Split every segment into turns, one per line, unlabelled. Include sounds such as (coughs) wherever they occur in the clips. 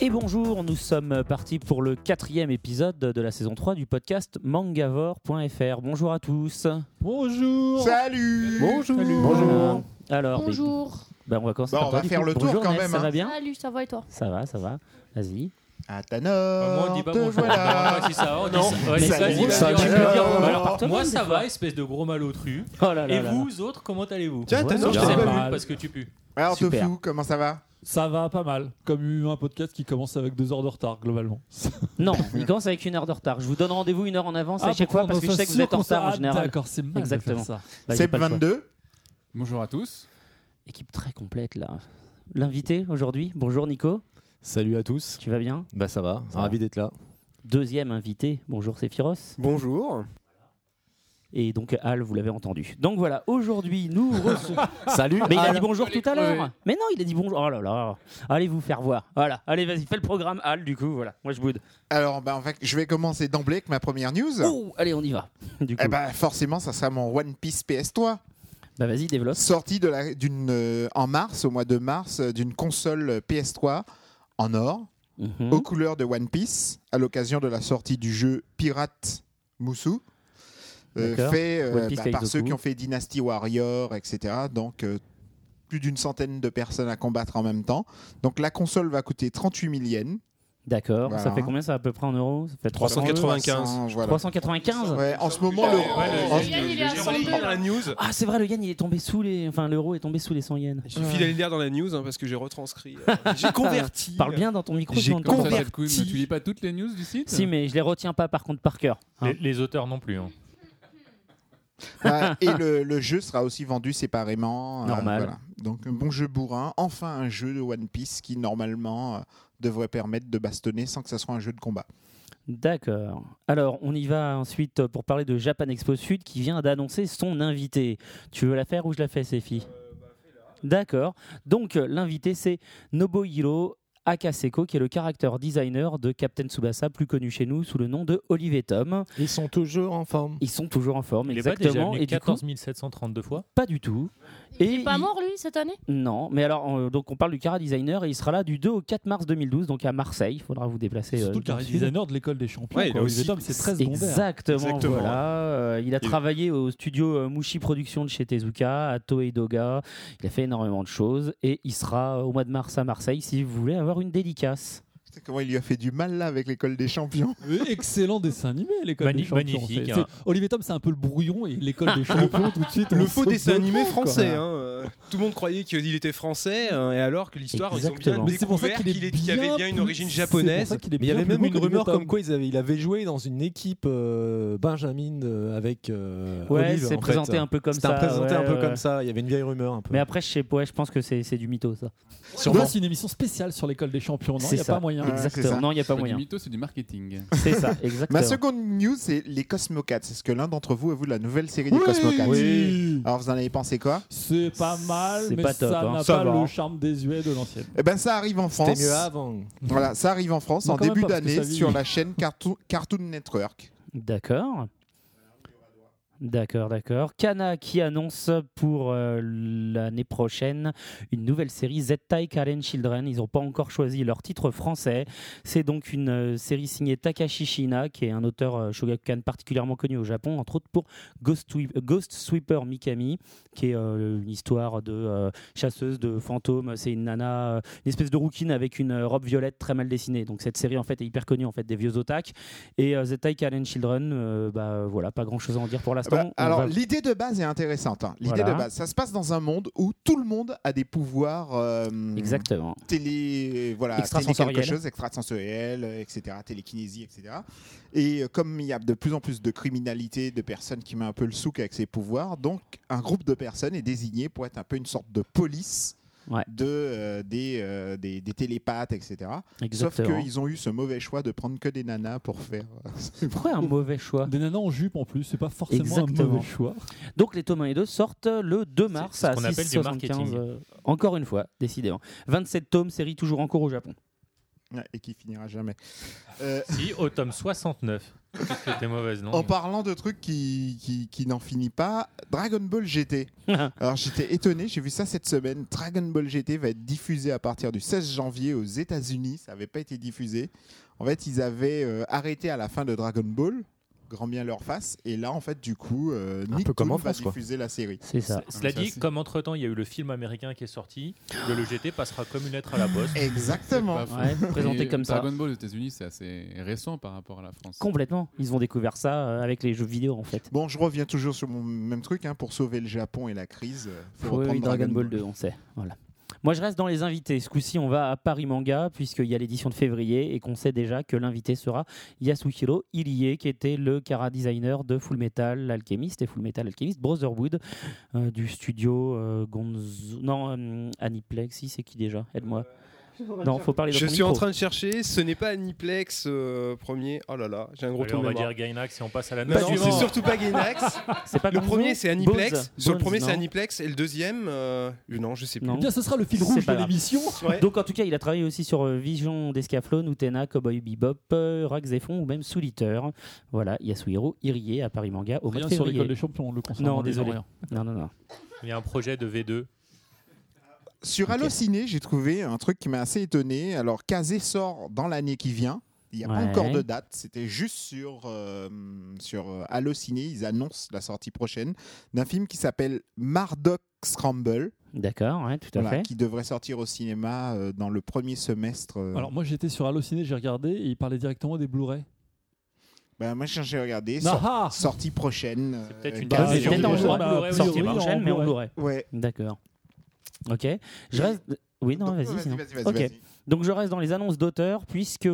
Et bonjour, nous sommes partis pour le quatrième épisode de la saison 3 du podcast mangavore.fr. Bonjour à tous.
Bonjour
Salut
Bonjour
Bonjour.
Alors, mais-
Bonjour.
bah, on va commencer
Bon,
par
on
toi,
va
du
faire
coup.
le tour
Bonjour,
quand
Ness,
même,
Ça
hein.
va bien
Salut, ça va et toi
Ça va, ça va. Vas-y.
Athanor
Moi on dit pas
te
bonjour.
voilà.
Ouais, si ça va, on dit ça. Ouais,
Ça
vas-y,
dit-
vas-y,
ça
vas-y,
dit-
vas-y,
euh,
vas-y.
euh,
Alors,
appartement,
Moi
des
ça
fois.
va, espèce de gros malotru.
Oh là là
Et
là là.
vous autres, comment allez-vous
Tiens,
Ouais,
Athanor,
Je
bien.
je
sais
t'ai
pas
pas
vu
vu.
parce que tu pues.
Alors,
Super.
Tofu, comment ça va
Ça va pas mal, comme un podcast qui commence avec deux heures de retard globalement. (laughs)
Non, il commence avec une heure de retard. Je vous donne rendez-vous une heure en avance
Ah,
à chaque fois parce que je sais que vous êtes en retard en général.
D'accord, c'est mal
Exactement.
de faire ça.
Bah, j'ai
C'est
pas le choix.
22
Bonjour à tous.
Équipe très complète là. L'invité aujourd'hui, bonjour Nico,
Salut à tous.
tu vas bien
Bah ça va,
Ça
ravi d'être là.
Deuxième invité, bonjour Sephiros.
Bonjour.
Et donc Al, vous l'avez entendu. Donc voilà, aujourd'hui nous recevons...
Salut.
Mais il a
Al.
dit bonjour tout à
Ouais.
l'heure. Mais non, il a dit bonjour. Oh là là. Allez vous faire voir. Voilà. Allez, vas-y, fais le programme Al du coup, voilà. Moi je boude.
Alors, bah, en fait, je vais commencer d'emblée avec ma première news.
Oh, allez, on y va. (laughs) Du coup.
Eh ben, forcément, ça sera mon One Piece PS3,
Bah vas-y, développe.
sorti de la, d'une, euh, en mars, au mois de mars, euh, d'une console euh, PS3 en or,
Mhm.
aux couleurs de One Piece, à l'occasion de la sortie du jeu Pirate Musu, euh,
D'accord.
fait euh,
One Piece
bah,
Kaizoku.
par ceux qui ont fait Dynasty Warrior, etc. Donc, euh, plus d'une centaine de personnes à combattre en même temps. Donc, la console va coûter 38 000 yens.
D'accord.
Voilà.
Ça fait combien ça à peu près en euros Ça fait
395.
300, voilà.
395
Ouais, en ce moment,
Ouais,
le...
ouais,
en-
le-
Yann, il est à
J'ai
102,
relayé dans la news.
Ah, c'est vrai, le yen il est tombé sous les enfin l'euro est tombé sous les 100 yens.
Je suis fidèle dans la news hein, parce que j'ai retranscrit.
(laughs)
euh, (laughs) j'ai converti.
Parle bien dans ton micro,
J'ai
je m'entends.
converti.
Tu lis pas toutes les news du site
Si mais je les retiens pas par contre par cœur.
Les,
Hein.
les auteurs non plus. hein.
Ouais, Bah, et le, le jeu sera aussi vendu séparément. euh,
Normal.
voilà. Donc un bon jeu bourrin, enfin un jeu de One Piece qui normalement euh, devrait permettre de bastonner sans que ça soit un jeu de combat.
D'accord. Alors, on y va ensuite pour parler de Japan Expo Sud qui vient d'annoncer son invité. Tu veux la faire ou je la fais, Séfi
Euh, bah,
D'accord. Donc, euh, l'invité, c'est Nobuhiro Akaseko, qui est le caractère designer de Captain Tsubasa, plus connu chez nous sous le nom de Olivier Tom.
Ils sont toujours en forme.
Ils sont toujours en forme,
Il est pas déjà
exactement.
venu
et du coup,
14 732 fois.
pas du tout.
Il est pas mort lui cette année
Non, mais alors, on- donc on parle du Cara Designer et il sera là du 2 au 4 mars 2012, donc à Marseille. Il faudra vous déplacer. euh,
Surtout le
dans le
carré
sud.
designer de l'école des champions.
Ouais, il
quoi.
a
Olivier
aussi-
Tom, Bah c'est très secondaire.
Exactement,
Exactement.
voilà. Euh, il a
Il-
travaillé au studio euh, Mushi Productions de chez Tezuka, à Toei Doga. Il a fait énormément de choses et il sera euh, au mois de mars à Marseille si vous voulez avoir une dédicace.
C'est comment il lui a fait du mal là avec l'école des champions.
Mais Excellent dessin animé, (laughs) l'école des
Magni-
champions.
magnifique,
C'est-
hein.
(laughs) c'est- Olivier Tom, c'est un peu le brouillon et l'école (laughs)
(laughs)
des champions tout de suite.
Le
on
faux
saute
dessin
dedans,
animé
quoi.
français. hein, euh, Tout le monde croyait qu'il était français, hein, et alors que l'histoire, ils ont bien
Exactement.
Mais c'est pour ça
découvert
qu'il
qu'il
est
était- qu'il avait
bien
bien une
plus-
origine
c'est pour ça
japonaise.
qu'il est
Mais il y
bien
avait
plus
même
beau
une
qu'Olivier
rumeur
Tom.
comme quoi ils avaient- il avait joué dans une équipe euh, Benjamin euh, avec. euh,
Ouais,
Olive,
c'est
en
présenté
fait.
un peu comme
C'était
ça.
présenté
ouais,
un peu
ouais.
comme ça. Il y avait une vieille rumeur un peu.
Mais après, je sais pas, ouais, je pense que c'est c'est du mytho ça.
Sûrement, c'est une émission spéciale sur l'école des champions. Non, il
C'est
n'y a
ça.
pas moyen.
Ouais, c'est
Exactement.
ça.
Non, il n'y a pas
Pas
moyen.
du mytho, c'est du marketing.
C'est ça,
Ma
exactement.
seconde news, c'est les Cosmocats. Est-ce que l'un d'entre vous a vu la nouvelle série des Cosmocats
Oui.
Alors vous en avez pensé quoi
C'est pas mal,
C'est
mais
pas top,
ça
hein.
n'a
Ça
pas
va.
le charme désuet de l'ancienne.
Eh ben ça arrive en France.
C'était mieux avant.
Voilà, ça arrive en France
Mais
en
quand même
début
pas, parce que
d'année
ça vit.
sur la chaîne Cartoon, Cartoon Network.
D'accord. D'accord, d'accord. Kana qui annonce pour euh, l'année prochaine une nouvelle série Z-Tai Karen Children. Ils n'ont pas encore choisi leur titre français. C'est donc une euh, série signée Takashi Shina, qui est un auteur euh, shogakukan particulièrement connu au Japon, entre autres pour Ghost, Sweep- euh, Ghost Sweeper Mikami, qui est euh, une histoire de euh, chasseuse de fantômes. C'est une nana, euh, une espèce de rouquine avec une euh, robe violette très mal dessinée. Donc cette série en fait est hyper connue en fait des vieux otak. Et euh, The Taika and Children, euh, bah euh, voilà, pas grand chose à en dire pour
Bah,
l'instant. On
alors,
va-
l'idée de base est intéressante. hein. L'idée
Voilà.
de base, ça se passe dans un monde où tout le monde a des pouvoirs euh,
Exactement.
télé, euh, voilà, télé
Extrasensoriel.
quelque chose, extrasensoriel, euh, etc., télékinésie, etc. Et euh, comme il y a de plus en plus de criminalité, de personnes qui mettent un peu le souk avec ses pouvoirs, donc un groupe de personnes est désigné pour être un peu une sorte de police
Ouais.
de, euh, des, euh, des, des télépathes, etc. Sauf
Exactement.
qu'ils ont eu ce mauvais choix de prendre que des nanas pour faire. euh,
Pourquoi un mauvais choix
Des nanas en jupe en plus, c'est pas forcément un
Exactement.
mauvais choix.
Donc les tomes 1 et 2 sortent le 2 mars
c'est ce
à
qu'on appelle du
6,75.
marketing.
euh, encore une fois, décidément. 27 tomes, série toujours en cours au Japon.
Ouais, Et qui finira jamais. Euh,
Si, au tome 69. Qu'est-ce que t'es mauvaise, non
en parlant de trucs qui, qui, qui n'en finit pas, Dragon Ball
(laughs)
GT. Alors j'étais étonné, j'ai vu ça cette semaine. Dragon Ball GT va être diffusé à partir du 16 janvier aux États-Unis. Ça n'avait pas été diffusé. En fait, ils avaient euh, arrêté à la fin de Dragon Ball. Grand bien leur face. Et là, en fait, du coup, euh,
Un
Nick
peu comme
Toon
en
va
France, quoi.
diffuser la série.
C'est ça.
Cela
Ça,
dit,
c'est-
comme entre-temps, il y a eu le film américain qui est sorti, le LGT passera comme une lettre à la poste.
Exactement.
C'est pas
Ouais,
faux.
présenté
Et
comme ça.
Dragon Ball aux États-Unis, c'est assez récent par rapport à la France.
Complètement. Ils ont découvert ça euh, avec les jeux vidéo en fait.
Bon, je reviens toujours sur mon même truc. hein, pour sauver le Japon et la crise, euh, faut
Oui,
reprendre
oui, Dragon Ball 2, on sait. Voilà. Moi, je reste dans les invités. Ce coup-ci, on va à Paris Manga, puisqu'il y a l'édition de février et qu'on sait déjà que l'invité sera Yasuhiro Irie, qui était le cara designer de Full Metal Alchemist et Full Metal Alchemist Brotherhood euh, du studio euh, Gonzo. Non, euh, Aniplex, si, c'est qui déjà Aide-moi. Non, faut parler de
Je
ton
suis en
micro.
train de chercher, ce n'est pas Aniplex euh, premier. Oh là là, j'ai un gros
Allez,
trou
on
de
va
mémoire.
dire Gainax et on passe à la
Non,
note
non,
suivante.
c'est surtout pas Gainax.
(laughs) C'est pas
Le
Gonzo
premier c'est Aniplex.
Bonze.
Sur le
Bonze,
premier c'est
non.
Aniplex et le deuxième, euh, non, je sais plus.
Non.
Eh Bien, ce sera le fil
C'est
rouge
pas
de
grave.
(laughs)
l'émission.
Ouais.
Donc en tout cas, il a travaillé aussi sur euh, Vision d'Escaflowne, Utena, Cowboy Bebop, euh, Raxéphon ou même Souliter. Voilà, Yasuhiro Irie à Paris Manga au mois de
Rien sur l'école
février.
des champions, le concernant.
Non,
lui,
désolé.
rien.
Non, non, non.
Il y a un projet de V2.
Sur Allociné, j'ai trouvé un truc qui m'a assez étonné. Alors, Kazé sort dans l'année qui vient. Il n'y a pas
Ouais.
encore de date. C'était juste sur, euh, sur euh, Allociné. Ils annoncent la sortie prochaine d'un film qui s'appelle Marduk Scramble,
D'accord, ouais, tout à
voilà,
fait.
qui devrait sortir au cinéma euh, dans le premier semestre. euh.
Alors moi j'étais sur Allociné, j'ai regardé et il parlait directement des Blu-ray.
Bah, moi, j'ai j'ai regardé.
Ah
Sor-
ah
sortie prochaine.
C'est peut-être
euh,
une
Kazé
bonne
sur
idée.
le-
Peut-être en
Blu-ray, bah,
Blu-ray, peut-être
a
sortie
priori, en
prochaine, mais en
Blu-ray.
Blu-ray.
Ouais.
D'accord. Ok. Je reste. Oui, non,
Donc,
vas-y. sinon.
vas-y, vas-y,
Ok.
vas-y.
Donc je reste dans les annonces d'auteurs puisque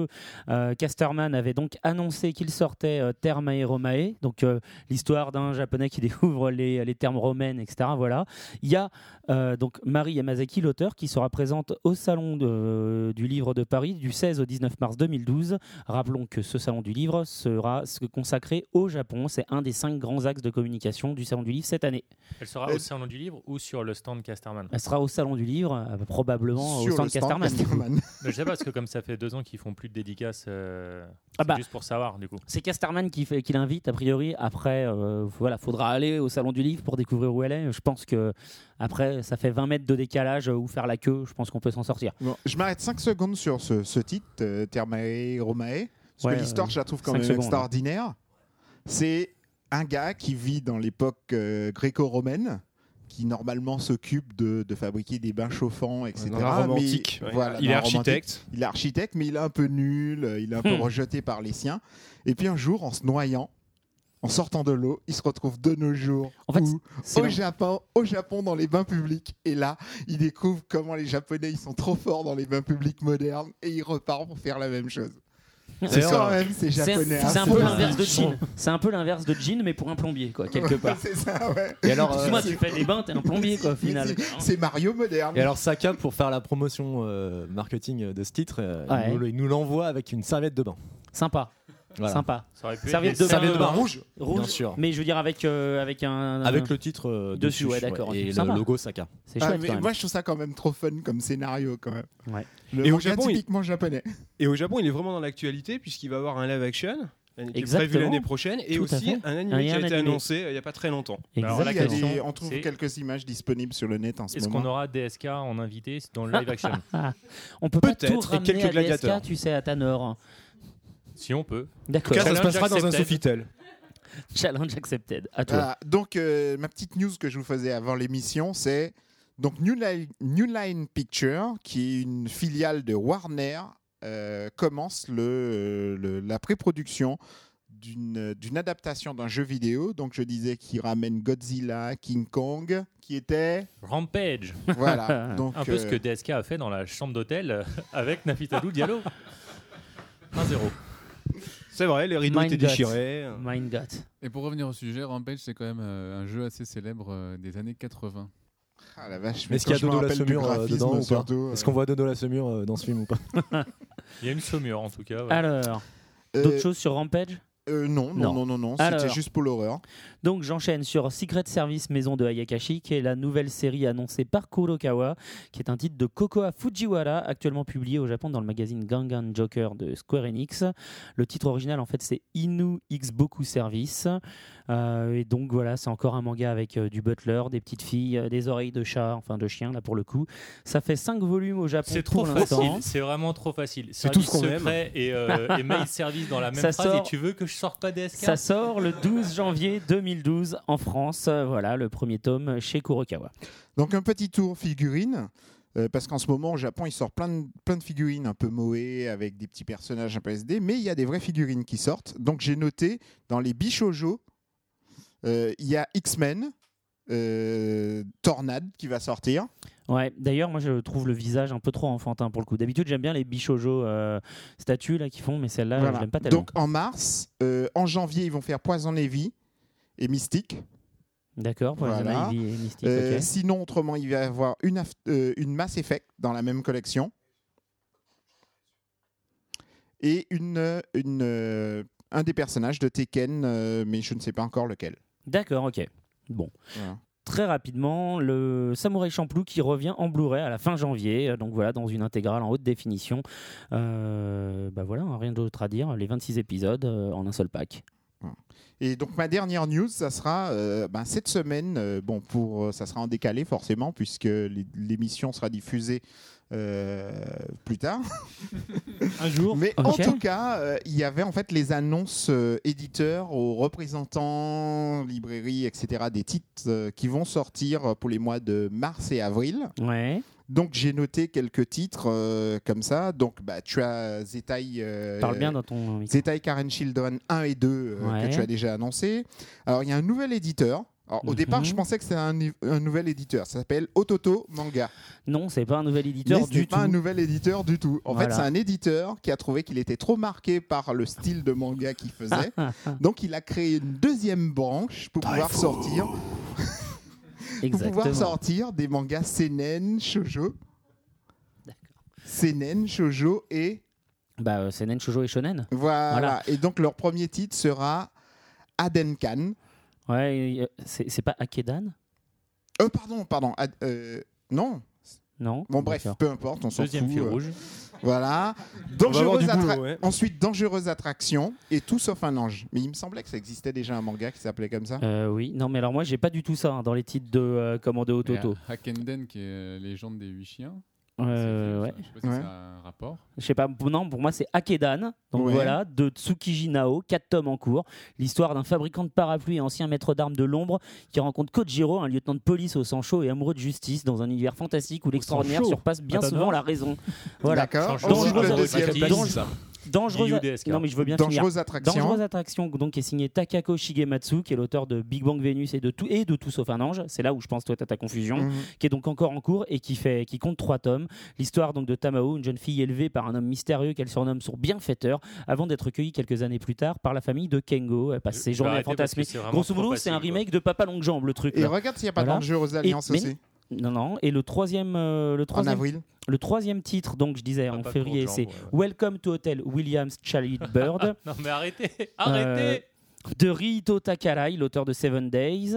euh, Casterman avait donc annoncé qu'il sortait euh, Termae Romae, donc euh, l'histoire d'un japonais qui (laughs) découvre les, les termes romaines, etc. Voilà. Il y a euh, donc Marie Yamazaki, l'auteur, qui sera présente au salon de- euh, du livre de Paris du 16 au 19 mars 2012. Rappelons que ce salon du livre sera s- consacré au Japon. C'est un des cinq grands axes de communication du salon du livre cette année.
Elle sera
Euh,
au salon du livre ou sur le stand Casterman
Elle sera au salon du livre, euh, probablement
Sur
au salon
le stand
Casterman.
Casterman. (laughs)
Mais Je sais pas, parce que comme ça fait deux ans qu'ils font plus de dédicaces, euh,
Ah bah,
juste pour savoir du coup.
(laughs) C'est Casterman qui, fait- qui l'invite, a priori. Après, euh, voilà, faudra aller au Salon du Livre pour découvrir où elle est. Je pense que, après, ça fait 20 mètres de décalage euh, ou faire la queue. Je pense qu'on peut s'en sortir.
Bon, je m'arrête 5 secondes sur ce, ce titre, euh, Termae Romae, parce
Ouais,
que l'histoire,
euh,
je la trouve quand
cinq
même
secondes.
extraordinaire. C'est un gars qui vit dans l'époque euh, gréco-romaine, qui normalement s'occupe de, de fabriquer des bains chauffants, etc.
Un drame
Mais-
romantique, ouais.
voilà,
il est
un romantique.
architecte.
Il est architecte, mais il est un peu nul, euh, il est
(laughs)
un peu
Hmm.
rejeté par les siens. Et puis un jour, en se noyant, en sortant de l'eau, il se retrouve de nos jours
En fait,
où-
C'est
au
long.
Japon, au Japon dans les bains publics. Et là, il découvre comment les Japonais ils sont trop forts dans les bains publics modernes et il repart pour faire la même chose. C'est
D'ailleurs,
quand même ces
C'est
Japonais. hein.
c'est un
affreux.
peu l'inverse de Jean. C'est un peu l'inverse de Jean, mais pour un
(laughs)
plombier, quoi, quelque part.
C'est ça, ouais.
Et alors, euh,
Excuse-moi, tu fais des bains, t'es un plombier, quoi, au final.
Mais c'est- C'est Mario moderne.
Et alors Saka, pour faire la promotion euh, marketing de ce titre, euh,
Ouais.
il nous, il nous l'envoie avec une serviette de bain.
Sympa,
Voilà.
sympa.
Ça aurait pu
Serviette
être
de
les
Serviette
bain,
de bain rouge
Rouge.
Bien sûr.
Mais je veux dire, avec, euh, avec un.
Avec le titre euh,
Dessus, ouais, d'accord, ok.
Et le
Sympa.
logo Saka.
C'est
Ah,
chouette,
mais
quand même.
moi je trouve ça quand même trop fun comme scénario quand même.
Ouais.
Le
Et au
manga
Japon, il-
typiquement japonais.
Bah,
Et au Japon, il est vraiment dans l'actualité puisqu'il va avoir un live action euh, qui est prévu
Exactement.
l'année prochaine et
Tout à
aussi
fait.
un
Un-
animé qui a
un
été
animé.
annoncé euh, il n'y a pas très longtemps.
Alors, la
Il y a
question,
des- on trouve
c'est-
quelques images disponibles sur le net en ce
Est-ce qu'on
moment.
aura DSK en invité dans le live action
(laughs) On peut pas
Peut-être,
tout
et
ramener
quelques
à DSK,
gladiateurs.
tu sais, à Tanor.
Si on peut.
D'accord.
Car ça
Challenge
se passera dans un
accepted.
Sofitel.
Challenge accepted. À toi.
Ah.
Voilà. donc euh, ma petite news que je vous faisais avant l'émission, c'est donc New Line, New Line Picture, qui est une filiale de Warner, euh, commence le, euh, le- la pré-production d'une d'une adaptation d'un jeu vidéo. Donc je disais qui ramène Godzilla, King Kong, qui était
Rampage
(laughs)
voilà. donc
Un peu ce
euh,
que DSK a fait dans la chambre d'hôtel euh, avec Nafitadou Diallo.
(laughs)
1-0.
C'est vrai, les rideaux
Mind
étaient
Gut.
déchirés.
Mind Gut.
Et pour revenir au sujet, Rampage, c'est quand même euh, un jeu assez célèbre euh, des années 80.
Ah la vache, mais
Est-ce qu'il y a
quand je me
Dodo la
rappelle du
Saumure euh,
graphisme,
dedans ou pas
surtout, euh,
Est-ce qu'on voit Dodo la Saumure euh, dans ce film ou
(laughs)
pas
Il y a une saumure en tout cas. ouais.
Alors,
euh,
d'autres choses sur Rampage
euh, Non, non,
Non.
non, non, non.
Alors.
C'était juste pour l'horreur.
Donc j'enchaîne sur Secret Service Maison de Hayakashi, qui est la nouvelle série annoncée par Kurokawa, qui est un titre de Kokoa Fujiwara, actuellement publié au Japon dans le magazine Gangan Joker de Square Enix. Le titre original, en fait, c'est Inu X Boku Service. Euh, et donc voilà, c'est encore un manga avec euh, du butler, des petites filles, euh, des oreilles de chat, enfin de chien, là pour le coup. Ça fait 5 volumes au Japon
C'est trop
pour l'instant.
facile, c'est vraiment trop facile.
C'est tout ce
Service
qu'on aime.
secret et, euh, et
(laughs)
mail service dans la même
Ça
phrase
sort-
et tu veux que je sorte pas DSK
Ça sort le 12 janvier 2012 en France. Euh, Voilà, le premier tome chez Kurokawa.
Donc un petit tour figurine. euh, parce qu'en ce moment, au Japon, il sort plein de, plein de figurines un peu moé, avec des petits personnages un peu SD, mais il y a des vraies figurines qui sortent. Donc j'ai noté, dans les Bishojo, euh, il y a X-Men, euh, Tornade qui va sortir.
Ouais, d'ailleurs, moi je trouve le visage un peu trop enfantin pour le coup. D'habitude, j'aime bien les bichojo euh, statues là qui font, mais celle-là,
Voilà.
Ah, je l'aime pas tellement.
Donc en mars, euh, en janvier, ils vont faire Poison Heavy et Mystique.
D'accord, pour les
voilà.
Ivy et Mystique,
Euh,
ok.
Sinon, autrement, il va y avoir une, aft- euh, une Mass Effect dans la même collection. Et une, euh, une, euh, un des personnages de Tekken, euh, mais je ne sais pas encore lequel.
D'accord, ok. Bon.
Voilà.
Très rapidement, le Samouraï Champloo qui revient en Blu-ray à la fin janvier, euh, donc voilà, dans une intégrale en haute définition. Euh, bah voilà, hein, rien d'autre à dire, les 26 épisodes euh, en un seul pack.
Et donc, ma dernière news, ça sera euh, ben, cette semaine. euh, bon, pour, euh, ça sera en décalé, forcément, puisque l'é- l'émission sera diffusée euh, plus tard.
(laughs) Un jour,
Mais
Ok.
en tout cas, euh, il y avait en fait les annonces euh, éditeurs aux représentants, librairies, etc. des titres euh, qui vont sortir pour les mois de mars et avril.
Ouais,
Donc j'ai noté quelques titres euh, comme ça. Donc bah, tu as Zetai, euh,
parle bien dans ton micro.
Zetai Karen Children 1 et 2 euh,
Ouais.
que tu as déjà annoncé. Alors il y a un nouvel éditeur. Alors, au
Mhm.
départ, je pensais que c'était un, nu- un nouvel éditeur. Ça s'appelle Ototo Manga.
Non, c'est pas un nouvel éditeur
Mais ce n'est
du
pas
tout.
un nouvel éditeur du tout. En
Voilà.
fait, c'est un éditeur qui a trouvé qu'il était trop marqué par le style de manga qu'il
(laughs)
faisait. Donc, il a créé une deuxième branche pour pouvoir
(laughs)
sortir, pour pouvoir
Exactement.
sortir des mangas seinen, shoujo. Seinen, shoujo et
Bah, euh, Seinen, Shoujo et Shonen.
voilà.
Voilà.
Et donc leur premier titre sera Adenkan.
Ouais, et, euh, c'est c'est pas Akedan
Euh, pardon, pardon. Ad- euh, non.
Non.
Bon bref,
D'accord.
peu importe, on s'en fout.
Deuxième fil
euh,
rouge.
va avoir
Voilà. Dangereuse
du boulot,
attra-
ouais.
Ensuite, Dangereuse Attraction et Tout sauf un ange. Mais il me semblait que ça existait déjà un manga qui s'appelait comme ça.
Euh, oui, non, mais alors moi, j'ai pas du tout ça hein, dans les titres de euh, comment de
Il y a
Ototo.
Hackenden, qui est euh, légende des huit chiens.
Euh, ouais.
Je sais pas si
Ouais.
ça a un rapport.
Je sais pas, pour- non, pour moi, c'est Akedan, donc
Ouais.
voilà, de Tsukiji Nao, 4 tomes en cours. L'histoire d'un fabricant de parapluies et ancien maître d'armes de l'ombre qui rencontre Kojiro, un lieutenant de police au sang chaud et amoureux de justice, dans un univers fantastique où l'extraordinaire
chaud.
surpasse bien
Matador.
souvent la raison. Voilà.
D'accord.
Change-
Ensuite,
Dangereuse
le
Change-
deuxième.
Change-
Dangereuse-
ça.
Dangereuse.
Liu DSK.
Non, mais je veux bien finir.
Dangereuse Attraction.
Dangereuse Attraction, donc, est signé Takako Shigematsu, qui est l'auteur de Big Bang Venus et de tout, et de tout sauf un ange. C'est là où je pense, toi, t'as ta confusion.
Mhm.
qui est donc encore en cours et qui, fait, qui compte trois tomes. L'histoire donc de Tamao, une jeune fille élevée par un homme mystérieux qu'elle surnomme son bienfaiteur, avant d'être recueillie quelques années plus tard par la famille de Kengo. Elle passe
Je-
ses
je vais
journées à
arrêter parce que
fantasmer.
c'est vraiment
Grosso
trop
modo, c'est un
facile,
remake de Papa Longue Jambe, le truc.
Et
là.
regarde s'il n'y a pas
Voilà.
Dangereuse Alliance
mais-
aussi.
Non, non. Et le troisième, euh, le
En
troisième,
avril.
le troisième titre, donc je disais
Papa
en
Longue
février,
Jambe,
c'est
ouais,
Welcome to Hotel Williams
(laughs)
Childbird Euh,
Ah, Non mais arrêtez, arrêtez.
de Rito Takarai, l'auteur de Seven Days.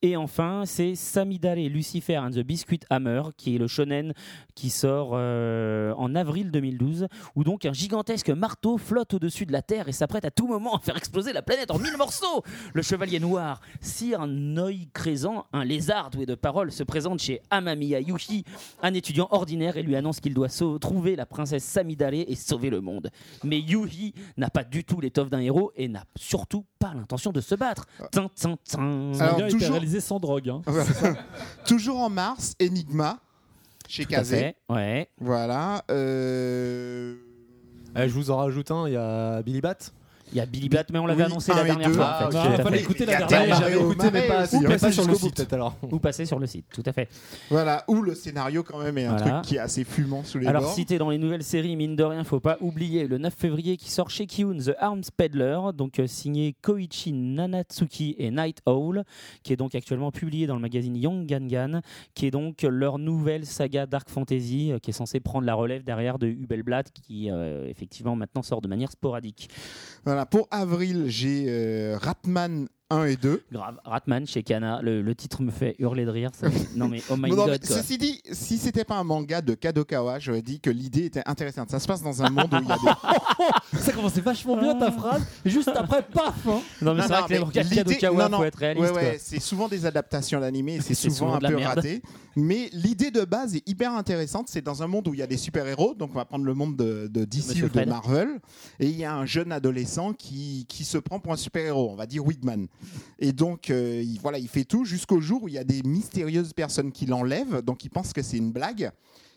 Et enfin, c'est Samidare Lucifer and the Biscuit Hammer, qui est le shonen qui sort euh, en avril 2012, où donc un gigantesque marteau flotte au-dessus de la Terre et s'apprête à tout moment à faire exploser la planète en mille morceaux. Le chevalier noir, Sir Noi Crézan, un lézard doué de parole, se présente chez Amamiya Yuki, un étudiant ordinaire, et lui annonce qu'il doit sau- trouver la princesse Samidare et sauver le monde. Mais Yuhi n'a pas du tout l'étoffe d'un héros et n'a surtout pas l'intention de se battre. Tin, tin, tin.
le
Ah. Alors,
gars, il était
toujours-
réalisé sans drogue. hein.
(laughs) Toujours en mars, Enigma chez
Tout à
Kazé.
fait, Ouais.
Voilà. euh,
Eh, Je vous en rajoute un, il y a Billy Bat.
Il y a Billy Bat, mais on l'avait
Oui,
annoncé
un
la
et
dernière
deux.
fois.
Ah,
en fait,
ok.
tout
Ah,
à
fallait
fait.
écouter
Il y
la
a
dernière.
Mario
écouté
Marais
les passes.
aussi, hein.
Ou passer sur le
Jusqu'au
site peut-être alors.
Vous passez sur le site, tout à fait.
Voilà, où le scénario quand même est un
Voilà.
truc qui est assez fumant sous les
Alors,
bords.
cité dans les nouvelles séries, mine de rien, faut pas oublier le 9 février qui sort chez Kiyun The Arms Peddler, donc euh, signé Koichi Nanatsuki et Night Owl, qui est donc actuellement publié dans le magazine Young Gangan, qui est donc euh, leur nouvelle saga Dark Fantasy, euh, qui est censée prendre la relève derrière de Hubelblatt, qui euh, effectivement maintenant sort de manière sporadique.
Voilà, pour avril, j'ai euh, Ratman 1 et 2.
Grave, Ratman chez Kana, le, le titre me fait hurler de rire. ça-
(laughs)
non mais oh my
Bon, non,
god.
mais
quoi.
ceci dit, si c'était pas un manga de Kadokawa, j'aurais dit que l'idée était intéressante. Ça se passe dans un monde où il y a des
(laughs)
Ça commençait vachement bien ta phrase, et juste après, paf hein.
Non mais
Non,
c'est vrai
non,
que les
mais
mangas de
l'idée-
Kadokawa,
non, non.
faut être réaliste.
Ouais, ouais,
quoi.
c'est souvent des adaptations d'animés et c'est
C'est
souvent,
souvent
un
de la
peu
merde.
raté. Mais l'idée de base est hyper intéressante. C'est dans un monde où il y a des super-héros, donc on va prendre le monde de, de DC
Monsieur
ou de
Fred.
Marvel, et il y a un jeune adolescent qui, qui se prend pour un super-héros, on va dire Wigman. Et donc, euh, il, voilà, il fait tout jusqu'au jour où il y a des mystérieuses personnes qui l'enlèvent, donc il pense que c'est une blague.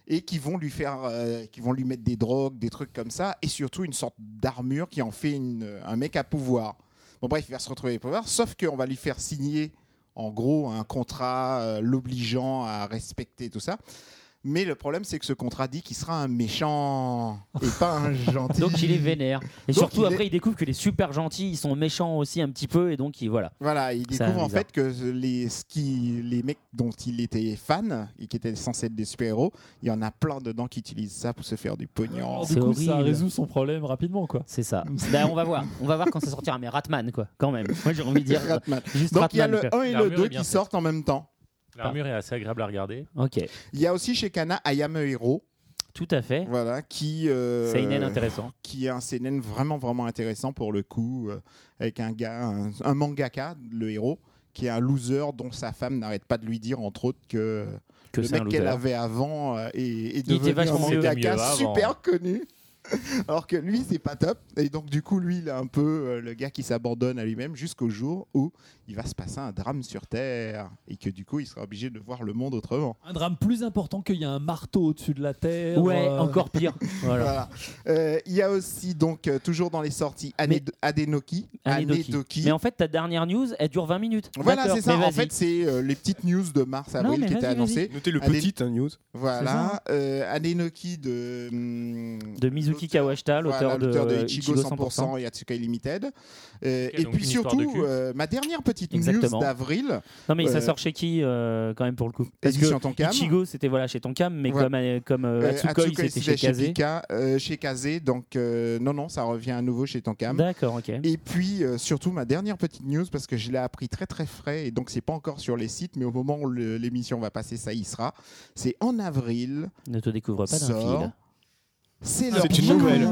Et qui vont lui faire, euh, qui vont lui mettre des drogues, des trucs comme ça, et surtout une sorte d'armure qui en fait une- un mec à pouvoir. Bon bref, il va se retrouver avec Power, sauf qu'on va lui faire signer en gros un contrat euh, l'obligeant à respecter tout ça. Mais le problème, c'est que ce contrat dit qu'il sera un méchant et pas un gentil.
Donc il est vénère. Et
Donc,
surtout
il
après il découvre que les super gentils, ils sont méchants aussi un petit peu et donc il voilà.
Voilà, il
C'est
découvre en
bizarre.
fait que les, ce qui- les mecs dont il était fan et qui étaient censés être des super-héros, il y en a plein dedans qui utilisent ça pour se faire du pognon.
Alors,
C'est
Du coup, ça
horrible.
résout son problème rapidement quoi.
C'est ça. Bah, on va voir, on va voir quand ça sortira mais Ratman quoi, quand même. Moi j'ai envie de dire euh,
Ratman.
juste
Donc il y a
Ratman.
le
quoi.
1 et le
L'armure
2
est bien
qui
faite.
sortent en même temps.
L'armure est assez agréable à regarder.
OK,
Il y a aussi chez Kana Ayame Hero,
tout à fait.
voilà, qui. euh,
Seinen intéressant.
qui est un seinen vraiment vraiment intéressant pour le coup, euh, avec un gars, un, un mangaka, le héros, qui est un loser dont sa femme n'arrête pas de lui dire entre autres que,
Que
le
c'est un
mec qu'elle
loser.
avait avant euh, est, est
Il était
devenu un
vachement mieux,
mieux
mangaka
avant.
super connu. Alors que lui, c'est pas top. Et donc, du coup, lui, il est un peu euh, le gars qui s'abandonne à lui-même jusqu'au jour où il va se passer un drame sur Terre. Et que du coup, il sera obligé de voir le monde autrement.
Un drame plus important qu'il y a un marteau au-dessus de la terre.
Ouais,
euh, (laughs)
encore pire. Voilà.
Voilà. Euh, il y a aussi, donc, euh, toujours dans les sorties, Ane-
Mais-
Adenoki.
Anedoki.
Anedoki.
Mais en fait ta dernière news, elle dure 20 minutes.
Voilà,
D'accord,
c'est ça.
mais
En
vas-y.
fait, c'est euh, les petites news de
Non,
mars-avril
mais
qui étaient
vas-y,
annoncées.
Notez le
Allez.
petit hein, news.
Voilà. Euh, Anenoki de. hum,
de Mizuki
l'auteur-
Kawashita, l'auteur
voilà, l'auteur
de,
de,
euh,
Ichigo 100% et Yatsuka Limited. Euh,
Ok,
et
donc
puis
une histoire de
surtout,
cul.
euh, ma dernière petite
Exactement.
news d'avril,
Non mais ça
Euh,
sort chez qui euh, quand même pour le coup Parce que
édition Tonkam.
Ichigo c'était voilà chez Tonkam mais
Ouais.
comme euh, comme euh,
Euh,
Atsukoi,
Atsukoi,
c'était chez Kazé.
Pika, euh, chez Kazé. Donc, euh, non, non, ça revient à nouveau chez Tonkam.
D'accord, OK.
Et puis euh, surtout ma dernière petite news parce que je l'ai appris très très frais et donc c'est pas encore sur les sites mais au moment où le- l'émission va passer ça y sera. C'est en avril.
Ne te découvre pas d'un
Sort.
fil.
C'est
Ah,
leur
c'est une nouvelle.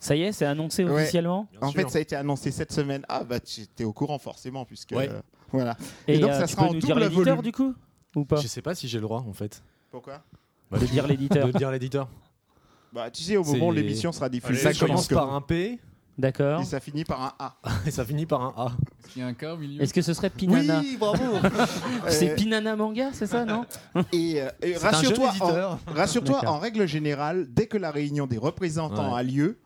Ça y est, c'est annoncé
Ouais.
officiellement.
En fait ça a été annoncé cette semaine. Ah bah tu étais au courant forcément puisque
Ouais.
euh, voilà.
Et,
Et donc,
euh,
ça
tu
sera
peux
en
nous dire
double
l'éditeur
volume.
du coup ou pas
Je sais pas si j'ai le droit en fait.
Pourquoi
De dire l'éditeur.
De dire l'éditeur.
Bah tu sais au moment où
C'est-
l'émission sera diffusée.
Ça
je pense
commence
que-
par un P
D'accord.
et ça finit par un
(laughs)
A.
et ça finit par un A.
Est-ce qu'il y a un cas au milieu
Est-ce que ce serait Pinana
Oui,
(laughs)
bravo.
C'est
Euh,
Pinana Manga, c'est ça, non
et, euh,
C'est un
et
jeune
rassure-toi, en,
éditeur.
(laughs) rassure-toi,
D'accord.
en règle générale, dès que la réunion des représentants
Ouais.
a lieu,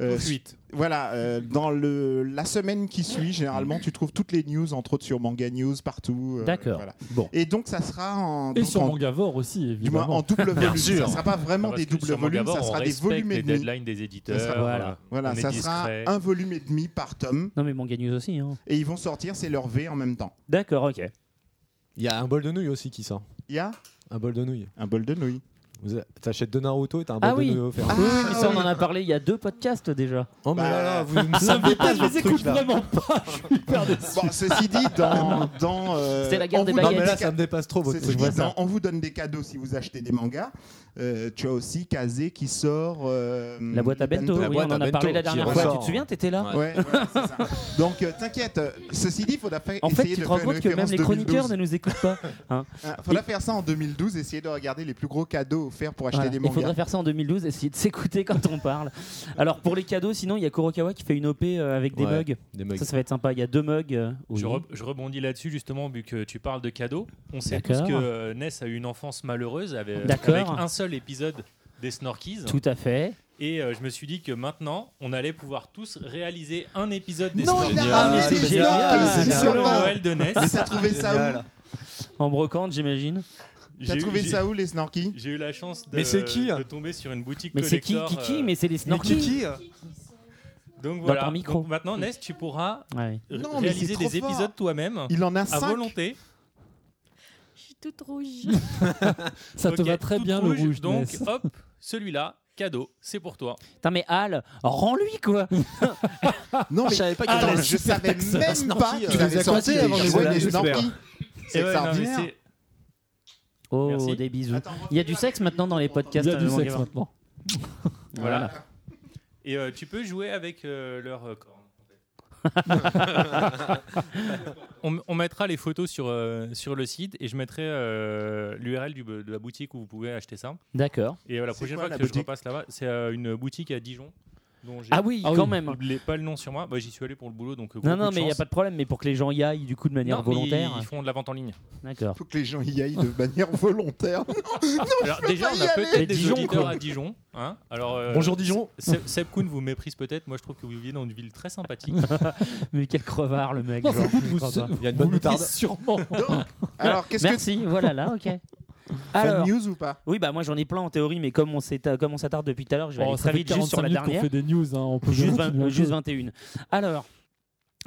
euh,
Ensuite.
Voilà, euh, dans le, la semaine qui suit, généralement, tu trouves toutes les news, entre autres sur Manga News, partout. euh,
D'accord.
voilà.
Bon.
Et donc, ça sera en,
Et
donc
sur
en-
Mangavore aussi,
du moins,
évidemment.
en double volume.
sûr.
Ça sera pas vraiment
Parce
des
que
doubles
sur
volumes,
Mangabor,
ça
on
sera des
respecte
volumes et
les
demi.
deadlines des éditeurs.
Ça sera-
voilà.
Voilà,
On est
ça sera
discret.
un volume et demi par tome,
Non, mais Manga News aussi. hein.
et ils vont sortir, c'est leur V en même temps.
D'accord, ok.
Il y a un bol de nouilles aussi qui sort.
Il y a
Un bol de nouilles.
un bol de nouilles.
Vous a- T'achètes deux Naruto et t'as un bol
Ah oui.
de nouilles offert.
Ah,
Mais ça, on en a parlé il y a deux podcasts déjà.
Oh mais
Bah,
là là, vous
(laughs)
ne
Ça
savez pas
je les
ce truc
écoute
là.
vraiment pas. Je suis hyper déçu.
Bon, ceci dit, dans. dans euh,
C'était la guerre
on
des
vous
Non
donne
mais là
baguettes.
ça me dépasse trop votre
Ceci
truc.
dit,
vois ça.
dans- on vous donne des cadeaux si vous achetez des mangas. Euh, tu as aussi Kazé qui sort. euh,
La boîte à bento,
La
oui,
boîte
on
à
en a
bento
parlé la
qui
dernière
ressort.
fois. Tu te souviens, t'étais là
Ouais, voilà, c'est ça. Donc euh, t'inquiète, euh, ceci dit, il faudra fa-
En fait,
essayer
tu
de
te
faire
rends
une
compte que même
référence
les chroniqueurs
2012.
ne nous écoutent
(laughs)
pas. hein.
Ah, faudra faire ça en 2012, essayer de regarder les plus gros cadeaux offerts pour acheter
Voilà.
des
Il faudrait
mangas.
faire ça en 2012, essayer de s'écouter quand on parle. Alors pour les cadeaux, sinon il y a Kurokawa qui fait une OP euh, avec des
Ouais.
mugs.
Des mecs.
Ça, ça va être sympa. Il y a deux mugs. euh, oui.
Je, re- je rebondis là-dessus justement vu que tu parles de cadeaux. On sait tous
D'accord.
que euh, Ness a eu une enfance malheureuse avec,
D'accord.
avec un seul épisode des Snorkies.
Tout à fait.
Et euh, je me suis dit que maintenant, on allait pouvoir tous réaliser un épisode des
Non, ah,
Schtroumpfs.
il a ramené
des
C'est
gens
génial.
qui
C'est
sont
le
pas-
Noël de Ness.
Mais t'as trouvé ça où
Génial.
En brocante, j'imagine.
T'as
J'ai eu-
trouvé
j'ai-
ça où les snorkies
J'ai eu la chance de,
Mais c'est qui
de tomber sur une boutique
Mais c'est qui
collector,
Kiki
euh,
Mais c'est les snorkies.
Kiki
Donc voilà.
ton micro.
Donc maintenant, Ness, tu pourras
Ouais.
r-
Non, mais c'est
réaliser
trop
des
fort.
épisodes toi-même
Il en a
à
5
volonté.
Je suis toute rouge.
Ça te
Ok,
va très
toute
bien le rouge,
Donc
Ness.
hop, celui-là, cadeau, c'est pour toi.
Putain, mais Al, rends-lui quoi
(laughs) Non mais
savais pas
attends,
avait
je savais même pas
Snorky,
que
euh,
tu avais
les
sorti
aquatiques,
les
les
jouets
jouets,
des
j'espère.
snorkies. C'est
Eh ouais, non, mais
extraordinaire.
c'est-
Oh,
Merci.
des bisous. Il y a du sexe maintenant dans les podcasts. euh,
Il y a du
mon
sexe
gars. (laughs)
maintenant.
Voilà. Et euh, tu peux jouer avec euh, leur euh, corne. (laughs) on, on mettra les photos sur, euh, sur le site et je mettrai euh, l'URL du- de la boutique où vous pouvez acheter ça.
D'accord.
Et euh, la
C'est
prochaine
quoi,
fois
la
que je
boutique
repasse là-bas, c'est euh, une boutique à Dijon. Dont j'ai-
Ah oui,
Ah
quand
oui.
même.
j'ai pas le nom sur moi. Bah, J'y suis allé pour le boulot, donc. euh, gros
Non,
coup
non,
de
mais il n'y a
chance.
pas de problème. Mais pour que les gens y aillent, du coup, de manière
Non, mais
volontaire.
Ils, ils font de la vente en ligne.
(laughs) D'accord.
Faut que les gens y aillent de (laughs) manière volontaire.
Alors, déjà,
pas
on
y
a
aller.
Mais
peut-être des
Dijon,
auditeurs
quoi.
à Dijon. hein. Alors, euh,
Bonjour Dijon.
Seb Seb Kuhn vous méprise peut-être. Moi, je trouve que vous vivez dans une ville
(laughs)
très sympathique.
Mais quel crevard, le mec.
Non,
genre,
c'est vous,
je crois pas.
Il y a une
Vous
bonne
le dites
(laughs)
moutarde. (laughs)
sûrement.
Donc, alors qu'est-ce que
Merci, voilà, là, ok.
fan
Alors,
news ou pas
oui, bah moi j'en ai plein en théorie, mais comme on s'éta- comme on s'attarde depuis tout
Oh,
à l'heure, je vais
Bon,
aller
ça
très
fait
vite
45
juste sur la
minutes qu'on
dernière.
fait des news. hein, on peut
Juste,
continuer
vingt- euh,
un peu.
juste 21. Alors,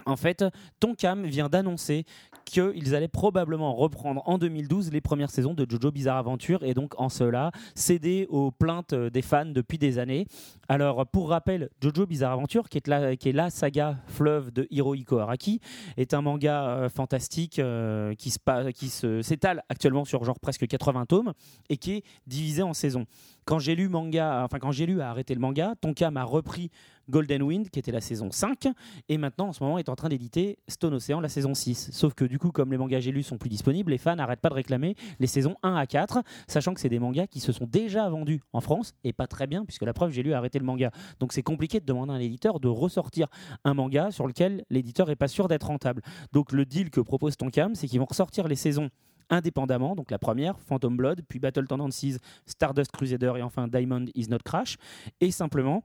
en fait, Tonkam vient d'annoncer qu'ils allaient probablement reprendre en 2012 les premières saisons de Jojo Bizarre Adventure et donc en cela céder aux plaintes des fans depuis des années. Alors, pour rappel, Jojo Bizarre Adventure, qui est la, qui est la saga fleuve de Hirohiko Araki, est un manga euh, fantastique euh, qui se pa- qui se- s'étale actuellement sur genre presque 80 tomes et qui est divisé en saisons. Quand j'ai lu manga, enfin quand j'ai lu à arrêter le manga, Tonkam a repris Golden Wind, qui était la saison 5, et maintenant en ce moment est en train d'éditer Stone Ocean, la saison 6. Sauf que du coup, comme les mangas j'ai lus sont plus disponibles, les fans n'arrêtent pas de réclamer les saisons 1 à 4, sachant que c'est des mangas qui se sont déjà vendus en France, et pas très bien, puisque la preuve, j'ai lu arrêter le manga. Donc c'est compliqué de demander à un éditeur de ressortir un manga sur lequel l'éditeur n'est pas sûr d'être rentable. Donc le deal que propose Tonkam, c'est qu'ils vont ressortir les saisons indépendamment, donc la première, Phantom Blood, puis Battle Tendencies, Stardust Crusader et enfin Diamond is Not Crash, et simplement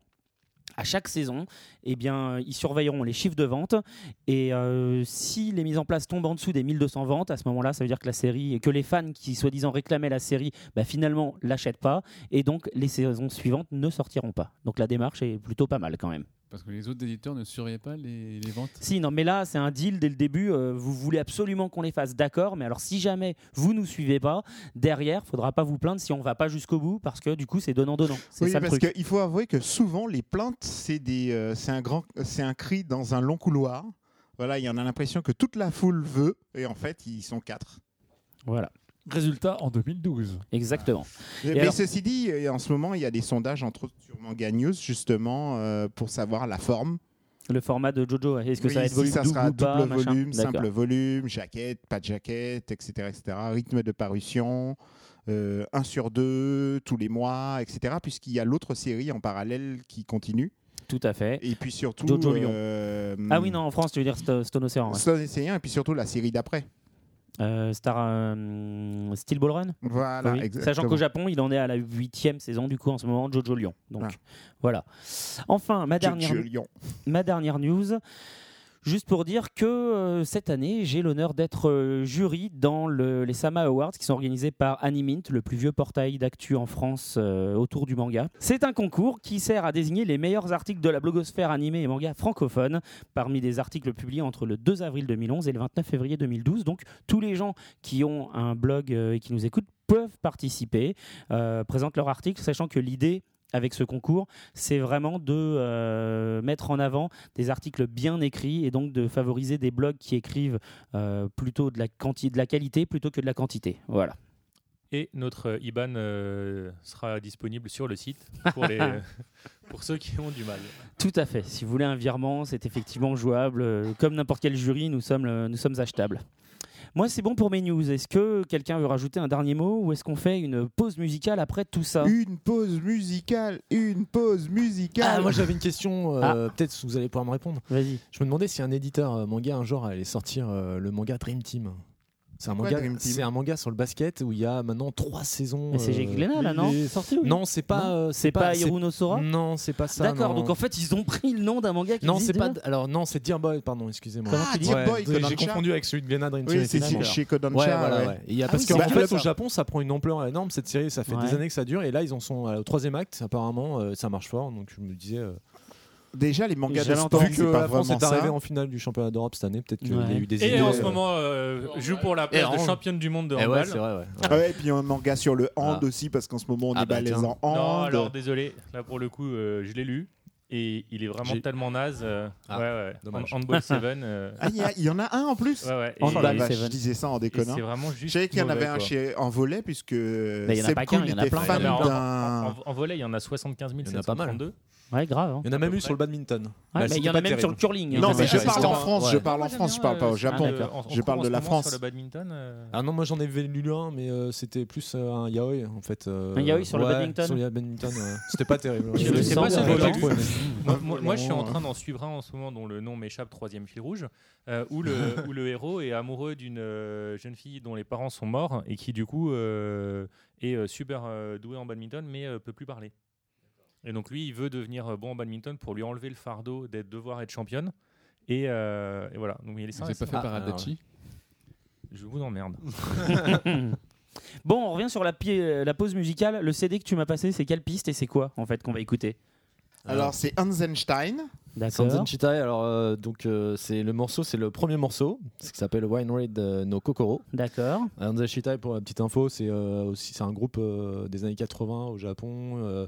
à chaque saison, eh bien, ils surveilleront les chiffres de vente et euh, si les mises en place tombent en dessous des 1200 ventes, à ce moment-là, ça veut dire que la série, que les fans qui soi-disant réclamaient la série, bah, finalement l'achètent pas et donc les saisons suivantes ne sortiront pas. Donc la démarche est plutôt pas mal quand même.
Parce que les autres éditeurs ne surveillaient pas les, les ventes.
Si, non, mais là, c'est un deal dès le début. euh, vous voulez absolument qu'on les fasse, d'accord, mais alors si jamais vous nous suivez pas, derrière, faudra pas vous plaindre si on va pas jusqu'au bout parce que du coup, c'est donnant-donnant. C'est
Oui,
ça le
parce
truc.
qu'il faut avouer que souvent les plaintes, c'est des, euh, c'est un grand, c'est un cri dans un long couloir. Voilà, il y en a l'impression que toute la foule veut, et en fait, ils sont quatre.
Voilà,
Résultat en 2012.
exactement.
Mais
alors-
ceci dit, euh, en ce moment, il y a des sondages entre autres sur Manga News justement euh, pour savoir la forme.
Le format de Jojo, ouais. est-ce que
Oui,
ça va être
si
volume
ça
double
sera
ou pas,
double
machin
volume,
D'accord.
simple volume, jaquette, pas de jaquette, etc., etc. Rythme de parution, 1 sur 2, tous les mois, etc. Puisqu'il y a l'autre série en parallèle qui continue.
Tout à fait.
Et puis surtout.
Jojo Lyon.
euh,
Ah oui, non, en France, tu veux dire Sto- Stone Ocean. ouais.
Stone Essayant, et puis surtout la série d'après.
Euh, Star euh, Steel Ball Run
Voilà,
Oui.
exactement.
Sachant qu'au Japon, il en est à la huitième saison, du coup, en ce moment, Jojo Lyon. Donc,
Ah.
voilà. Enfin, ma
Jojo
dernière,
Lyon.
ma dernière news. Juste pour dire que euh, cette année, j'ai l'honneur d'être euh, jury dans le- les Sama Awards qui sont organisés par Animint, le plus vieux portail d'actu en France euh, autour du manga. C'est un concours qui sert à désigner les meilleurs articles de la blogosphère animée et manga francophone parmi des articles publiés entre le 2 avril 2011 et le 29 février 2012. Donc tous les gens qui ont un blog euh, et qui nous écoutent peuvent participer, euh, présentent leur article, sachant que l'idée avec ce concours, c'est vraiment de euh, mettre en avant des articles bien écrits et donc de favoriser des blogs qui écrivent euh, plutôt de la, quanti- de la qualité plutôt que de la quantité. Voilà.
(laughs) Et notre euh, IBAN euh, sera disponible sur le site
(laughs)
pour, les, pour ceux qui ont du mal.
Tout à fait. Si vous voulez un virement, c'est effectivement jouable. Euh, Comme n'importe quel jury, nous sommes, le- nous sommes achetables. Moi, c'est bon pour mes news. Est-ce que quelqu'un veut rajouter un dernier mot ou est-ce qu'on fait une pause musicale après tout ça
Une pause musicale, une pause musicale.
Ah, moi j'avais une question, euh, peut-être que vous allez pouvoir me répondre.
Ah. Vas-y.
Je me demandais si un éditeur euh, manga un jour allait sortir euh, le manga Dream Team. C'est un,
Quoi,
manga,
Dream Team
c'est un manga sur le basket où il y a maintenant trois saisons.
Mais c'est
euh,
Jake Glenna, là,
Il
non
est sorti ou
Non, c'est pas. euh,
C'est pas
c'est-
Hiruno Sora
Non, c'est pas ça.
D'accord,
non.
donc en fait, ils ont pris le nom d'un manga qui
Non, c'est
existe
pas.
déjà.
Alors non, c'est Dear Boy, pardon, excusez-moi.
Comment tu dis Dear Boy,
J'ai
Kodansha
confondu avec celui de Glenna Dream Team,
Oui, c'est
effectivement.
chez
Ouais,
Kodansha.
voilà,
ouais.
ouais. Et il y a-
Ah
parce
oui,
qu'en
c'est vrai.
fait, au Japon, ça prend une ampleur énorme cette série. Ça fait
Ouais.
des années que ça dure. Et là, ils en sont euh, au troisième acte. Apparemment, euh, ça marche fort. Donc je me disais, euh,
Déjà, les mangas de
J'avais
sport,
vu que
c'est pas
la France
vraiment
est arrivée
ça.
en finale du championnat d'Europe cette année, peut-être qu'il y
Ouais.
a eu des idées.
Et en ce
euh,
moment, euh, joue pour la
Et
place de
en-
championne du monde de
eh ouais,
handball.
c'est vrai, ouais.
Ah Ouais, et puis il y a un manga sur le hand
Ah.
aussi, parce qu'en ce moment, on
Ah
est
bah
balèze
Hein.
tiens.
en hand.
non, alors désolé, là pour le coup, euh, je l'ai lu et il est vraiment
J'ai-
tellement naze. euh,
Ah,
ouais, ouais.
dommage.
(laughs)
Hand-
(laughs)
Handball 7. euh,
Ah, il y, a- il y en a un en plus
ouais, ouais. Et-
Oh la
Handball
vache, je
Seven.
disais ça en
et c'est
déconnant.
vraiment
Je
juste.
savais qu'il y en
mauvais,
avait un
quoi.
chez, en volet, puisque
Bah, il y en a
Seb
pas qu'un,
Kuhn
il y en a
était
plein.
fan
Non, mais en-
d'un...
En, en volet, il y en a 75 000.
Il y en a pas mal.
732.
Ouais, grave. hein.
Il y en a même eu
près.
sur le badminton.
Ouais,
Bah,
mais il y
c'était
en a
pas
même
terrible.
sur le curling. hein. Ah,
en
Non,
a
mais
déjà,
je
c'était
parle en
en-
France, je
ouais.
Ah,
parle en France, je parle pas au Japon. Je parle de la
Sur
France.
le badminton. euh,
Ah non, moi j'en avais lu un, mais euh, c'était plus euh, un yaoi en fait. euh,
Un yaoi sur le
ouais,
badminton
Sur le badminton, ouais. c'était pas terrible.
Je
Ouais.
le sais pas,
Ouais,
ça,
j'ai
je
euh,
l'ai
pas
lu.
trop aimé.
Moi, moi- moi, je suis en
vraiment,
hein.
train d'en suivre un en ce moment dont le nom m'échappe, troisième fil rouge, euh,
(laughs)
où, le, où le héros est amoureux d'une euh, jeune fille dont les parents sont morts et qui du coup euh, est euh, super euh, doué en badminton mais euh, peut plus parler. Et donc lui, il veut devenir euh, bon en badminton pour lui enlever le fardeau d'être devoir être championne. Et, euh, et voilà. Donc il est
Vous
ça.
avez pas fait
Ah,
Paradachi
Je vous emmerde.
(laughs) Bon, on revient sur la, pi- euh, la pause musicale. Le CD que tu m'as passé, c'est quelle piste et c'est quoi en fait qu'on va écouter Euh.
Alors, c'est Hansenstein.
D'accord.
Sanzen Chitai, alors euh, donc euh, c'est le morceau, c'est le premier morceau, ce qui s'appelle Wine Raid euh, No Kokoro.
D'accord.
Sanzen Chitai, pour la petite info, c'est euh, aussi c'est un groupe euh, des années 80 au Japon, euh,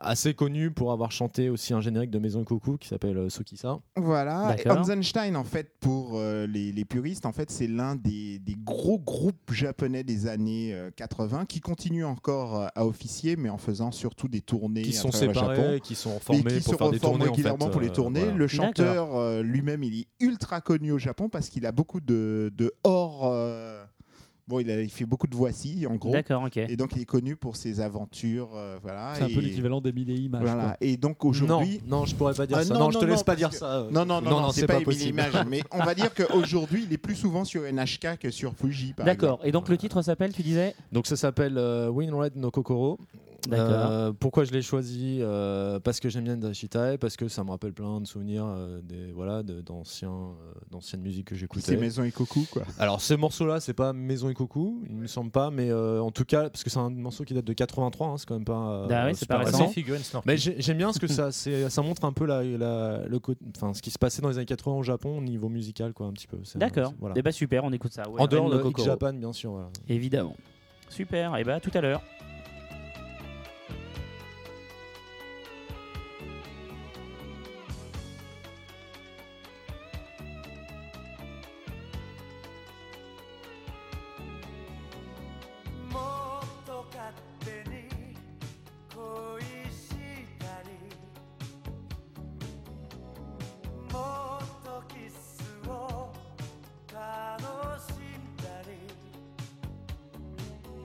assez connu pour avoir chanté aussi un générique de Maison Coucou qui s'appelle euh, Sokisa.
Voilà. Et
D'accord.
Hansenstein, en fait, pour euh, les, les puristes, en fait, c'est l'un des, des gros groupes japonais des années euh, 80 qui continue encore euh, à officier, mais en faisant surtout des tournées
Qui sont
à travers le Japon.
séparés, qui sont
et
formés
qui
pour
se
faire des
reforme
tournées. en
régulièrement
fait,
pour les
euh,
tournées.
voilà.
Le chanteur euh, lui-même, il est ultra connu au Japon parce qu'il a beaucoup de, de hors. euh, bon, il, a, il fait beaucoup de voici en gros.
D'accord, ok.
Et donc, il est connu pour ses aventures. euh, voilà.
C'est un
et,
peu l'équivalent d'Emile et Images.
Voilà. Et donc, aujourd'hui.
Non, non, je pourrais pas dire
Ah,
ça.
non,
Non, je te
non,
laisse
non,
pas
parce
dire
que-
ça. euh.
Non, non, non, non, c'est pas, Emily
possible.
Image, mais on
(laughs)
va dire qu'aujourd'hui, il est plus souvent sur NHK que sur Fuji, par
D'accord. Et donc le titre s'appelle, tu disais
Donc ça s'appelle euh, Win Red No Kokoro.
D'accord.
Euh, pourquoi je l'ai choisi Euh, Parce que j'aime bien Dashitae, parce que ça me rappelle plein de souvenirs euh, des voilà de- d'anciens euh, d'anciennes musiques que
exemple. C'est
j'écoutais.
Maison et Coco, quoi.
Alors ce morceau-là, c'est pas Maison et Coucou, il me semble pas, mais euh, en tout cas parce que c'est un morceau qui date de 83, hein, c'est quand même pas. euh,
Ah ouais, c'est
super
pas
Par
récent.
exemple, Figurine Snorkel.
Mais j'ai- j'aime bien ce que ça c'est- ça montre un peu la, la- le côté- enfin ce qui se passait dans les années 80 au Japon au niveau musical quoi un petit peu. C'est-
D'accord.
c'est- voilà.
Eh ben, super, on écoute ça. Ouais,
En dehors
Rain
de
no
Hit
Kokoro.
Japan bien sûr. voilà.
Évidemment. Super. Et bah à tout à l'heure.
「もっと勝手に恋したり」「もっとキスを楽しんだり」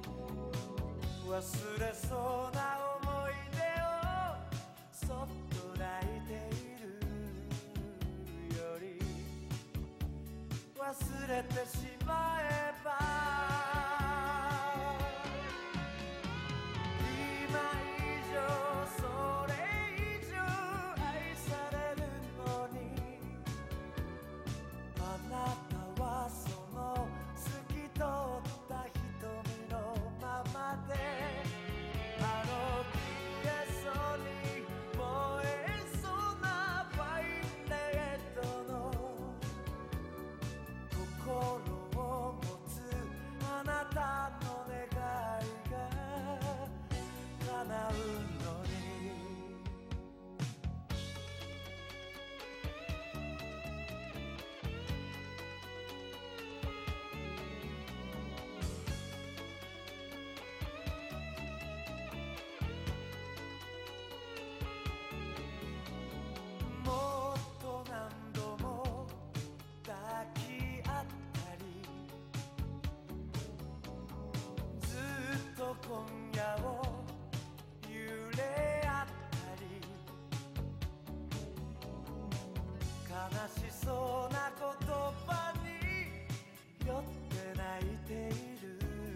「忘れそうな思い出をそっと泣いているより」忘れてしまえば今以上それ以上愛されるのにあなたはその透き通った瞳のままであの消えそうに燃えそうなファインレッドの心を持つあなたの願いが叶うのにもっと何度も抱き合ったりずっと今夜を揺れ合ったり悲しそうな言葉に酔って泣いてい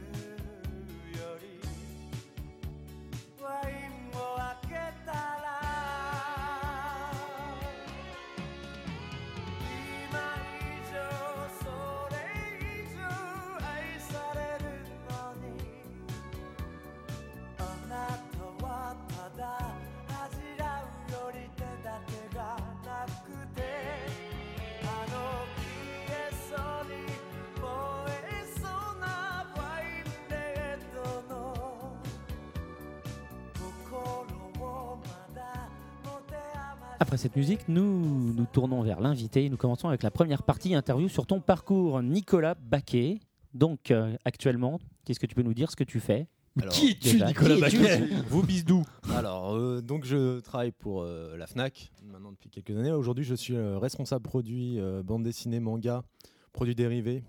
Après cette musique, nous nous tournons vers l'invité. Nous commençons avec la première partie interview sur ton parcours, Nicolas Baquet. Donc, euh, actuellement, qu'est-ce que tu peux nous dire, ce que tu fais
Alors,
Qui es-tu, Nicolas Baquet
Vous bisdou. Alors, euh, donc je travaille pour euh, la FNAC maintenant depuis quelques années. Aujourd'hui, je suis euh, responsable produit euh, bande dessinée, manga, produits dérivés,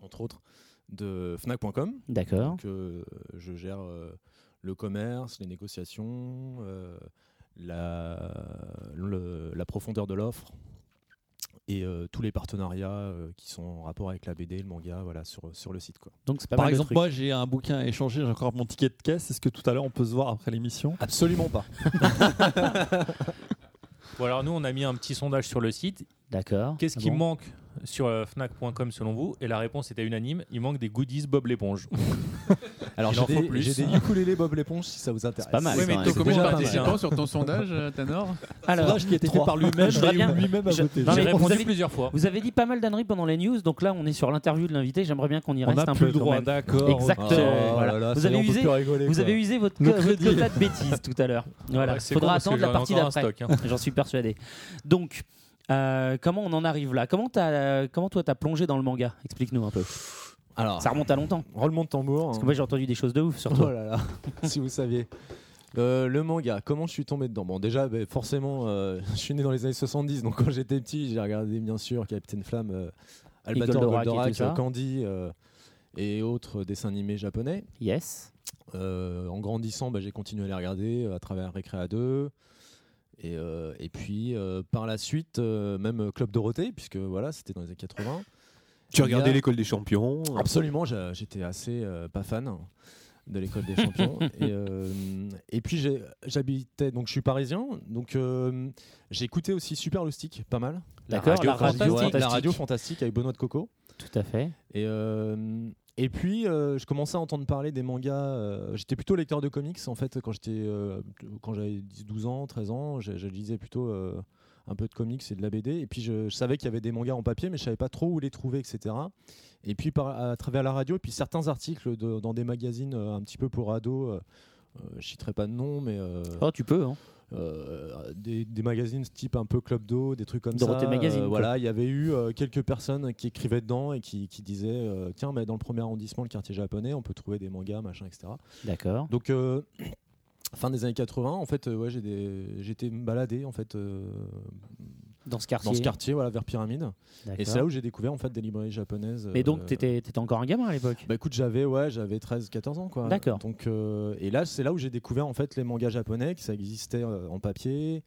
entre autres, de FNAC.com.
D'accord.
Donc, euh, je gère euh, le commerce, les négociations, euh, la, le- la profondeur de l'offre et euh, tous les partenariats euh, qui sont en rapport avec la BD, le manga, voilà, sur, sur le site. Quoi.
Par exemple, moi j'ai un bouquin à échanger, j'ai encore mon ticket de caisse. Est-ce que tout à l'heure on peut se voir après l'émission
Absolument pas.
Bon, alors nous, on a mis un petit sondage sur le site.
D'accord.
Qu'est-ce
Ah
qui
bon
manque sur euh, fnac.com selon vous Et la réponse était unanime. Il manque des goodies Bob l'éponge.
(laughs) Alors
Il
j'ai
en faut
des,
plus.
j'ai des ukulélés Bob l'éponge si ça vous intéresse.
pas mal,
Ouais, mais
quand
t'as
même.
combien de
C'est déjà pas
participants
mal.
sur ton sondage, euh, Tanor
Alors,
sondage qui a été fait par lui-même
Je
et
voudrais
où
bien-
lui-même a
je-
voté.
Non,
J'ai
mais vous
répondu
avez-
plusieurs fois.
Vous avez dit pas mal d'âneries pendant les news, donc là on est sur l'interview de l'invité. J'aimerais bien qu'on y
On
reste
n'a
un
plus
peu.
le
quand
droit,
même.
d'accord.
Exactement.
Oh
voilà.
là là,
vous
ça y est,
avez
on peut
usé,
plus rigoler,
vous
quoi.
avez usé votre,
Nos
votre
crédits.
quota de bêtises tout à l'heure. Voilà.
Ouais, c'est
Faudra
con, parce
attendre
que
la
j'en ai
partie
encore un
d'après.
stock, hein.
(laughs) J'en suis persuadé. Donc, euh, comment on en arrive là Comment t'as, euh, comment toi t'as plongé dans le manga Explique-nous un peu.
Alors,
Ça remonte à longtemps.
roulement de tambour.
Parce
hein.
que moi j'ai entendu des choses de ouf sur
Oh
toi.
là (laughs) là, si vous saviez. Euh, le manga, comment je suis tombé dedans Bon, déjà, ben, forcément, euh, (laughs) je suis né dans les années 70, donc quand j'étais petit, j'ai regardé bien sûr Capitaine Flamme, euh, Albator,
Goldorak et
Goldorak,
tout ça.
euh, Candy euh, et autres dessins animés japonais.
Yes.
Euh, en grandissant, bah, j'ai continué à les regarder euh, à travers Récréa 2. Et, euh, et puis euh, par la suite, euh, même Club Dorothée, puisque voilà, c'était dans les années 80.
Tu regardais
Il y a-
l'école des champions. euh,
Absolument, j'a- j'étais assez euh, pas fan de l'école des
(laughs)
champions. et, euh, et puis j'ai- j'habitais, donc je suis parisien, donc euh, j'écoutais aussi Super Le Stick, pas mal.
D'accord. La
Fantastique.
radio,
Ouais, la
fantastique.
radio fantastique avec Benoît de Coco.
Tout à fait.
Et, euh, et puis, euh, je commençais à entendre parler des mangas. euh, j'étais plutôt lecteur de comics, en fait, quand j'étais, euh, quand j'avais 10, 12 ans, 13 ans. Je, je lisais plutôt euh, un peu de comics et de la BD. Et puis, je, je savais qu'il y avait des mangas en papier, mais je savais pas trop où les trouver, etc. Et puis, par, à travers la radio, et puis certains articles de- dans des magazines euh, un petit peu pour ados. euh, euh, je citerai pas de nom, mais euh,
Oh, tu peux. Hein.
euh, des, des magazines type un peu Club d'eau, des trucs comme
Dorothée
ça.
Magazine, quoi.
voilà, il y avait eu euh, quelques personnes qui écrivaient dedans et qui, qui disaient euh, tiens, mais dans le premier arrondissement, le quartier japonais, on peut trouver des mangas, machin, etc.
D'accord.
Donc euh, fin des années 80, en fait, euh, ouais, j'ai des- j'étais baladé en fait euh,
Dans ce quartier.
dans ce quartier, voilà, vers Pyramide. Et
D'accord.
c'est là où j'ai découvert en fait des librairies japonaises.
Mais donc
euh,
t'étais, t'étais encore un gamin à l'époque.
bah écoute, j'avais ouais, j'avais 13 14 ans quoi.
D'accord.
Donc euh, et là, c'est là où j'ai découvert en fait les mangas japonais que ça existait euh, en papier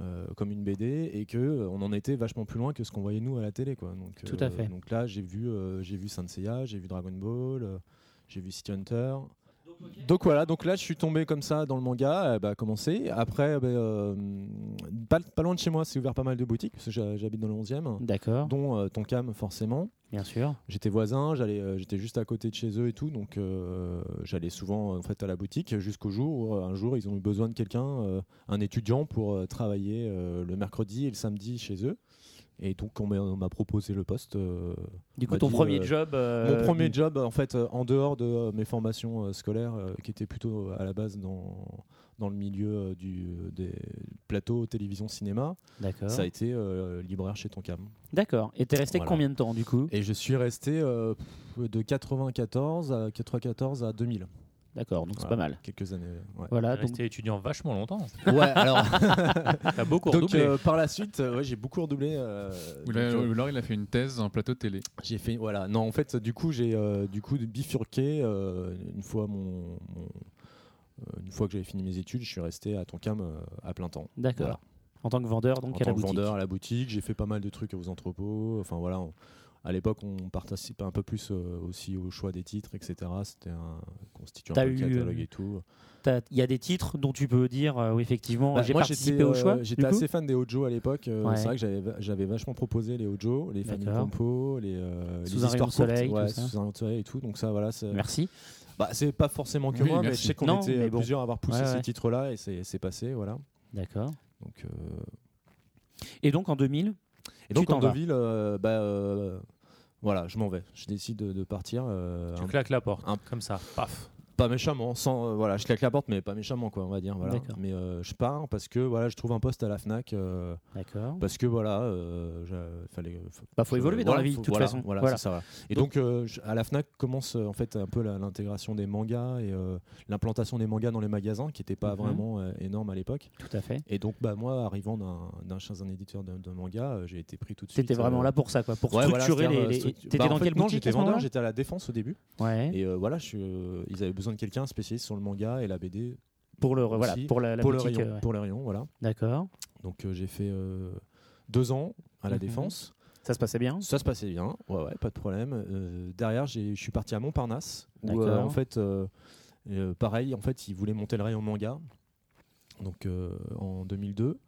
euh, comme une BD et que euh, on en était vachement plus loin que ce qu'on voyait nous à la télé quoi. Donc euh,
Tout à fait.
Donc là, j'ai vu euh, j'ai vu Saint Seiya, j'ai vu Dragon Ball, euh, j'ai vu City Hunter. Donc voilà, donc là je suis tombé comme ça dans le manga, euh, bah, commencé. Après, bah, euh, pas, pas loin de chez moi, c'est ouvert pas mal de boutiques, parce que j'ha- j'habite dans le 11e,
D'accord.
dont euh, Tonkam forcément.
Bien sûr.
J'étais voisin, j'allais, euh, j'étais juste à côté de chez eux et tout, donc euh, j'allais souvent en fait à la boutique jusqu'au jour où euh, un jour ils ont eu besoin de quelqu'un, euh, un étudiant pour euh, travailler euh, le mercredi et le samedi chez eux. Et donc on m'a, on m'a proposé le poste. euh,
Du coup,
m'a
ton
dit,
premier
euh,
job.
mon
euh,
premier job en fait euh, en dehors de euh, mes formations euh, scolaires euh, qui étaient plutôt euh, à la base dans dans le milieu euh, du des plateaux télévision cinéma,
D'accord.
ça a été euh, libraire chez Tonkam.
D'accord. Et t'es resté
Voilà.
combien de temps du coup
Et je suis resté euh, pff, de 94 à 94 à 2000.
D'accord, donc c'est
Voilà.
pas mal.
Quelques années. ouais.
Voilà,
T'es
donc
resté étudiant vachement longtemps.
Ouais, alors.
(laughs) T'as beaucoup
donc
redoublé.
euh, par la suite, euh, ouais, j'ai beaucoup redoublé. euh,
Ou là-
donc, euh,
ou alors il a fait une thèse en plateau télé.
j'ai fait voilà. Non, en fait, du coup, j'ai euh, du coup bifurqué euh, une fois mon. mon- euh, une fois que j'avais fini mes études, je suis resté à Tonkam euh, à plein temps.
D'accord.
Voilà.
en tant que vendeur, donc
En
à la
tant que
boutique.
vendeur à la boutique, j'ai fait pas mal de trucs aux entrepôts. Enfin voilà, on- à l'époque, on participait un peu plus euh, aussi au choix des titres, etc. C'était un constituant
T'as
un peu le
eu, euh,
catalogue et tout.
T'as- Il y a des titres dont tu peux dire, euh, oui, effectivement,
Bah,
j'ai
moi,
participé
j'étais,
au
euh,
choix.
J'étais
du coup
assez fan des Hojo à l'époque. euh,
Ouais.
C'est vrai que j'avais va- j'avais vachement proposé les Hojo, les Family
D'accord.
Compo, les, euh,
Sous
les
un rayon
histoires
de soleil,
courtes, ouais,
tout ça.
sous un rayon de soleil et tout. Donc ça, voilà, c'est
Merci.
bah, c'est pas forcément que
Oui,
moi, mais
merci.
je sais qu'on
Non,
était
mais
euh,
bon.
plusieurs à avoir poussé
Ouais, ouais.
ces titres-là et c'est c'est passé, voilà.
D'accord.
Donc, euh,
Et donc en 2000,
Et donc
t'en
en
vas.
Deauville, euh, bah, euh, voilà, je m'en vais. Je décide de, de partir. euh,
Tu
un-
claques la porte.
un-
Comme ça. Paf.
pas méchamment, sans euh, voilà, je claque la porte, mais pas méchamment quoi, on va dire. Voilà.
D'accord.
Mais euh, je pars parce que voilà, je trouve un poste à la Fnac. euh,
D'accord.
Parce que voilà, euh, j'a- fallait. faut-
Bah, faut
je-
évoluer dans la vie, de toute
voilà,
façon.
Voilà,
Voilà.
c'est ça. voilà. Et donc, euh, je- à la Fnac commence euh, en fait un peu la- l'intégration des mangas et euh, l'implantation des mangas dans les magasins, qui n'était pas
Mhm.
vraiment euh, énorme à l'époque.
Tout à fait.
Et donc, bah moi, arrivant d'un d'un- chez un éditeur de, de manga, euh, j'ai été pris tout de suite. euh,
T'étais vraiment là pour ça, quoi, pour structurer
c'est-à-dire,
les-
euh,
les-
structu-
t'étais
Bah, en
dans
fait,
quelle
non,
boutique à
J'étais
ce
vendeur,
moment-là
j'étais à la Défense au début.
Ouais.
Et euh, voilà, je suis, euh, ils avaient besoin de quelqu'un spécialiste sur le manga et la BD.
Pour le- voilà,
aussi,
pour la- la
pour le
boutique,
rayon,
euh, ouais.
pour le rayon, voilà.
D'accord.
Donc euh, j'ai fait euh, deux ans à la
Mhm.
défense.
Ça se passait bien
Ça se passait bien, ouais, ouais, pas de problème. Euh, derrière, j'ai- je suis parti à Montparnasse, où euh,
D'accord.
en fait, euh, euh, pareil, en fait, ils voulaient monter le rayon manga, donc euh, en 2002.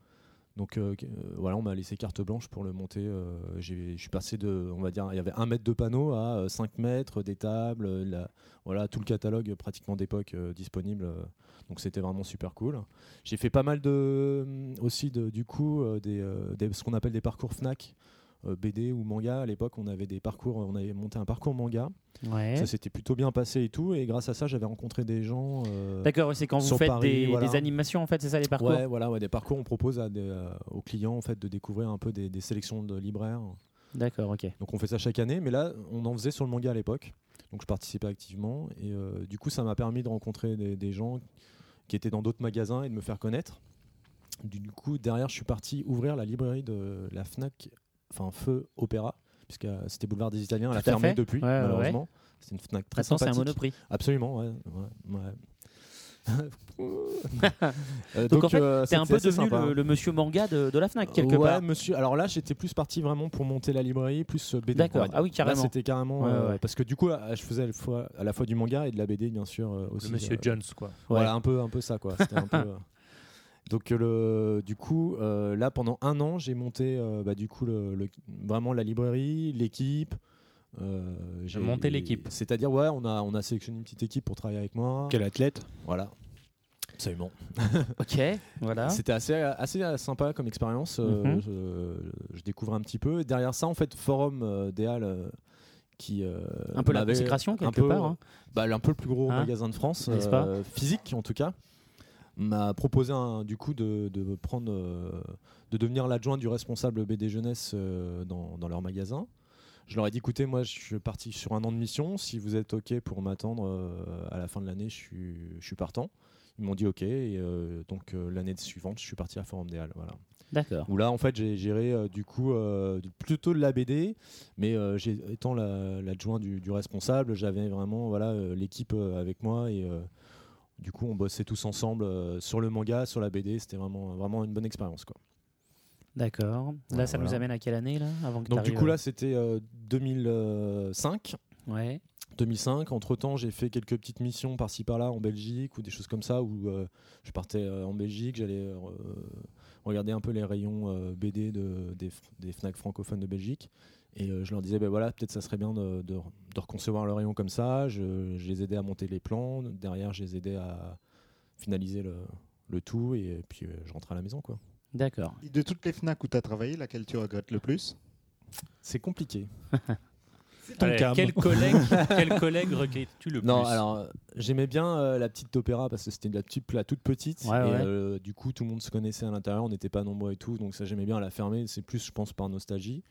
Donc euh, qu- euh, voilà, on m'a laissé carte blanche pour le monter. euh, j'ai- je suis passé de, on va dire, il y avait un mètre de panneau à euh, 5 mètres, des tables, euh, la- voilà, tout le catalogue euh, pratiquement d'époque euh, disponible. euh, donc c'était vraiment super cool. J'ai fait pas mal de, mm, aussi de- du coup euh, des, euh, des- ce qu'on appelle des parcours Fnac. euh, BD ou manga à l'époque on avait des parcours on avait monté un parcours manga
Ouais.
ça s'était plutôt bien passé et tout et grâce à ça j'avais rencontré des gens euh,
D'accord, ouais, c'est quand vous
sur
faites
Paris,
des,
voilà.
des animations, en fait, c'est ça les parcours
Ouais, voilà, ouais, des parcours. On propose à des, euh, aux clients en fait de découvrir un peu des, des sélections de libraires.
D'accord, ok.
Donc on fait ça chaque année, mais là on en faisait sur le manga à l'époque. Donc je participais activement et euh, du coup ça m'a permis de rencontrer des, des gens qui étaient dans d'autres magasins et de me faire connaître. Du du coup derrière je suis parti ouvrir la librairie de la Fnac, enfin Feu Opéra, puisque euh, c'était boulevard des Italiens, elle a
Tout à
fermé
fait.
depuis
Ouais, ouais,
malheureusement.
ouais.
C'est une Fnac très
Maintenant, c'est un
sympathique.
Monoprix.
Absolument, ouais, ouais, ouais. Euh,
donc, en fait,
euh,
t'es un
c'était assez
peu devenu
sympa.
le, le monsieur manga de, de la Fnac quelque
ouais,
part.
monsieur. Alors là, j'étais plus parti vraiment pour monter la librairie, plus euh, BD.
D'accord.
on va dire.
Ah oui, carrément.
Là, c'était carrément.
Ouais,
euh,
ouais.
Parce que du coup, là, je faisais à la fois, à la fois du manga et de la BD, bien sûr. euh, aussi,
Monsieur
euh,
Jones, quoi.
Voilà,
Ouais.
un peu, un peu ça, quoi. C'était
(laughs)
un peu, euh, Donc euh, le, du coup, euh, là, pendant un an, j'ai monté euh, bah, du coup, le, le- vraiment la librairie, l'équipe. euh, j'ai
monté l'équipe.
C'est-à-dire, ouais, on a, on a sélectionné une petite équipe pour travailler avec moi.
Quel athlète
Voilà. Absolument.
(laughs) ok, voilà.
C'était assez, assez euh, sympa comme expérience. euh,
Mhm.
je, je découvre un petit peu. Derrière ça, en fait, Forum euh, des Halles, euh, qui. euh,
Un peu la
m'avait
consécration, quelque
un peu,
part, hein.
bah, un peu le plus gros
Hein
magasin de France,
N'est-ce pas
euh, physique en tout cas, m'a proposé un- du coup de, de prendre, euh, de devenir l'adjoint du responsable BD jeunesse euh, dans, dans leur magasin. Je leur ai dit, écoutez, moi, je suis parti sur un an de mission. Si vous êtes OK pour m'attendre euh, à la fin de l'année, je suis, je suis partant. Ils m'ont dit OK. Et euh, donc, euh, l'année suivante, je suis parti à Forum des Halles. Voilà.
D'accord.
(laughs)
Où là, en fait, j'ai géré euh, du coup euh, du- plutôt de la BD, mais euh, j'ai- étant la- l'adjoint du, du responsable, j'avais vraiment voilà euh, l'équipe euh, avec moi et euh, du coup, on bossait tous ensemble euh, sur le manga, sur la BD. C'était vraiment vraiment une bonne expérience quoi.
D'accord. Là,
Voilà,
ça nous
voilà.
amène à quelle année là avant que
Donc du
t'arrives,
coup
euh,
là, c'était euh, 2005.
Ouais.
2005. Entre temps, j'ai fait quelques petites missions par-ci par-là en Belgique ou des choses comme ça où euh, je partais euh, en Belgique, j'allais euh, regarder un peu les rayons euh, BD de, des, fr- des Fnac francophones de Belgique. Et euh, je leur disais, ben voilà, peut-être ça serait bien de, de- de reconcevoir le rayon comme ça. Je, je les aidais à monter les plans. Derrière, je les aidais à finaliser le, le tout. Et, puis, euh, je rentrais à la maison, quoi.
D'accord.
De toutes les FNAC où tu as travaillé, laquelle tu regrettes le plus
C'est compliqué.
ton Allez, cam. quel collègue- quel collègue regrettes-tu le
Non,
plus
alors euh, j'aimais bien euh, la petite opéra parce que c'était la, petite- la toute petite.
Ouais,
et
ouais.
euh, du coup, tout le monde se connaissait à l'intérieur, on n'était pas nombreux et tout. Donc ça, j'aimais bien la fermer. C'est plus, je pense, par nostalgie.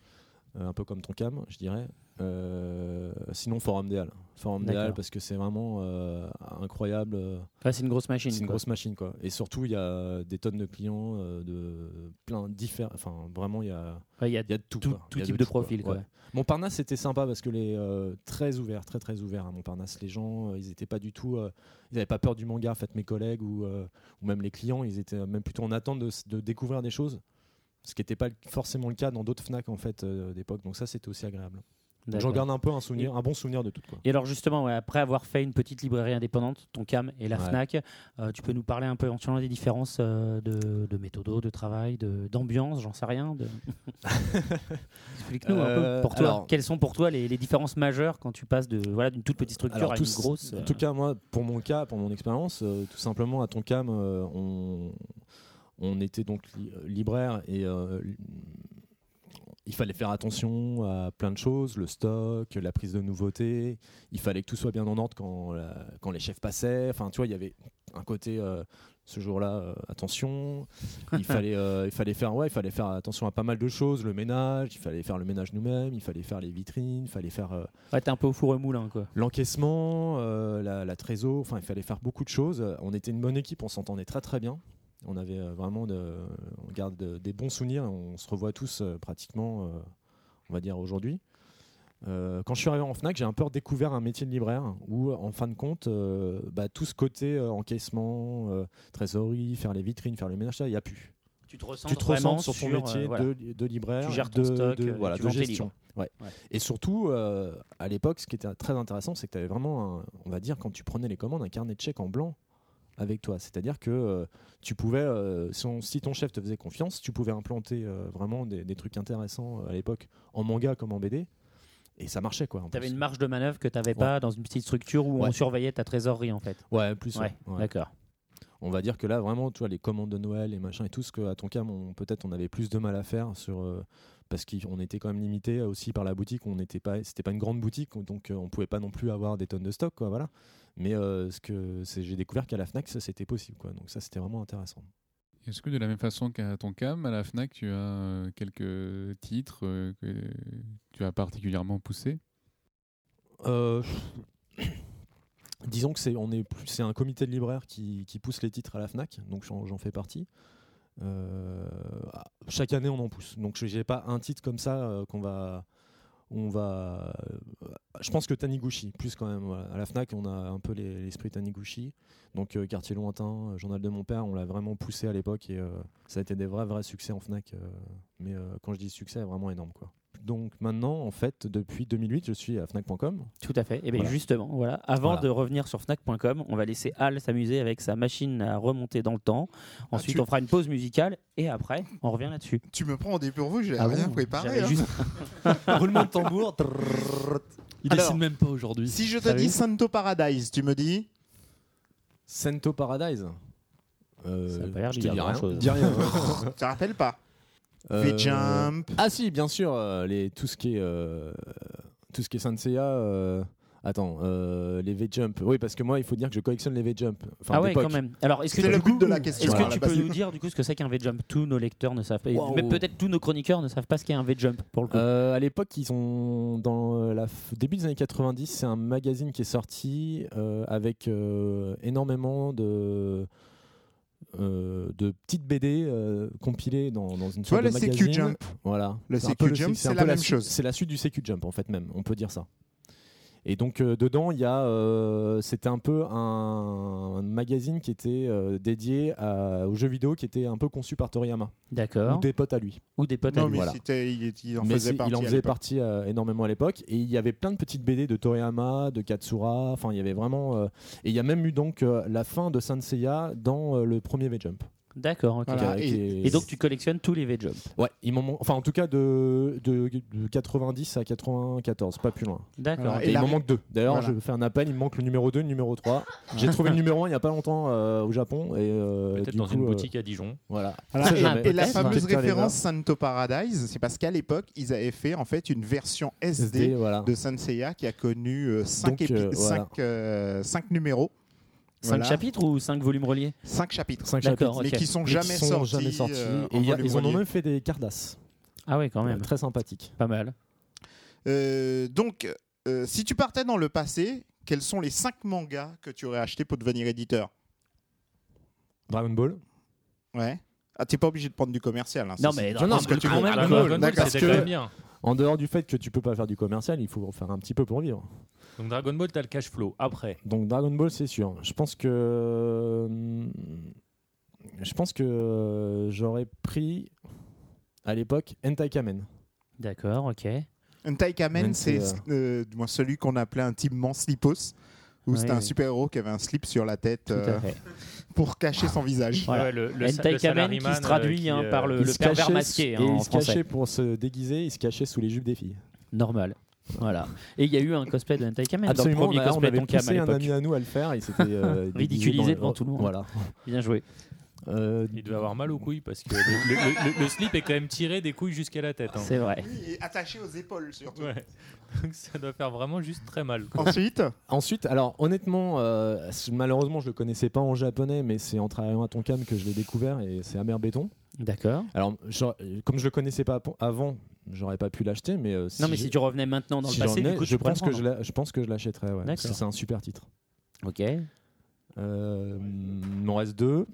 Euh, un peu comme ton cam, je dirais. Euh, sinon, Forum des Halles. Forum des
D'accord.
Halles parce que c'est vraiment euh, incroyable. euh,
Ouais, c'est une grosse machine,
C'est une
quoi.
grosse machine, quoi. Et surtout, il y a des tonnes de clients euh, de plein différents. Enfin, vraiment, il y a.
Ouais, Il y a
Il y a de tout,
tout,
quoi.
tout
Il y a
type
de
de
tout, quoi.
profil. Quoi.
Ouais. Montparnasse c'était sympa parce que les euh, très ouverts, très très ouverts à Montparnasse. Les gens, euh, ils étaient pas du tout, euh, ils n'avaient pas peur du manga. En fait, mes collègues ou, euh, ou même les clients, ils étaient euh, même plutôt en attente de, s- de découvrir des choses, ce qui n'était pas le- forcément le cas dans d'autres Fnac en fait euh, d'époque. Donc ça, c'était aussi agréable. Donc,
D'accord.
J'en garde un peu un souvenir, un bon souvenir de tout quoi.
Et alors justement, ouais, après avoir fait une petite librairie indépendante, ton cam et la
Ouais.
Fnac, euh, tu peux nous parler un peu éventuellement des différences euh, de, de méthodo, de travail, de- d'ambiance, j'en sais
(laughs)
rien. de- Explique-nous un peu
Euh,
pour toi.
alors-
Quelles sont pour toi les, les différences majeures quand tu passes de voilà d'une toute petite structure
Alors,
à
tout
une
s-
grosse
En
euh,
tout cas, moi, pour mon cas, pour mon expérience, euh, tout simplement à Toncam, euh, on, on était donc li- euh, libraire et euh, li- il fallait faire attention à plein de choses, le stock, la prise de nouveautés. Il fallait que tout soit bien en ordre quand, la- quand les chefs passaient. Enfin, tu vois, il y avait un côté euh, ce jour-là, euh, attention.
(laughs)
Il fallait, euh, il fallait faire, ouais, il fallait faire attention à pas mal de choses, le ménage. Il fallait faire le ménage nous-mêmes. Il fallait faire les vitrines. Il fallait faire euh,
Ouais, t'es un peu au four et au moulin, quoi.
L'encaissement, euh, la, la trésor, enfin il fallait faire beaucoup de choses. Euh, On était une bonne équipe, on s'entendait très très bien. On avait euh, vraiment de- on garde de- des bons souvenirs, on se revoit tous euh, pratiquement, euh, on va dire aujourd'hui. Euh, quand je suis arrivé en Fnac, j'ai un peu redécouvert un métier de libraire où, en fin de compte, euh, bah, tout ce côté euh, encaissement, euh, trésorerie, faire les vitrines, faire le ménage, ça, il n'y a plus.
Tu te ressens
ressens
vraiment
sur ton
sur, euh,
métier
voilà.
de, de libraire,
Tu gères ton
de,
stock,
de-
euh,
voilà,
tu
de
vends tes
gestion.
livres.
Ouais.
Ouais.
Et surtout, euh, à l'époque, ce qui était très intéressant, c'est que tu avais vraiment, un- on va dire, quand tu prenais les commandes, un carnet de chèques en blanc avec toi. C'est-à-dire que euh, tu pouvais, euh, si, on- si ton chef te faisait confiance, tu pouvais implanter euh, vraiment des, des trucs intéressants euh, à l'époque, en manga comme en BD. Et ça marchait quoi. en
T'avais
plus.
une marge de manœuvre que t'avais pas
Ouais.
dans une petite structure où on
Ouais.
surveillait ta trésorerie, en fait.
Ouais, plus.
Ouais, d'accord.
On va dire que là, vraiment, tu vois, les commandes de Noël et machin et tout, ce que, à ton cas, on- peut-être on avait plus de mal à faire sur. euh, parce qu'on était quand même limité euh, aussi par la boutique, on n'était pas, c'était pas une grande boutique, donc euh, on pouvait pas non plus avoir des tonnes de stock, quoi, voilà. Mais euh, ce que c'est- j'ai découvert qu'à la Fnac, ça c'était possible, quoi. Donc ça c'était vraiment intéressant.
Est-ce que de la même façon qu'à ton cam, à la FNAC, tu as euh, quelques titres euh, que tu as particulièrement poussés
Euh, (coughs) disons que c'est on est plus- c'est un comité de libraires qui, qui pousse les titres à la Fnac, donc j'en j'en fais partie. Euh, chaque année, on en pousse. Donc je- j'ai pas un titre comme ça euh, qu'on va on va. euh, je pense que Taniguchi, plus quand même. voilà. À la Fnac, on a un peu les- l'esprit Taniguchi. Donc euh, Quartier lointain, euh, Journal de mon père, on l'a vraiment poussé à l'époque et euh, ça a été des vrais vrais succès en Fnac. euh, mais euh, quand je dis succès, vraiment énorme quoi. Donc maintenant, en fait, depuis 2008, je suis à Fnac.com.
Tout à fait. Et bien
Voilà.
justement, voilà. Avant
Voilà.
de revenir sur Fnac.com, on va laisser Al s'amuser avec sa machine à remonter dans le temps. Ensuite,
tu-
on fera une pause musicale et après, on revient là-dessus.
Tu me prends au dépourvu, j'ai
Ah
rien
bon
préparé.
J'avais
hein.
juste-
Roulement de tambour. trrrr. (laughs) Il
Alors,
dessine même pas aujourd'hui.
Si je te
T'as vu
dis Santo Paradise, tu me dis
Sento Paradise. Euh,
Ça a pas l'air
je
d'y
te
dire
dis rien.
grand-chose.
Dis (laughs)
(laughs)
rien.
Ça rappelle pas
Euh,
Fait jump.
Ah si, bien sûr, euh, les, tout ce qui est euh, tout ce qui est Sanseiya. euh, attends, euh, les V-Jump. Oui, parce que moi, il faut dire que je collectionne les V-Jump. Enfin,
ah ouais,
d'époque.
quand même. Alors, est-ce que,
C'est
tu-
le but de la
est-ce
question.
que
Voilà,
tu
à la
peux
base.
nous dire du coup ce que c'est qu'un V-Jump Tous nos lecteurs ne savent pas.
Wow.
Mais peut-être tous nos chroniqueurs ne savent pas ce qu'est un V-Jump pour le coup.
Euh, à l'époque, ils ont dans euh, la f- début des années 90, c'est un magazine qui est sorti euh, avec euh, énormément de euh, de petites BD euh, compilées dans, dans une
Tu vois,
sorte de
le CQ
magazine.
Jump.
Voilà.
Le
C'est un
CQ
peu
Jump,
C-
c'est
un
la
peu
même
su-
chose.
C'est la suite du CQ Jump en fait même, on peut dire ça. Et donc euh, dedans, il y a, euh, c'était un peu un, un magazine qui était euh, dédié à- aux jeux vidéo, qui était un peu conçu par Toriyama ou
D'accord.
des potes à lui.
Ou des potes. à
Non,
lui.
mais
voilà.
c'était- il, il en
Mais
faisait
c'est-
partie.
il en
à
faisait
l'époque.
partie euh, énormément à l'époque. Et il y avait plein de petites BD de Toriyama, de Katsura. Enfin, il y avait vraiment. euh, et il y a même eu donc euh, la fin de Sanseiya dans euh, le premier V-Jump.
D'accord. ok.
Voilà.
Qui-
et-
qui est-
Et donc tu collectionnes tous les V-Jump.
Ouais, ils m'ont. Enfin, en tout cas, de, de, de 90 à 94, pas plus loin.
D'accord.
Voilà.
Et
Et
il
la-
m'en manque deux. D'ailleurs,
Voilà.
je fais un appel, il me manque le numéro 2 le numéro 3. J'ai trouvé le numéro 1 il n'y a pas longtemps euh, au Japon. et euh,
Peut-être
du
dans
coup,
une
euh,
boutique à Dijon.
Voilà.
Ah,
Voilà,
Ça,
et-
jamais.
Ah, et, la
hein.
Peut-être,
fameuse
ouais.
référence Santo Paradise, c'est parce qu'à l'époque, ils avaient fait en fait une version SD,
SD, voilà.
de Sanseiya qui a connu 5
Donc, euh, voilà.
euh, numéros.
5
Voilà.
chapitres ou 5 volumes reliés
Cinq chapitres.
Cinq
D'accord,
chapitres.
Mais
ok.
qui sont
Mais
jamais
qui sont
sortis.
jamais sortis.
euh,
et
en
il y a-
volume
ils en ont
relié.
même fait des cardasses.
Ah ouais, quand même.
Très sympathique.
Pas mal.
Euh, donc, euh, si tu partais dans le passé, quels sont les 5 mangas que tu aurais achetés pour devenir éditeur
Dragon Ball.
Ouais. Ah, t'es pas obligé de prendre du commercial. hein,
Non,
ça,
mais
c'est-
Dragon
non, parce
Ball,
que tu
quand
veux-
même,
Dragon
quoi.
Ball,
Ball,
d'accord.
c'était
parce
quand
que-
même bien.
En dehors du fait que tu peux pas faire du commercial, il faut en faire un petit peu pour vivre.
Donc Dragon Ball, t'as le cash flow. Après,
Donc Dragon Ball, c'est sûr. Je pense que je pense que j'aurais pris à l'époque Hentai Kamen.
D'accord, ok.
Un Taikamen,
Même si,
c'est euh, du moins celui qu'on appelait intimement Slipos, où
Oui,
c'était un
oui.
super-héros qui avait un slip sur la tête
Tout à
euh,
fait.
pour cacher son visage.
Voilà.
Ouais, le, le sa-
Hentai
le
Kamen qui
salaryman,
se traduit
euh,
hein,
qui, euh,
par le,
il
le
se
pervers
cachait-
masqué
et
hein, en
il se
français.
cachait pour se déguiser, il se cachait sous les jupes des filles.
Normal. Voilà. Et il y a eu un cosplay de Hentai Kamen.
Absolument, Bah,
Dans le
on,
premier
a- on
cosplay
avait
Tonkam à
poussé un
l'époque.
ami à nous à le faire, il s'était euh, déguisé
(laughs) Ridiculisé
dans le-
devant tout le monde. Euh,
Voilà.
Bien joué.
Il devait avoir mal aux couilles parce que le, le- le- le- le slip est quand même tiré des couilles jusqu'à la tête. hein.
Oui, et attaché aux épaules surtout.
Ouais. Donc ça doit faire vraiment juste très mal. quoi.
(laughs)
Ensuite
Ensuite, alors honnêtement, euh, malheureusement, je le connaissais pas en japonais, mais c'est en travaillant à Tonkam que je l'ai découvert et c'est Amer Béton.
D'accord.
Alors, genre, euh, comme je le connaissais pas po- avant, j'aurais pas pu l'acheter, mais euh, si
Non, mais si
j'ai-
tu revenais maintenant dans le
si
passé,
j'en ai,
du coup, tu
je
pourrais
pense
le
que je,
prendre.
la- je pense que je l'achèterais. Ouais, parce que
D'accord.
c'est un super titre.
Ok.
Euh,
il m'en reste deux.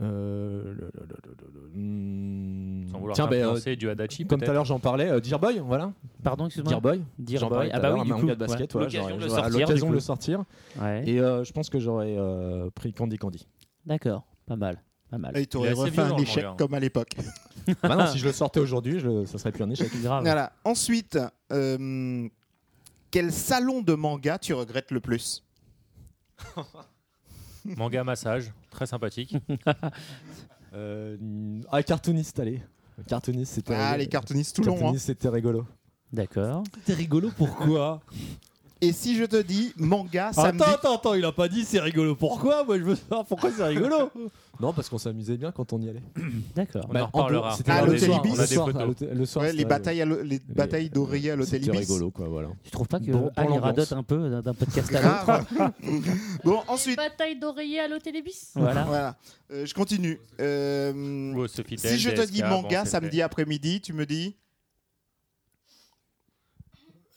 Euh, le- le- le- le- le- le- hmm,
Sans vouloir
Tiens, ben,
t'influencer,
euh,
du
Comme
Adachi,
tout à
peut-être.
l'heure, j'en parlais. euh, Dear Boy, voilà.
Pardon, excuse-moi.
Dear Boy.
Dear
J'en
Boy.
parlais tout
Ah
à
bah
l'heure,
oui,
un
du
manga
coup,
de basket.
ouais.
voilà,
L'occasion
j'aurais-
de le
j'aurais
sortir,
l'occasion
du
de
coup.
le sortir.
Ouais.
Et euh, je pense que j'aurais euh, pris Candy Candy.
D'accord, pas mal. Pas mal.
Et il t'aurait Il est assez refait un violent, le échec manga, hein.
comme à l'époque.
bah
(laughs)
non, si je le sortais aujourd'hui, je- ça serait plus un échec.
Voilà. Ensuite, euh, quel salon de manga tu regrettes le plus
Manga massage, très
(laughs)
sympathique.
Euh, ah, cartooniste, allez. Cartooniste, c'était.
Ah,
rigolo.
les cartoonistes Toulon, hein.
Cartooniste, c'était rigolo.
D'accord.
C'était rigolo, pourquoi
Et si je te dis manga samedi
Attends, attends, attends, il a pas dit c'est rigolo. Pourquoi Moi, je veux savoir pourquoi c'est
(laughs)
rigolo. non, parce qu'on s'amusait bien quand on y allait.
(coughs)
D'accord.
Bah, en dehors, c'était
Ah,
le
l'hôtel
soir,
Ibis
le soir, à l'hôtel- le soir,
Ouais, les
c'était-
batailles, à l'hô- les batailles d'oreillers à l'hôtel
c'était
Ibis.
rigolo, quoi, voilà.
Tu trouves pas que
Bon,
Ali
l'ambiance.
radote un peu d'un- d'un podcast à
Grave.
l'autre
bon, ensuite.
Bataille d'oreiller à l'hôtelébis
(laughs)
Voilà.
Euh, je continue. Euh, si
Tell,
je te
DSK,
dis
bon,
manga
c'est
samedi
fait.
après-midi, tu me dis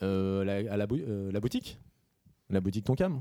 Euh, la, à la, bou- euh, la boutique La boutique Tonkam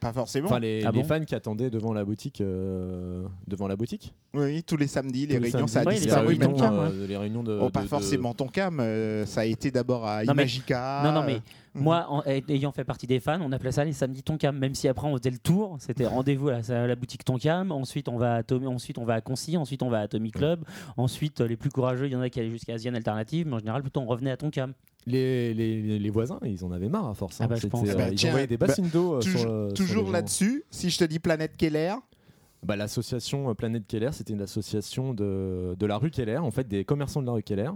Pas forcément.
Enfin, les,
Ah
les
bon
fans qui attendaient devant la boutique. euh, devant la boutique
Oui, tous les samedis, les
Tous les
réunions, ça a
samedis,
disparu
les réunions,
maintenant.
euh, les réunions de-
Oh, pas
de- de-
forcément ton cam, euh, ça a été d'abord à
Non, mais-
Imagica.
Non, non, mais
euh,
moi,
mhm.
en- ay- ayant fait partie des fans, on appelait ça les samedis Tonkam, même si après on faisait le tour.
(laughs)
C'était rendez-vous à la, à la boutique Tonkam, ensuite on va à, Tom- ensuite on va à Concy, ensuite on va à Tommy Club, ensuite euh, les plus courageux, il y en a qui allaient jusqu'à Asian Alternative, mais en général, plutôt on revenait à Tonkam.
Les, les, les- les voisins, ils en avaient marre à force. hein.
Ah bah, je
C'était,
pense.
euh,
Ah bah,
ils
tiens,
envoyaient des
bah,
bassines d'eau. euh, sur
toujours-
le- sur
toujours
les gens.
là-dessus, si je te dis Planète Keller,
Bah, L'association euh, Planète Keller, c'était une association de, de la rue Keller, en fait, des commerçants de la rue Keller.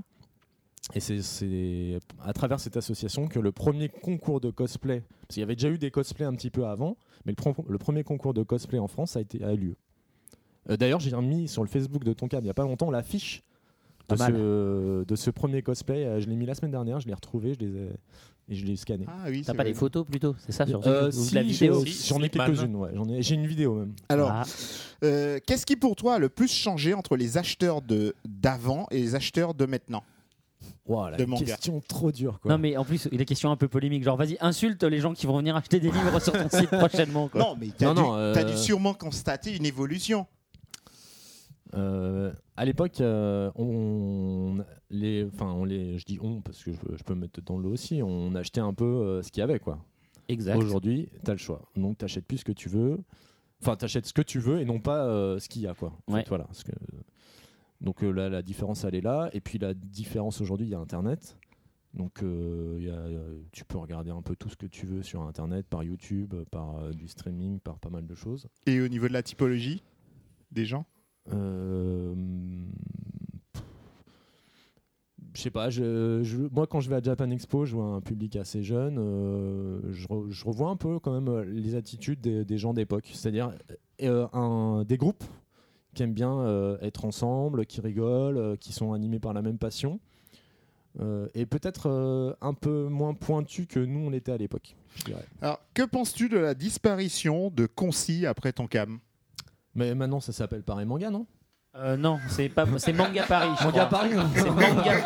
Et c'est- c'est à travers cette association que le premier concours de cosplay, parce qu'il y avait déjà eu des cosplays un petit peu avant, mais le, pro- le premier concours de cosplay en France a, été, a eu lieu. Euh, D'ailleurs, j'ai mis sur le Facebook de Tonkam il n'y a pas longtemps l'affiche de,
Pas mal.
ce- de ce premier cosplay. Euh, Je l'ai mis la semaine dernière, je l'ai retrouvé, je les ai- et je l'ai scanné.
Ah oui,
T'as pas les photos plutôt C'est ça sur
Euh,
ou de
si,
la
j'ai-
vidéo
si, J'en ai quelques-unes, ouais. J'en ai- J'ai une vidéo même.
Alors,
Ah.
euh, qu'est-ce qui pour toi a le plus changé entre les acheteurs de d'avant et les acheteurs de maintenant
Wow, la
De Ah, manga.
question trop dure. Quoi.
Non mais en plus il est question un peu polémique genre vas-y insulte les gens qui vont venir acheter des livres sur ton
(laughs)
site prochainement quoi.
Non, mais t'as
Non,
dû,
non, euh,
t'as dû sûrement constater une évolution.
Euh, à l'époque, euh, on, les, enfin, on les, je dis on parce que je, je peux me mettre dans l'eau aussi. On achetait un peu euh, ce qu'il y avait, quoi.
Exact.
Aujourd'hui, t'as le choix. Donc, t'achètes plus ce que tu veux. Enfin, t'achètes ce que tu veux et non pas euh, ce qu'il y a, quoi. En
Ouais.
fait, voilà. ce que- euh, Donc euh, là, la différence, elle est là. Et puis la différence aujourd'hui, il y a Internet. Donc, euh, il y a, euh, tu peux regarder un peu tout ce que tu veux sur Internet, par YouTube, par euh, du streaming, par pas mal de choses.
Et au niveau de la typologie des gens
Euh, pff, Je sais pas, je, je- moi quand je vais à Japan Expo, je vois un public assez jeune, euh, je, re- je revois un peu quand même euh, les attitudes des, des gens d'époque, c'est-à-dire euh, un- des groupes qui aiment bien euh, être ensemble, qui rigolent, euh, qui sont animés par la même passion, euh, et peut-être euh, un peu moins pointu que nous on l'était à l'époque, je dirais.
Alors, que penses-tu de la disparition de Concis après ton cam
Mais maintenant ça s'appelle pareil manga, non
Euh, non c'est pas c'est manga Paris. je
Manga
crois.
Paris, hein. non
C'est
(laughs)
manga.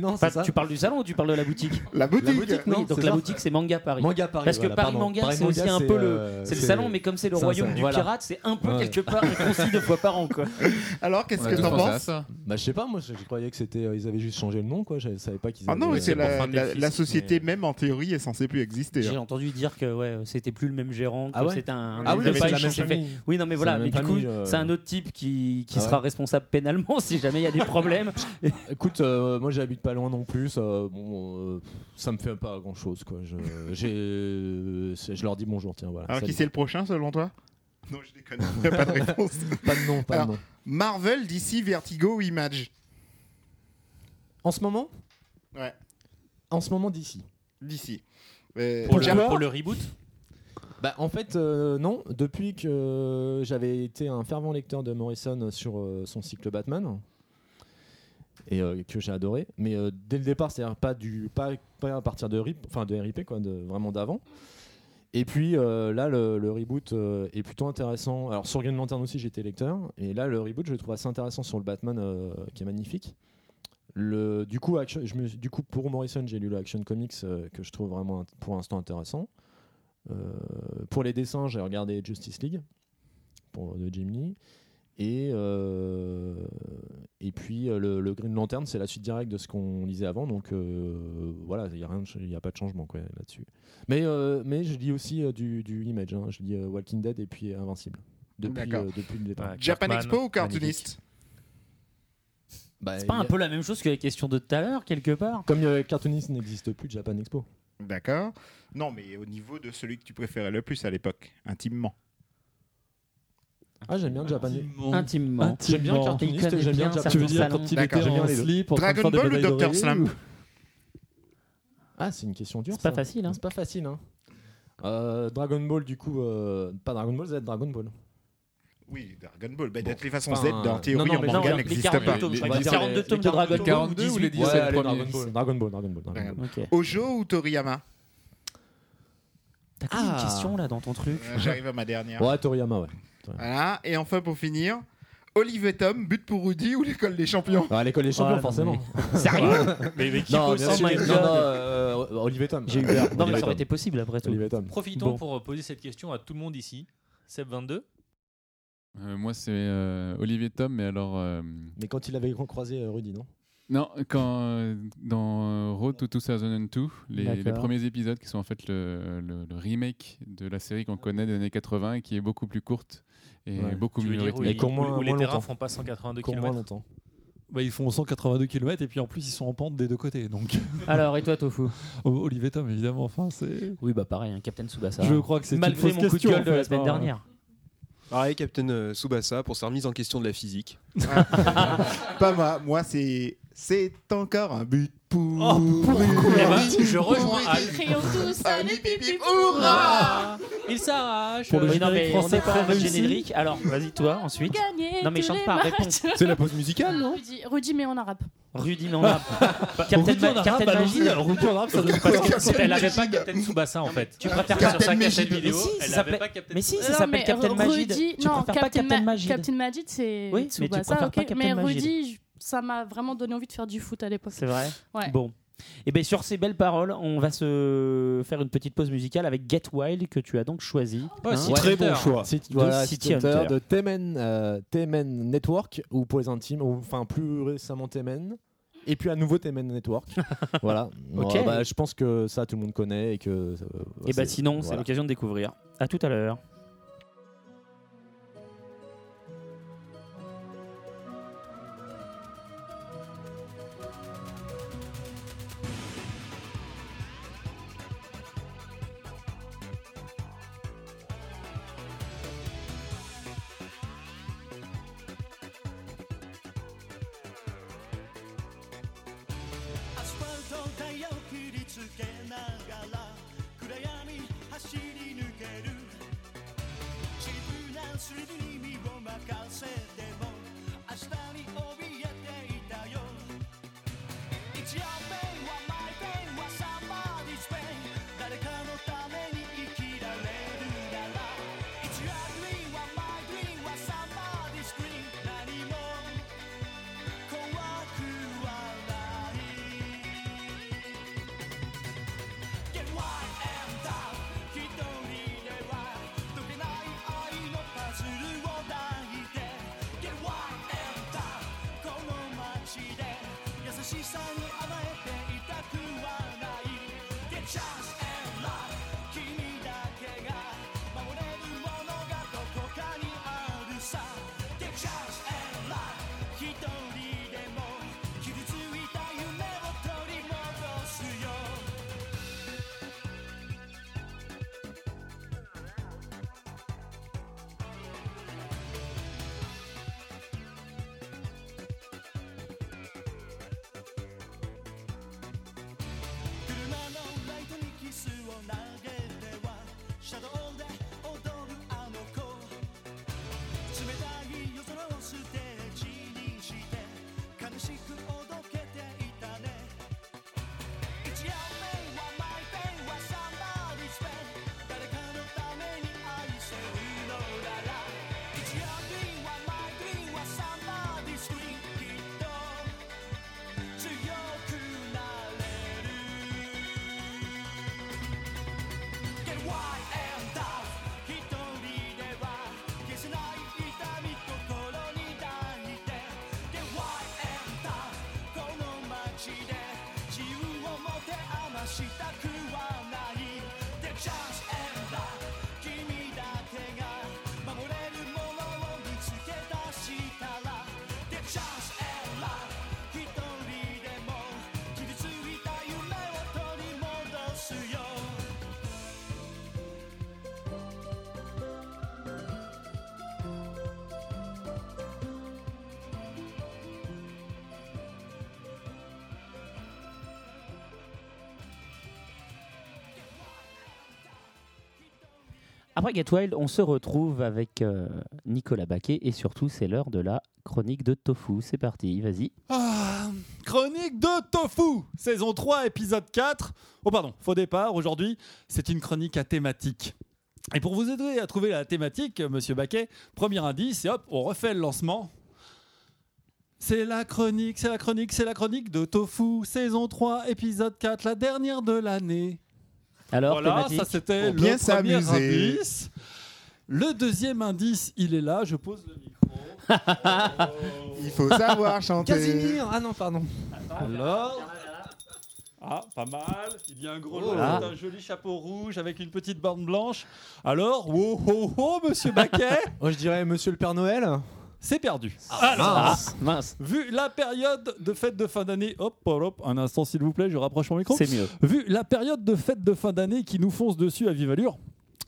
non,
Pas- Tu parles du salon ou tu parles de la boutique
(laughs) La boutique.
La boutique, non,
oui, donc
c'est
la
ça.
boutique c'est manga Paris.
Manga Paris,
Parce que
voilà,
Bah, Paris
pardon.
manga
Paris
c'est aussi
manga,
un
c'est,
peu le
euh,
c'est le
c'est-
salon mais comme c'est le
ça,
royaume
ça,
du
voilà.
pirate c'est un peu
Ouais. (laughs)
quelque part concis deux fois par an quoi.
Alors, qu'est-ce
On a
que
tous
t'en
pensé à
penses
ça. Bah je sais pas, moi je, je croyais que c'était euh, ils avaient juste changé le nom quoi, je savais pas qu'ils
Ah
avaient euh,
non, mais c'est la, la- la société (laughs)
mais-
même en théorie est censée plus exister.
J'ai
hein.
entendu dire que ouais, c'était plus le même gérant, que
Ah ouais
c'était un, un
Ah oui,
de
mais c'est
Paris
la même
qui s'est fait-
famille.
Oui, non, mais
C'est
voilà,
la même
mais
famille,
du coup,
euh.
c'est un autre type qui, qui
Ah
sera
ouais.
responsable pénalement si jamais il y a
(laughs)
des problèmes.
Écoute, euh, moi j'habite pas loin non plus, ça, bon, euh, ça me fait pas grand chose quoi. Je, j'ai- euh, c'est- je leur dis bonjour, tiens voilà.
Alors, qui
salut.
c'est le prochain selon toi Non, je déconne. (laughs) pas de réponse.
(laughs) Pas de nom, pas de
Alors,
nom.
Marvel, DC, Vertigo ou Image
En ce moment
Ouais.
En ce moment d'ici.
DC. Euh,
Pour,
Jam-
le, pour le reboot
Bah, en fait, euh, non. Depuis que euh, j'avais été un fervent lecteur de Morrison sur euh, son cycle Batman, et euh, que j'ai adoré, mais euh, dès le départ, c'est-à-dire pas, du, pas, pas à partir de RIP, enfin de RIP, quoi, de, vraiment d'avant. Et puis euh, là, le, le reboot euh, est plutôt intéressant. Alors sur Green Lantern aussi, j'étais lecteur, et là, le reboot, je le trouve assez intéressant sur le Batman, euh, qui est magnifique. Le, du, coup, Action- je me, suis- du coup, pour Morrison, j'ai lu le Action Comics, euh, que je trouve vraiment int- pour l'instant intéressant. Euh, pour les dessins, j'ai regardé Justice League pour, de Jim Lee. Et, euh, et puis euh, le, le Green Lantern, c'est la suite directe de ce qu'on lisait avant. Donc euh, voilà, il n'y a, rien de ch- il y a pas de changement quoi, là-dessus. Mais, euh, mais je lis aussi euh, du, du Image. hein. Je lis euh, Walking Dead et puis Invincible. Depuis,
D'accord.
euh, depuis le départ.
Japan Expo ou cartooniste
Bah,
C'est pas un peu la même chose que la question de tout à l'heure, quelque part
Comme euh, cartooniste n'existe plus, Japan Expo.
D'accord. Non, mais au niveau de celui que tu préférais le plus à l'époque, intimement.
Ah, j'aime bien le Japan
Intimement. Intimement.
J'aime bien le
Il
cartooniste
connaît
et j'aime bien
bien
le
certains
Japan Expo.
salons. D'accord, j'aime bien les deux.
Dragon Ball ou Dr. Slump
Ah, c'est une question dure.
C'est pas
ça.
facile, hein.
C'est pas facile. hein. Euh, Dragon Ball, du coup, euh, pas Dragon Ball Z, Dragon Ball.
Oui, Dragon Ball. Bah, de
Bon,
toutes les façons, Z,
enfin,
dans
euh,
théorie,
non, non,
en
mais
manga,
non, les
n'existe
42
pas.
tomes, je crois.
Les
Les
42
tomes de Dragon Ball.
42 ou les 17
Ouais, allez,
premiers
Dragon Ball, Dragon Ball, Dragon Ball. Dragon Ball.
Ok.
Ojo ou Toriyama
T'as quand même une question là dans ton truc.
Euh, Ah. J'arrive à ma dernière.
Ouais, Toriyama, ouais. Toriyama.
Voilà. Et enfin, pour finir, Olive et Tom, but pour Rudy ou l'école des champions
Ah, l'école des champions,
Ah, non,
forcément. (laughs)
mais- Sérieux Mais- mais qui
Non,
pose-
bien
Oh
sûr,
my
non,
God.
non, euh, Olivier Tom.
J'ai
(laughs)
eu peur. Non, mais
Olivier
ça
Tom.
aurait été possible après tout.
Olivier Tom.
Profitons
Bon.
pour poser cette question à tout le monde ici. Seb22.
Euh, moi, c'est euh, Olivier Tom, mais alors. euh,
Mais quand il avait croisé euh, Rudy, non
Non, quand euh, dans euh, Road to 2002, les, les
D'accord.
premiers épisodes qui sont en fait le, le- le remake de la série qu'on connaît des années 80 et qui est beaucoup plus courte et
Ouais.
beaucoup
Tu veux
mieux
dire où
rythmée.
il- où- où les
moins
terrains
longtemps.
font pas 182
Cours moins
km.
longtemps.
Bah, ils font 182 km et puis en plus ils sont en pente des deux côtés. Donc
(laughs) Alors, et toi, Tofu
O- Olivier Tom évidemment. Enfin c'est.
Oui, bah pareil, hein, Captain Tsubasa.
Je crois que c'est une
Malgré
fausse
mon coup de
question,
gueule
en
de la
fait,
semaine
hein.
dernière.
Oh, Pareil, Captain euh, Tsubasa pour sa remise en question de la
(laughs)
physique.
Pas moi. Moi, c'est. C'est encore un but pour.
Eh ben, je rejoins Al.
Créons
(laughs)
tous un épipi
Hurrah
Il s'arrache.
Pour le
euh,
Oui, non,
générique
mais on
français
est pas
très
en mode
réussi.
générique. Alors, vas-y, toi, ensuite.
Gagner
Non, mais
tous
chante
les
pas,
matchs.
réponse.
C'est la pause musicale, non
Rudy, Rudy, mais en arabe.
Rudy, mais Bah, on a. (laughs) Captain,
Rudy en
Ma-
arabe,
Captain
allons-y.
Magie.
Alors, Rudy en arabe, ça donne pas.
Parce que quand elle avait pas Captain Tsubasa en fait. Tu préfères que sur sa cassette vidéo,
Mais si, ça
elle
s'appelait-
avait pas Captain
Mais si, ça
Non,
s'appelle
mais
Captain
Ru-
Magid.
Rudy,
Tu
non,
préfères pas Captain
Ma-
Magid
Captain Magid, c'est.
Oui, mais tu
Tsubasa,
préfères pas
ok.
Captain
Mais
Magid.
Rudy, je- ça m'a vraiment donné envie de faire du foot à l'époque.
C'est vrai
Ouais.
Bon. Et bien, sur ces belles paroles, on va se faire une petite pause musicale avec Get Wild que tu as donc choisi. Hein
Oh, si,
Ouais.
très bon choix.
City,
Voilà,
Hein de
City
City Hunter,
Hunter.
de Temen, euh, Temen Network ou pour les intimes, ou enfin plus récemment Temen. Et puis à nouveau Temen (laughs) Network. voilà.
Ok.
Ouais, bah, je pense que ça tout le monde connaît et que. euh,
Et bah
c'est-
sinon, c'est
voilà.
l'occasion de découvrir. À tout à l'heure.
アスファルトタイヤを切りつけながら暗闇走り抜ける自分な 3D に身を任せても明日に怯えていたよ It's your pain, what my pain, what somebody's pain 誰かのために生きられるなら It's your dream, what my dream, what somebody's dream 何も怖くはない「Get wild and down」「一人では解けない愛のパズルを出
Après Get Wild, on se retrouve avec euh, Nicolas Baquet et surtout, c'est l'heure de la chronique de Tofu. C'est parti, vas-y.
Ah, chronique de Tofu, saison 3, épisode 4. Oh pardon, faux départ, aujourd'hui, c'est une chronique à thématique. Et pour vous aider à trouver la thématique, euh, monsieur Baquet, premier indice, et hop, on refait le lancement. C'est la chronique, c'est la chronique, c'est la chronique de Tofu, saison 3, épisode 4, la dernière de l'année.
Alors,
voilà,
thématique
ça c'était
Pour
le
bien
premier
s'amuser.
indice. Le deuxième indice, il est là, je pose le micro.
(laughs)
Il faut
(laughs)
savoir chanter.
Casimir Ah non, pardon. Alors Ah, pas mal. Il y a un
Oh.
gros lot,
Ah.
un joli chapeau rouge avec une petite bande blanche. Alors, oh oh oh, monsieur Baquet
Ah. (laughs) Moi, je dirais Monsieur le Père Noël.
C'est perdu.
Ah, mince.
Vu la période de fête de fin d'année, hop, hop, hop, un instant s'il vous plaît, je rapproche mon micro.
C'est mieux.
Vu la période de fête de fin d'année qui nous fonce dessus à vive allure,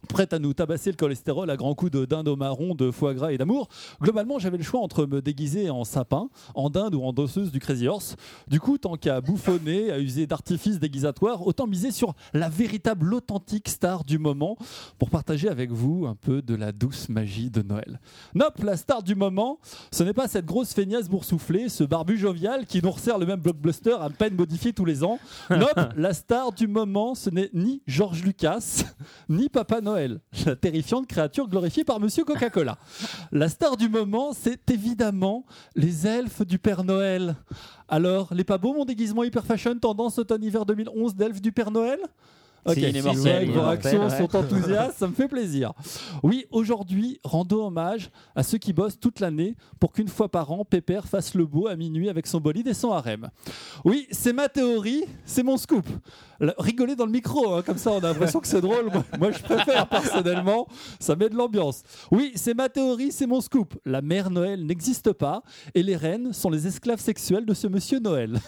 prête à nous tabasser le cholestérol à grands coups de dinde au marron, de foie gras et d'amour, globalement j'avais le choix entre me déguiser en sapin, en dinde ou en danseuse du Crazy Horse. Du coup, tant qu'à bouffonner, à user d'artifices déguisatoires, autant miser sur la véritable, authentique star du moment pour partager avec vous un peu de la douce magie de Noël. Nope, la star du moment, ce n'est pas cette grosse feignasse boursouflée, ce barbu jovial qui nous resserre le même blockbuster à peine modifié tous les ans. Nope, la star du moment, ce n'est ni George Lucas, (laughs) ni Papa Noël, la terrifiante créature glorifiée par Monsieur Coca-Cola. La star du moment, c'est évidemment les elfes du Père Noël. Alors, les pas beaux, mon déguisement hyper fashion, tendance automne-hiver 2011 d'elfes du Père Noël Ok,
Si, il est
si,
mortel,
ouais,
il est
vos
mortel,
réactions
ouais.
sont enthousiastes, ça me fait plaisir. Oui, aujourd'hui, rendons hommage à ceux qui bossent toute l'année pour qu'une fois par an, Pépère fasse le beau à minuit avec son bolide et son harem. Oui, c'est ma théorie, c'est mon scoop. La- Rigolez dans le micro, hein, comme ça on a l'impression que c'est drôle. Moi, moi, je préfère personnellement, ça met de l'ambiance. Oui, c'est ma théorie, c'est mon scoop. La mère Noël n'existe pas et les reines sont les esclaves sexuels de ce monsieur Noël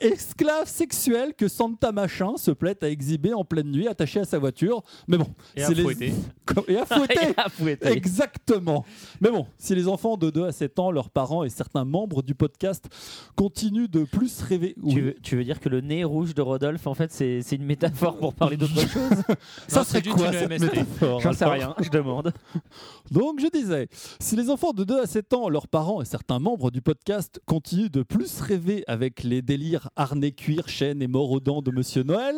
esclave sexuel que Santa Machin se plaît à exhiber en pleine nuit attaché à sa voiture. Mais bon,
Et à
c'est les- (laughs)
fouetter.
Et à fouetter.
(laughs) Et à fouetter.
Exactement. Mais bon, si les enfants de 2 à 7 ans, leurs parents et certains membres du podcast continuent de plus rêver.
Tu veux, tu veux dire que le nez rouge de Rodolphe, en fait, c'est c'est une métaphore pour parler
(laughs)
d'autre chose
Ça serait
Non, c'est juste
quoi
une
cette
MST.
métaphore
J'en sais
alors
rien, je demande.
(laughs) Donc je disais, si les enfants de 2 à 7 ans, leurs parents et certains membres du podcast continuent de plus rêver avec les délires harnais cuir, chaîne et mort aux dents de Monsieur
(laughs)
Noël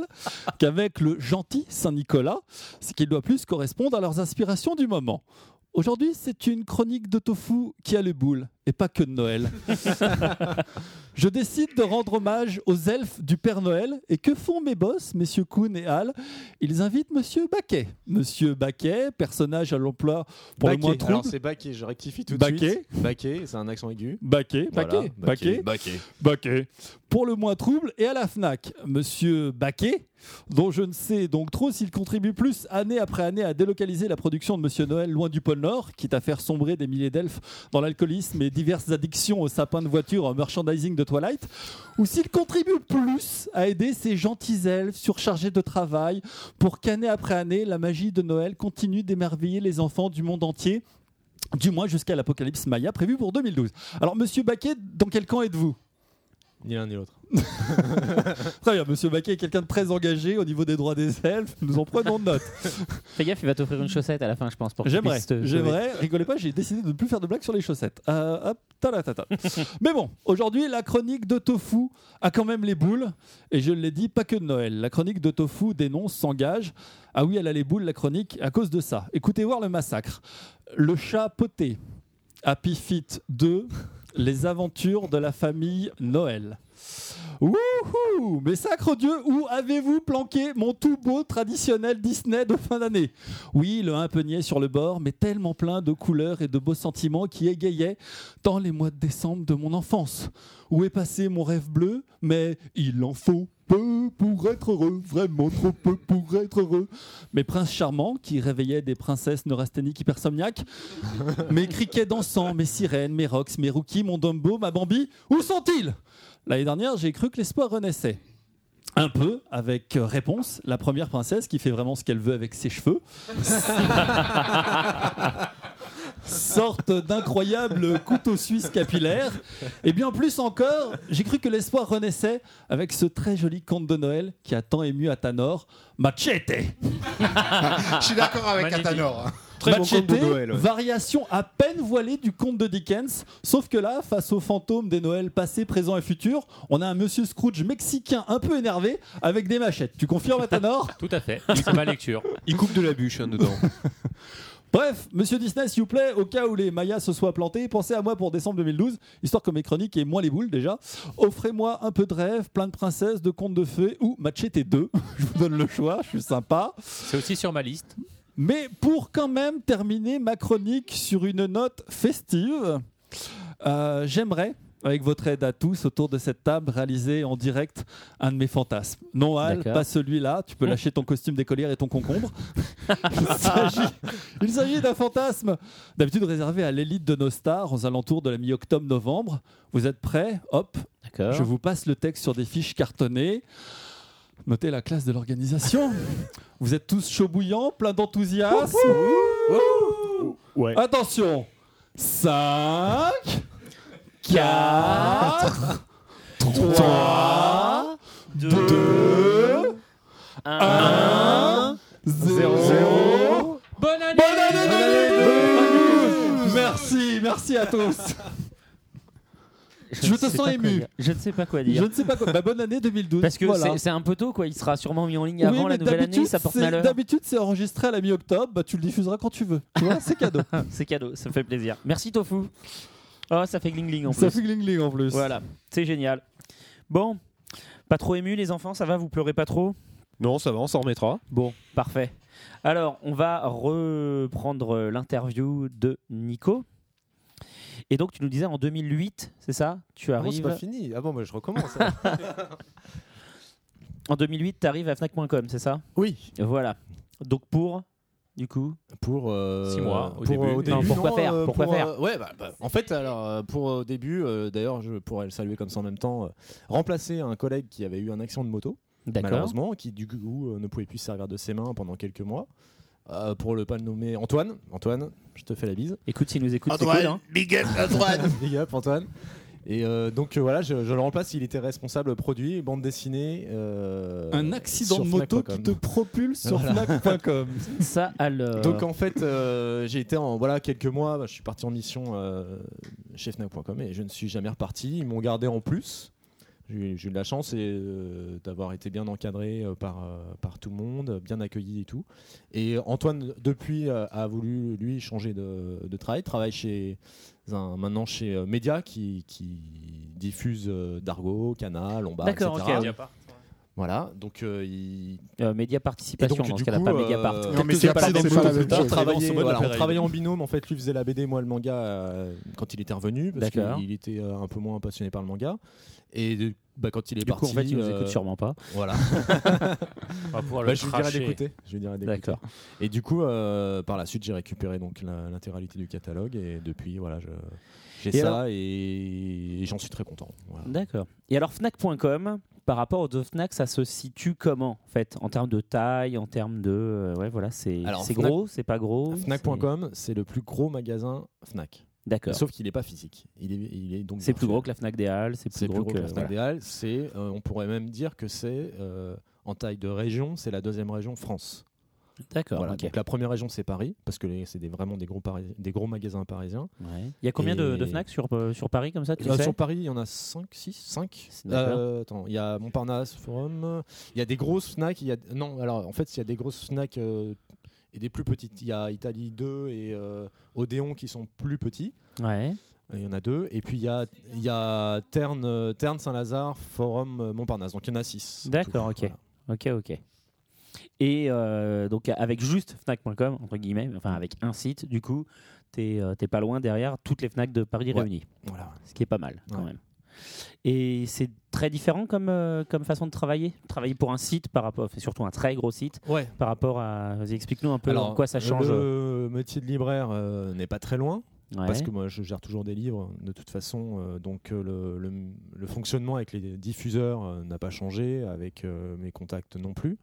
qu'avec le gentil Saint-Nicolas, c'est qu'il doit plus correspondre à leurs aspirations du moment. Aujourd'hui, c'est une chronique de tofu qui a les boules, et pas que de
(laughs)
Noël. Je décide de rendre hommage aux elfes du Père Noël. Et que font mes boss, messieurs Kuhn et Hall Ils invitent Monsieur Baquet. Monsieur Baquet, personnage à l'emploi pour le moins
Baquet.
trouble.
Alors c'est Baquet, je rectifie tout de
Baquet.
suite. Baquet, c'est un accent aigu.
Baquet,
Voilà,
Baquet, Baquet,
Baquet, Baquet.
Baquet. Pour le moins trouble et à la FNAC, Monsieur Baquet, dont je ne sais donc trop s'il contribue plus année après année à délocaliser la production de Monsieur Noël loin du pôle Nord, quitte à faire sombrer des milliers d'elfes dans l'alcoolisme et diverses addictions aux sapins de voiture, au merchandising de Twilight, ou s'il contribue plus à aider ces gentils elfes surchargés de travail pour qu'année après année, la magie de Noël continue d'émerveiller les enfants du monde entier du moins jusqu'à l'apocalypse Maya prévu pour 2012. Alors, monsieur Baquet, dans quel camp êtes-vous
Ni l'un ni l'autre.
(laughs) Très bien, monsieur Baquet est quelqu'un de très engagé au niveau des droits des elfes, nous en prenons note.
(laughs) Fais gaffe, il va t'offrir une chaussette à la fin, je pense, pour que tu
J'aimerais,
puisses te sauver.
j'aimerais, rigolez pas, j'ai décidé de ne plus faire de blagues sur les chaussettes. Euh, hop,
(laughs)
talatata. Mais bon, aujourd'hui, la chronique de Tofu a quand même les boules, et je l'ai dit, pas que de Noël. La chronique de Tofu dénonce, s'engage. Ah oui, elle a les boules, la chronique, à cause de ça. Écoutez voir le massacre. Le chat poté, Happy Feet 2, les aventures de la famille Noël. Wouhou Mais sacre Dieu, où avez-vous planqué mon tout beau traditionnel Disney de fin d'année Oui, le un peu niais sur le bord, mais tellement plein de couleurs et de beaux sentiments qui égayaient tant les mois de décembre de mon enfance. Où est passé mon rêve bleu Mais il en faut peu pour être heureux, vraiment trop peu pour être heureux. Mes princes charmants qui réveillaient des princesses neurasthéniques hypersomniaques, mes criquets dansants, mes sirènes, mes rox, mes rookies, mon Dumbo, ma Bambi, où sont-ils L'année dernière, j'ai cru que l'espoir renaissait. Un peu, avec euh, réponse, la première princesse qui fait vraiment ce qu'elle veut avec ses cheveux. sorte d'incroyable couteau suisse capillaire. Et bien plus encore, j'ai cru que l'espoir renaissait avec ce très joli conte de Noël qui a tant ému Atanor, Machete.
(laughs) Je suis d'accord avec
Magnifique.
Atanor.
Machete, variation à peine voilée du conte de Dickens, sauf que là, face aux fantômes des Noëls passés, présents et futurs, on a un monsieur Scrooge mexicain un peu énervé avec des machettes. Tu confirmes, Atanor
Tout à (laughs) fait. C'est ma lecture.
Il coupe de la bûche hein, dedans.
Bref, monsieur Disney, s'il vous plaît, au cas où les Mayas se soient plantés, pensez à moi pour décembre 2012, histoire que mes chroniques aient moins les boules déjà. Offrez-moi un peu de rêve, plein de princesses, de contes de fées ou Machete 2. (laughs) Je vous donne le choix, je suis sympa.
C'est aussi sur ma liste.
Mais pour quand même terminer ma chronique sur une note festive, euh, j'aimerais, avec votre aide à tous autour de cette table, réaliser en direct un de mes fantasmes. Non, Al,
D'accord.
pas celui-là. Tu peux lâcher ton costume d'écolière et ton concombre. Il s'agit- il s'agit d'un fantasme d'habitude réservé à l'élite de nos stars aux alentours de la mi-octobre-novembre. Vous êtes prêts Hop,
D'accord.
je vous passe le texte sur des fiches cartonnées. Notez la classe de l'organisation. Vous êtes tous chauds bouillants, pleins d'enthousiasme. Attention 5, 4, 3, 2, 1,
(laughs)
0.
Bonne année,
Bonne année 2012. Merci, merci à tous. Je,
ne
te
sais
sens
pas quoi
ému.
dire. (laughs) Je ne sais pas quoi
Je
dire.
ne sais pas quoi. Bah, bonne année 2012.
Parce que
Voilà.
c'est- c'est un peu tôt, quoi. Il sera sûrement mis en ligne
Oui,
avant la
mais
nouvelle année.
d'habitude,
Ça porte
c'est-
malheur.
D'habitude, c'est enregistré à la mi-octobre. Bah, tu le diffuseras quand tu veux. Tu vois, c'est cadeau.
(laughs) C'est cadeau, ça me fait plaisir. Merci Tofu. Oh, ça fait gling gling en
Ça
plus.
fait gling-gling en plus.
Voilà, c'est génial. Bon, pas trop ému les enfants, ça va Vous pleurez pas trop
Non, ça va, on s'en remettra.
Bon, parfait. Alors, on va reprendre l'interview de Nico. Et donc, tu nous disais en 2008, c'est ça Tu
Ah bon, c'est
arrives.
pas fini. Ah bon, bah, je recommence. hein.
(laughs) en 2008, tu arrives à Fnac.com, c'est ça
oui.
Voilà. Donc, pour, du coup,
Pour euh,
Six mois,
pour,
au début.
euh,
Non,
pourquoi faire,
euh,
pourquoi
pour,
faire
euh, Ouais, bah, bah, en fait, alors euh, pour euh, au début, euh, d'ailleurs, je pourrais le saluer comme ça en même temps. euh, remplacer un collègue qui avait eu un accident de moto,
d'accord.
malheureusement, qui du coup euh, ne pouvait plus se servir de ses mains pendant quelques mois. Euh, pour le pas le nommer Antoine. Antoine, je te fais la bise.
Écoute, s'il nous écoute, c'est cool. hein.
big
(laughs)
up Antoine.
Big up Antoine. Et euh, donc euh, voilà, je, je le remplace. Il était responsable produit, bande dessinée. euh,
(laughs) Un accident
sur
de moto qui
Fnac.com.
te propulse sur
Voilà.
Fnac.com.
(laughs) Ça, alors.
Donc en fait, euh, j'ai été en voilà quelques mois. bah, je suis parti en mission euh, chez Fnac.com et je ne suis jamais reparti. Ils m'ont gardé en plus. J'ai eu j'ai eu de la chance et, euh, d'avoir été bien encadré euh, par, euh, par tout le monde, bien accueilli et tout. Et Antoine, depuis, euh, a voulu, lui, changer de, de travail. Travaille chez un, maintenant chez euh, Média qui, qui diffuse euh, Dargo, Canal, Lombard, etc.
D'accord, ok.
Mediapart.
Voilà, donc euh, il,
Euh, média participation,
et
dans
donc, du
ce cas-là,
coup,
pas
euh,
Mediapart.
non,
Peut-être
mais
que
c'est
c'est pas la
absent,
même
c'est pas la
chose.
même
on
chose.
travaillait,
mode
voilà, on
appareil.
travaillait en binôme. En fait, lui faisait la BD, moi le manga euh, quand il était revenu, parce
D'accord.
qu'il était euh, un peu moins passionné par le manga. Et de- bah, quand il est
Du
parti,
coup, en fait, il nous
euh,
écoute sûrement pas. (laughs)
Voilà.
On va pouvoir
(laughs) Bah,
le
je lui dirai
cracher.
d'écouter. Je lui dirai d'écouter.
D'accord.
Et du coup, euh, par la suite, j'ai récupéré donc la- l'intégralité du catalogue et depuis, voilà, je- j'ai
Et
ça et, j'en suis très content. Voilà.
D'accord. Et alors Fnac.com, par rapport aux autres Fnac, ça se situe comment en fait En termes de taille, en termes de... euh, ouais voilà, c'est
Alors,
c'est
Fnac-
gros, c'est pas gros
Fnac.com, c'est le plus gros magasin Fnac.
c'est- D'accord.
Sauf qu'il n'est pas physique. Il est, il est donc
C'est plus
virtuel.
gros que la Fnac des Halles, c'est
C'est
plus gros que...
la Fnac
voilà.
des Halles, C'est, euh, on pourrait même dire que c'est euh, en taille de région, c'est la deuxième région France.
D'accord,
Voilà,
ok.
Donc la première région c'est Paris, parce que les- c'est des, vraiment des gros, Pari- des gros magasins parisiens.
Ouais. Il y a combien de, de
Et-
Fnac sur, euh, sur Paris comme ça, tu
Euh,
sais
sur Paris, il y en a 5, 6, 5.
D'accord.
Euh,
Euh, attends, il y a Montparnasse, Forum, il y a des grosses Fnac, il y a non, alors en fait, il y a des grosses Fnac euh, et des plus petites, il y a Italie 2 et euh, Odéon qui sont plus petits.
Ouais.
Il y en a deux. Et puis il y a, il y a Terne, euh, Terne, Saint-Lazare, Forum, euh, Montparnasse. Donc il y en a six. en
D'accord,
tout.
ok. Ok, ok. Et euh, donc avec juste Fnac.com, entre guillemets, enfin avec un site, du coup, t'es euh, t'es pas loin derrière toutes les Fnac de Paris
Ouais.
réunies.
Voilà.
ce qui est pas mal quand
Ouais.
même. Et c'est très différent comme, euh, comme façon de travailler Travailler pour un site par rapport, enfin, surtout un très gros site
Ouais.
par rapport à. Vas-y, explique-nous un peu en quoi ça change.
Le métier de libraire euh, n'est pas très loin
Ouais.
parce que moi je gère toujours des livres de toute façon. euh, donc euh, le, le- le fonctionnement avec les diffuseurs euh, n'a pas changé, avec euh, mes contacts non plus.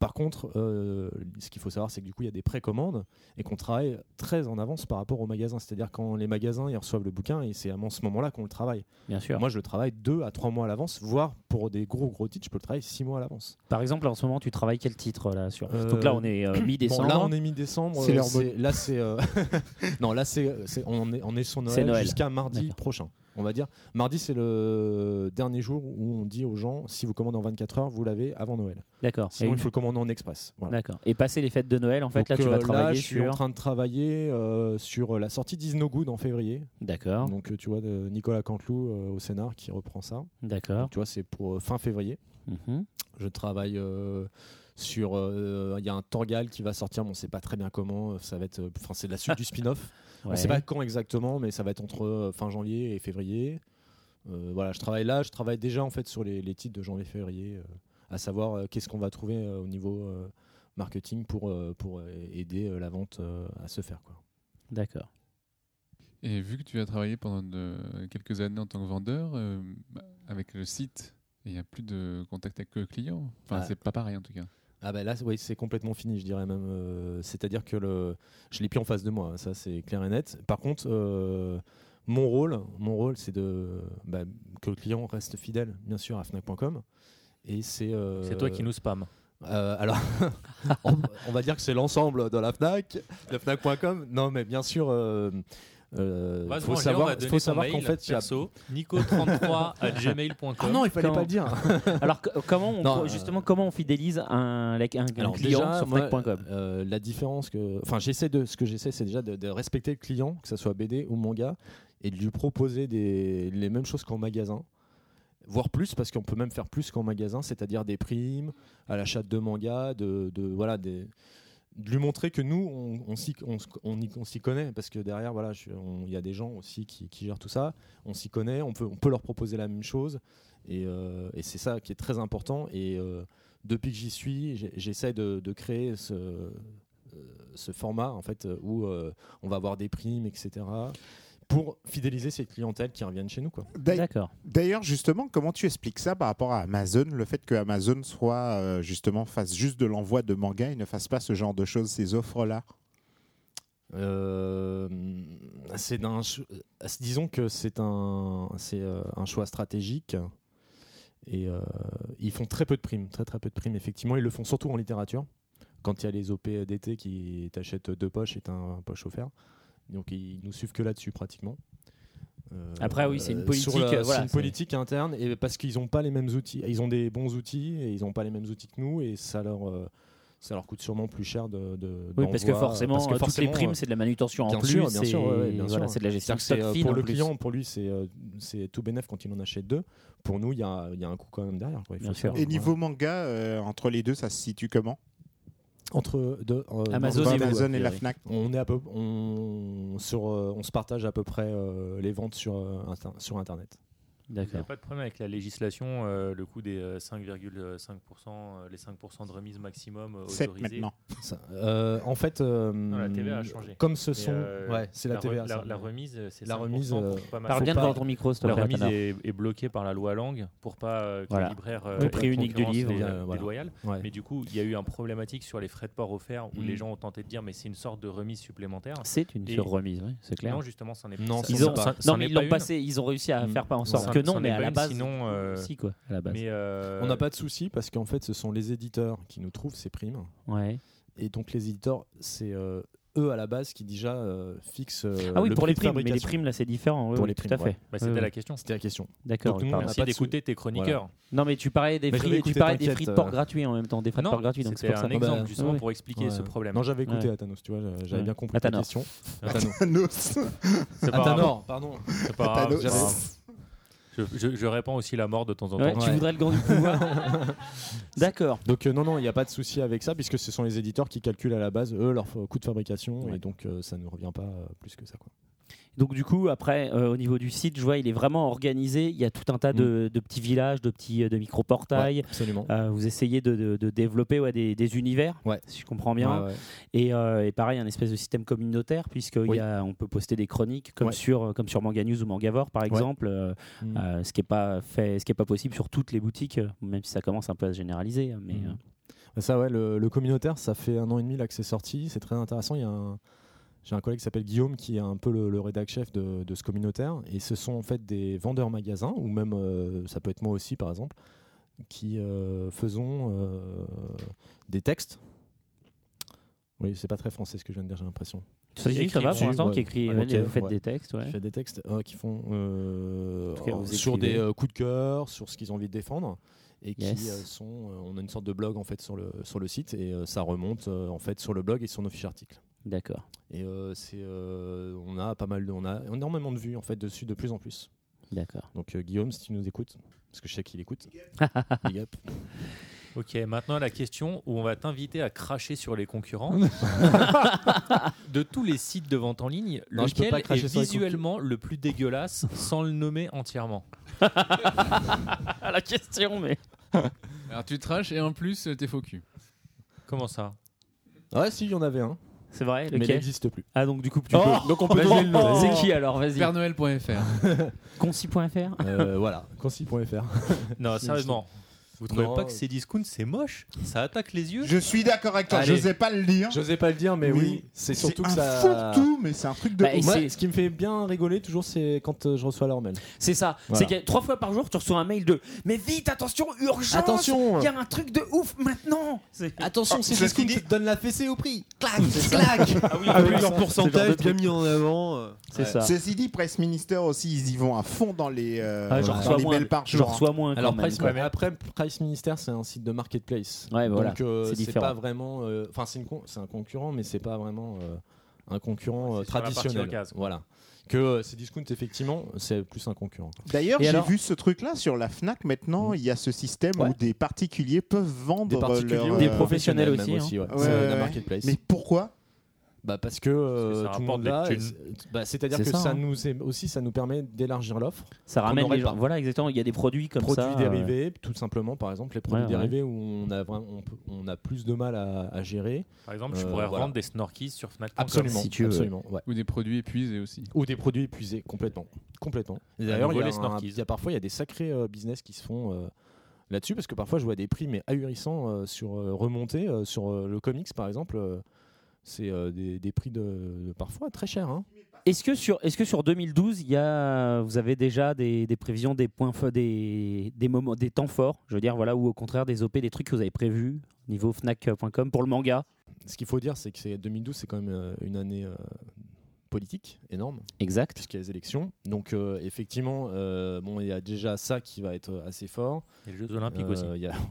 Par contre, euh, ce qu'il faut savoir, c'est que du coup, il y a des précommandes et qu'on travaille très en avance par rapport aux magasins. C'est-à-dire quand les magasins ils reçoivent le bouquin, et c'est à mon- ce moment-là qu'on le travaille.
Bien sûr.
Moi, je le travaille deux à trois mois à l'avance, voire pour des gros gros titres, je peux le travailler six mois à l'avance.
Par exemple, en ce moment, tu travailles quel titre là sur...
Euh,
Donc là,
(clears throat)
on est euh,
bon,
mi-décembre.
là, on est mi-décembre.
C'est
euh,
leur
c'est-
bon-
Là, c'est. euh, (laughs) non, là, c'est. c'est- On est, on est sur
C'est
Noël,
Noël.
jusqu'à mardi
D'accord.
prochain. On va dire. Mardi, c'est le dernier jour où on dit aux gens si vous commandez en 24 heures, vous l'avez avant Noël.
D'accord.
Sinon,
Et-
il faut le commander en express. Voilà.
D'accord. Et passer les fêtes de Noël, en fait,
Donc,
là, tu
euh,
vas travailler
je suis
sur.
en train de travailler euh, sur la sortie d'Is No Good en février.
D'accord.
Donc, euh, tu vois, de Nicolas Canteloup euh, au scénar qui reprend ça.
D'accord.
Donc, Tu vois, c'est pour euh, fin février.
Mhm.
Je travaille euh, sur. euh, Il y a un Torgal qui va sortir, mais on sait pas très bien comment. euh, Ça va être. euh, Enfin, c'est de la suite du
(laughs)
spin-off. On
Ouais.
sait pas quand exactement, mais ça va être entre euh, fin janvier et février. Euh, voilà, je travaille là, je travaille déjà en fait sur les, les titres de janvier-février, euh, à savoir euh, qu'est-ce qu'on va trouver euh, au niveau euh, marketing pour, euh, pour euh, aider euh, la vente euh, à se faire. Quoi.
D'accord.
Et vu que tu as travaillé pendant de- quelques années en tant que vendeur, euh, bah, avec le site, il n'y a plus de contact avec le client. Enfin,
Ah.
c'est pas pareil en tout cas.
Ah bah là, c'est- oui, c'est complètement fini, je dirais même. euh, C'est-à-dire que le, je l'ai plus en face de moi, hein, ça c'est clair et net. Par contre, euh, mon rôle, mon rôle, c'est de bah, que le client reste fidèle, bien sûr, à Fnac.com. Et c'est. euh,
C'est toi qui nous spam.
Euh, alors, (laughs) on, on va dire que c'est l'ensemble de la Fnac, de Fnac.com. Non, mais bien sûr. euh, euh,
Va se
faut
venger, on va
savoir,
donner
faut
ton
savoir qu'en
mail
fait, il y a-
perso,
(laughs)
nico33 at gmail.com.
Ah non, il fallait
Comment-
pas le dire.
(laughs) Alors, co- comment on,
Non,
pro-
euh,
justement, comment on fidélise un, like- un- un
Alors,
client
déjà,
sur
moi,
Fnac.com
euh, la différence que, enfin, j'essaie de, ce que j'essaie, c'est déjà de, de respecter le client, que ce soit BD ou manga, et de lui proposer des, les mêmes choses qu'en magasin, voire plus, parce qu'on peut même faire plus qu'en magasin, c'est-à-dire des primes à l'achat de mangas, de, de- voilà, des, de lui montrer que nous, on, on s'y, on, se- on y- on s'y connaît, parce que derrière, voilà, je- on- il y a des gens aussi qui, qui gèrent tout ça, on s'y connaît, on peut, on peut leur proposer la même chose, et, euh, et c'est ça qui est très important. Et euh, depuis que j'y suis, j'ai- j'essaie de, de créer ce, euh, ce format en fait euh, où euh, on va avoir des primes, etc. pour fidéliser cette clientèle qui reviennent chez nous, quoi.
D'ail- D'ailleurs, justement, comment tu expliques ça par rapport à Amazon, le fait que Amazon soit euh, justement fasse juste de l'envoi de manga et ne fasse pas ce genre de choses, ces offres-là
Euh, c'est d'un cho- euh, disons que c'est un c'est euh, un choix stratégique et euh, ils font très peu de primes très très peu de primes effectivement ils le font surtout en littérature quand il y a les OP d'été qui t'achètent deux poches et un poche offert donc ils nous suivent que là-dessus pratiquement Euh,
Après, oui, c'est une
sur
politique, euh, voilà,
c'est une
c'est-
politique interne et parce qu'ils n'ont pas les mêmes outils ils ont des bons outils et ils n'ont pas les mêmes outils que nous et ça leur euh, ça leur coûte sûrement plus cher de, de
Oui, parce que
d'envoi,
forcément,
parce que
euh, toutes les
forcément,
primes,
euh,
c'est de la manutention en
bien
plus,
sûr, bien
c'est-
sûr, ouais, ouais, bien
voilà,
sûr.
c'est de la gestion de
C'est-à-dire que c'est, euh,
stock fine,
Pour
en
le
plus.
client, pour lui, c'est euh, c'est tout bénéf quand il en achète deux. Pour nous, il y a, il y a un coût quand même derrière. quoi. Il faut
Bien
le
sûr.
savoir,
Et niveau
ouais.
manga, euh, entre les deux, ça se situe comment
entre deux, euh,
Amazon
entre
et vous, a
et la
priori.
Fnac
on est à peu, on sur, euh, on se partage à peu près euh, les ventes sur euh, inter- sur internet.
Il n'y a
D'accord.
pas de problème avec la législation, euh, le coût des euh, 5,5%, euh, les 5% de remise maximum euh,
Sept
autorisés.
maintenant.
Ça, euh, en fait, euh,
Non, la TVA a changé.
Comme ce
Mais,
sont,
euh,
ouais, c'est la,
re-
TVA.
La,
ça.
la remise, euh, c'est
La
5%,
remise,
donc
euh,
pas mal.
Parle bien
pas-
devant ton micro, s'il te
La
plaît,
remise
Canard.
est, est bloquée par la loi Langue pour pas euh, que
Voilà.
les libraires
Le
aient
prix
une
unique du
concurrence
livre.
dé-
Euh, voilà.
déloyale.
Ouais.
Mais du coup, il y a eu un problématique sur les frais de port offerts où
Mm.
les gens ont tenté de dire mais c'est une sorte de remise supplémentaire.
C'est une
Et-
surremise, oui, c'est clair.
Non, justement, ça n'est
Non,
ça-
ils
ça-
ont-
ça- ça
non,
n'est
mais ils
pas
l'ont
une.
passé, ils ont réussi à
Mm.
faire pas en sorte
Ça-
que
ça
non, mais
n'est
à
pas
la
une,
base.
sinon, euh,
Si, quoi, à la base.
Mais euh,
On n'a pas de souci parce qu'en fait, ce sont les éditeurs qui nous trouvent ces primes.
Ouais.
Et donc les éditeurs, c'est euh, eux à la base qui déjà euh, fixent. euh,
Ah oui,
le
pour
prix
les
de
primes, mais les
fabrication.
primes là c'est différent. oui,
Pour
oui,
les
tout à
primes, ouais.
fait.
bah, c'était
Oui,
la
oui.
question.
C'était la question.
D'accord.
Donc, nous,
oui, pardon.
on a
Merci
pas de sou-
d'écouter tes chroniqueurs.
Non, mais tu parlais des
Mais je
prix,
l'avais
tu
Bah, écouté,
parlais des
t'inquiète,
prix de port
euh.
gratuit en même temps, des frais de
Non,
port gratuits. Donc c'est
C'était
pour ça.
un exemple
bah,
justement
ouais.
pour expliquer ce
Ouais.
problème.
Non, j'avais écouté
Ouais.
Athanos, tu vois, j'a- j'avais
Ouais.
bien compris
Athanor.
la question. Athanos.
Thanos
C'est pas grave.
Athanor, pardon.
C'est pas grave,
Thanos.
c'est pas grave. Je, je- je répands aussi la mort de temps en temps.
Ouais, Tu
Ouais.
voudrais le grand
(laughs)
du pouvoir. D'accord.
Donc euh, non, non, il n'y a pas de souci avec ça puisque ce sont les éditeurs qui calculent à la base eux leur euh, coût de fabrication
Ouais.
et donc euh, ça ne revient pas euh, plus que ça. Quoi.
Donc du coup, après, euh, au niveau du site, je vois, il est vraiment organisé. Il y a tout un tas de, de petits villages, de petits euh, de micro portails.
Mm. Ouais, absolument.
vous essayez de, de- de développer ouais, des, des univers,
Ouais.
si je comprends bien.
Ouais, ouais.
Et, euh, et pareil, un espèce de système communautaire, puisqu'on
Oui.
on peut poster des chroniques comme,
Ouais.
sur, euh, comme sur Manga News ou Mangavore, par exemple, euh,
Mm.
euh, ce qui n'est pas, fait- ce qui est pas possible sur toutes les boutiques, euh, même si ça commence un peu à se généraliser. Mais,
Mm.
euh,
Ça, ouais, le, le communautaire, ça fait un an et demi là que c'est sorti. C'est très intéressant. Il y a un- J'ai un collègue qui s'appelle Guillaume qui est un peu le, le rédac chef de, de ce communautaire. Et ce sont en fait des vendeurs magasins, ou même euh, ça peut être moi aussi par exemple, qui euh, faisons euh, des textes. Oui, c'est pas très français ce que je viens de dire, j'ai l'impression.
Ça y est, ça va, pour l'instant, qui écrit-
Ouais,
vous
ok,
faites
ouais.
des textes, ouais.
Je fais des textes euh, qui font euh,
tout cas,
euh,
vous
sur
écrivez.
des euh, coups de cœur, sur ce qu'ils ont envie de défendre et qui
Yes.
euh, sont euh, on a une sorte de blog en fait sur le sur le site et euh, ça remonte euh, en fait sur le blog et sur nos fiches articles.
D'accord.
Et euh, c'est euh, on a pas mal de, on a énormément de vues en fait dessus de plus en plus.
D'accord.
Donc euh, Guillaume si tu nous écoutes parce que je sais qu'il écoute. (laughs) Big up.
Ok, maintenant la question où on va t'inviter à cracher sur les
(laughs)
concurrents. de tous les sites de vente en ligne,
Non, je peux
lequel
pas
est
cracher sur les
visuellement le plus dégueulasse sans le nommer entièrement
la question, mais.
(laughs) Alors tu trash et en plus euh, t'es faux cul.
Comment ça
Ouais si il y en avait un.
C'est vrai,
Mais il
lequel
n'existe plus.
Ah, donc du coup, tu
Oh
peux-
Donc, on peut
Vas-y,
donner le nom.
C'est qui alors (laughs) Vas-y.
PèreNoël.fr.
Concis.fr
Euh, voilà, concis.fr. (laughs)
Non,
Si,
sérieusement.
si.
Vous trouvez
Non.
pas que ces discounts c'est moche Ça attaque les yeux
Je suis d'accord avec toi,
Allez.
j'osais pas le dire.
J'osais pas le dire, mais oui, c'est surtout que ça-
un tout mais c'est un truc de
Bah, et
ouf.
c'est- ce qui me fait bien rigoler toujours, c'est quand euh, je reçois leur mail.
C'est ça.
Voilà.
C'est qu'il y a trois fois par jour, tu reçois un mail de Mais vite, attention, urgence
Attention hein.
Il y a un truc de ouf maintenant
Attention,
Ah,
c'est
Ah, c'est
des
ce qui te donne la fessée au prix.
Clac,
Euh,
clac. (laughs)
Avec leur pourcentage bien mis en
avant. euh,
ouais.
Ceci dit, Presse Minister aussi, ils y vont à fond dans les, euh,
Ah, j'en
dans
reçois
les
moins,
mails par jour.
j'en
hein.
reçois moins quand même. Ouais, mais après, Price Minister, c'est un site de marketplace.
Ouais, voilà,
Donc, euh,
c'est
c'est
différent.
pas vraiment. euh, Enfin, c'est une con- c'est un concurrent, mais c'est pas vraiment euh, un concurrent euh,
sur la partie
traditionnel.
occasion.
Voilà. Que euh, c'est Discount, effectivement, c'est plus un concurrent.
D'ailleurs,
Et
j'ai
alors- Mm.
vu ce truc-là sur la Fnac. Maintenant, il y a ce système où des particuliers peuvent vendre
Des particuliers
leurs,
ou des professionnels euh, même aussi, ouais. C'est euh, la
hein. ouais.
marketplace.
Mais pourquoi
Bah parce que, euh,
Parce que ça
tout le
rapporte
monde
des
là,
thunes.
bah, c'est-à-dire
C'est
que
ça,
ça,
hein.
nous est- aussi ça nous permet d'élargir l'offre.
Ça
qu'on
ramène
n'aurait
les gens.
pas.
Voilà, exactement. Il y a des produits comme
produits
ça. euh,
dérivés, tout simplement. Par exemple, les produits
ouais.
dérivés où on a vra- on, peut- on a plus de mal à, à gérer.
Par exemple, je
Euh,
pourrais
voilà.
vendre des snorkies sur Fnac.com.
Absolument, absolument, ouais.
Ou des produits épuisés aussi.
Ou des produits épuisés complètement, complètement. Et
À
D'ailleurs, il y,
nouveau,
a
les
un-
Snorkies.
il y a parfois il y a des sacrés euh, business qui se font. euh, Là-dessus, parce que parfois je vois des prix mais ahurissants euh, sur euh, remontées euh, sur euh, le comics par exemple, euh, c'est euh, des, des prix de, de parfois très chers. hein.
Est-ce que sur est-ce que sur 2012 il y a vous avez déjà des, des prévisions des points fo- des, des moments des temps forts je veux dire voilà ou au contraire des op des trucs que vous avez prévus niveau euh, fnac.com pour le manga
ce qu'il faut dire c'est que c'est 2012 c'est quand même euh, une année euh, politique énorme
exact
puisqu'il y a les élections donc euh, effectivement euh, bon il y a déjà ça qui va être euh, assez fort Euh,
et les Jeux Olympiques aussi.
il y a- (laughs)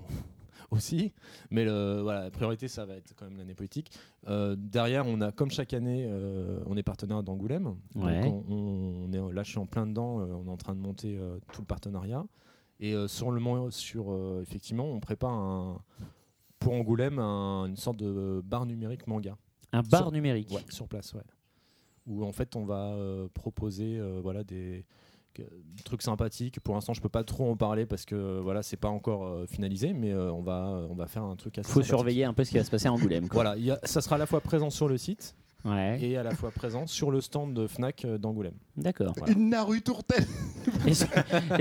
aussi mais le, voilà la priorité ça va être quand même l'année politique Euh, derrière on a comme chaque année euh, on est partenaire d'Angoulême Donc,
Ouais.
on, on- on est là je suis en plein dedans euh, on est en train de monter euh, tout le partenariat et euh, sur le moment sur euh, effectivement on prépare un pour Angoulême un- une sorte de bar numérique manga.
Un bar
Sur-
numérique.
ouais, sur place, ouais. Où en fait on va euh, proposer euh, voilà des que- des trucs sympathiques. Pour l'instant, je peux pas trop en parler parce que euh, voilà, c'est pas encore euh, finalisé, mais euh, on va euh, on va faire un truc assez.
faut
sympathique.
surveiller un peu ce qui va se passer
(laughs)
à Angoulême quoi.
Voilà, il y a- ça sera à la fois présent sur le site
Ouais.
et à la fois présent sur le stand de Fnac euh, d'Angoulême.
D'accord.
Voilà.
Une Naruto tourtelle
(laughs) Est-ce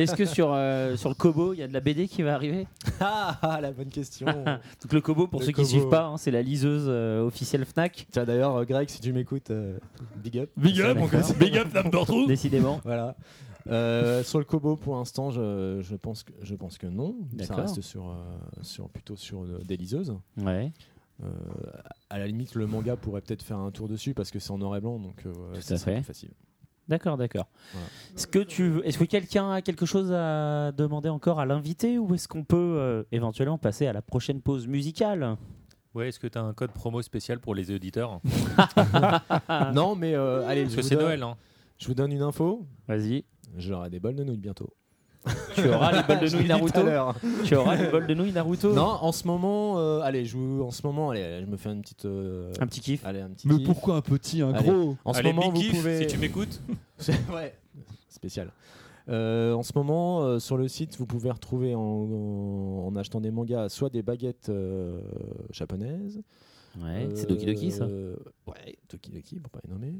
est-ce que sur euh, sur le Kobo il y a de la BD qui va arriver
(laughs) Ah, ah, la bonne
(laughs)
question.
Donc le Kobo pour
Le
ceux qui
Kobo,
suivent pas hein, c'est la liseuse euh, officielle Fnac.
Tiens d'ailleurs euh, Greg si tu m'écoutes euh, big up.
Big up, mon gars. Big up, Nam Dortrou. (laughs) Décidément.
Voilà. Euh, sur le Kobo pour l'instant je, je pense que je pense que non. Ça
D'accord.
reste sur euh, sur plutôt sur euh, des liseuses.
Ouais.
Euh, à la limite le manga pourrait peut-être faire un tour dessus parce que c'est en noir et blanc donc euh,
Tout
ça
à
serait
fait.
plus facile.
D'accord, d'accord.
Voilà.
Est-ce que tu veux- est-ce que quelqu'un a quelque chose à demander encore à l'invité ou est-ce qu'on peut euh, éventuellement passer à la prochaine pause musicale
Ouais, est-ce que tu as un code promo spécial pour les
(laughs)
auditeurs (laughs)
non mais euh, allez
Parce
je
que
vous
c'est
donne-
Noël, hein.
Je vous donne une info.
Vas-y.
J'aurai des bols de nouilles bientôt.
(laughs) Tu auras les bols
(laughs)
de
Je
nouilles
l'ai dit tout à
Naruto.
l'heure.
Tu auras les bols de nouilles Naruto.
Non, en ce moment, euh, allez, je vous, en ce moment, allez, je me fais une petite, euh,
Un petit kiff.
Allez, un petit
Mais
kiff.
pourquoi un petit, un
Allez,
gros
En ce
Allez,
moment,
big
vous
kiff,
pouvez.
si tu m'écoutes.
C'est- ouais, spécial. Euh, en ce moment, euh, sur le site, vous pouvez retrouver en, en- en achetant des mangas soit des baguettes euh, japonaises.
Ouais, c'est Doki Doki, ça.
euh, Ouais, Doki Doki, pour pas les nommer.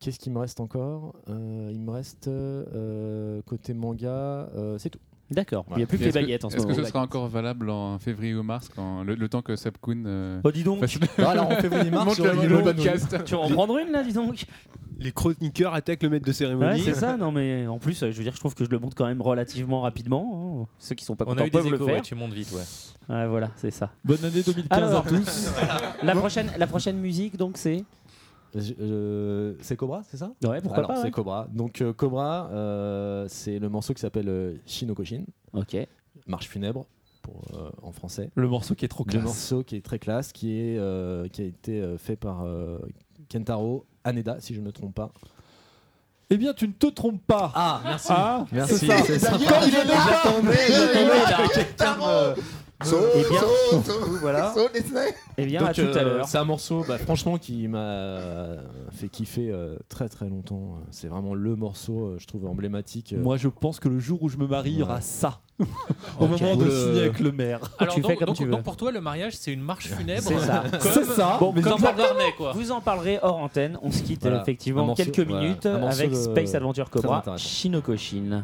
Qu'est-ce qu'il me reste encore Euh, Il me reste euh, côté manga, euh, c'est tout.
D'accord. Il n'y a plus que
Et
les
est-ce
baguettes en ce
Est-ce
moment.
que ce sera encore valable en février ou mars, quand, le, le temps que Seb Kuhn. euh,
Bah, dis donc.
fasse
Bah, alors,
(laughs)
en février-mars,
monte
il y aura
le-
du
le
monde.
podcast.
Tu vas en prendre une là, dis donc
Les chroniqueurs attaquent le maître de
Ouais,
cérémonie.
c'est ça, non mais en plus, euh, je veux dire, je trouve que je le monte quand même relativement rapidement. hein. Ceux qui sont pas
On a
contents
eu des
peuvent le
échos,
faire.
ouais, tu montes vite, ouais.
Ouais, voilà, c'est ça.
Bonne année 2015
Alors,
à tous.
(laughs) la, prochaine, la prochaine musique, donc, c'est.
Je- je- c'est Cobra, c'est ça
Ouais, pourquoi
Alors,
pas, ouais.
C'est Cobra. Donc euh, Cobra, euh, c'est le morceau qui s'appelle euh, Shinokoshin.
Ok.
Marche funèbre pour, euh, en français.
Le morceau qui est trop classe.
Le morceau qui est très classe, qui est euh, qui a été euh, fait par euh, Kentaro Haneda, si je ne me trompe pas.
Eh bien, tu ne te trompes pas.
Ah, merci.
Ah,
Merci,
c'est ça.
c'est ça.
Comme je l'ai pas.
J'attendais, j'attendais que quelqu'un
Euh,
me-
Eh bien,
(laughs)
voilà.
Eh bien,
Donc,
à tout à
euh,
l'heure.
C'est un morceau, bah, franchement, qui m'a euh, fait kiffer euh, très très longtemps. C'est vraiment le morceau, euh, je trouve, emblématique. euh.
Moi, je pense que le jour où je me marie, il y aura
(laughs)
ça. Au
Ok.
moment de
Le-
signer avec le maire.
Alors,
Tu
donc,
fais comme
donc-
tu veux.
donc pour toi, le mariage, c'est une marche funèbre.
C'est ça.
Comme-
C'est ça.
Bon,
Mais
comme
exactement.
Barnet, quoi.
Vous en parlerez hors antenne. On se quitte
Voilà.
euh, effectivement
Un morceau-
quelques
voilà.
minutes
Un morceau
avec
de-
Space Adventure
très
Cobra
intéressant.
Shinokoshin.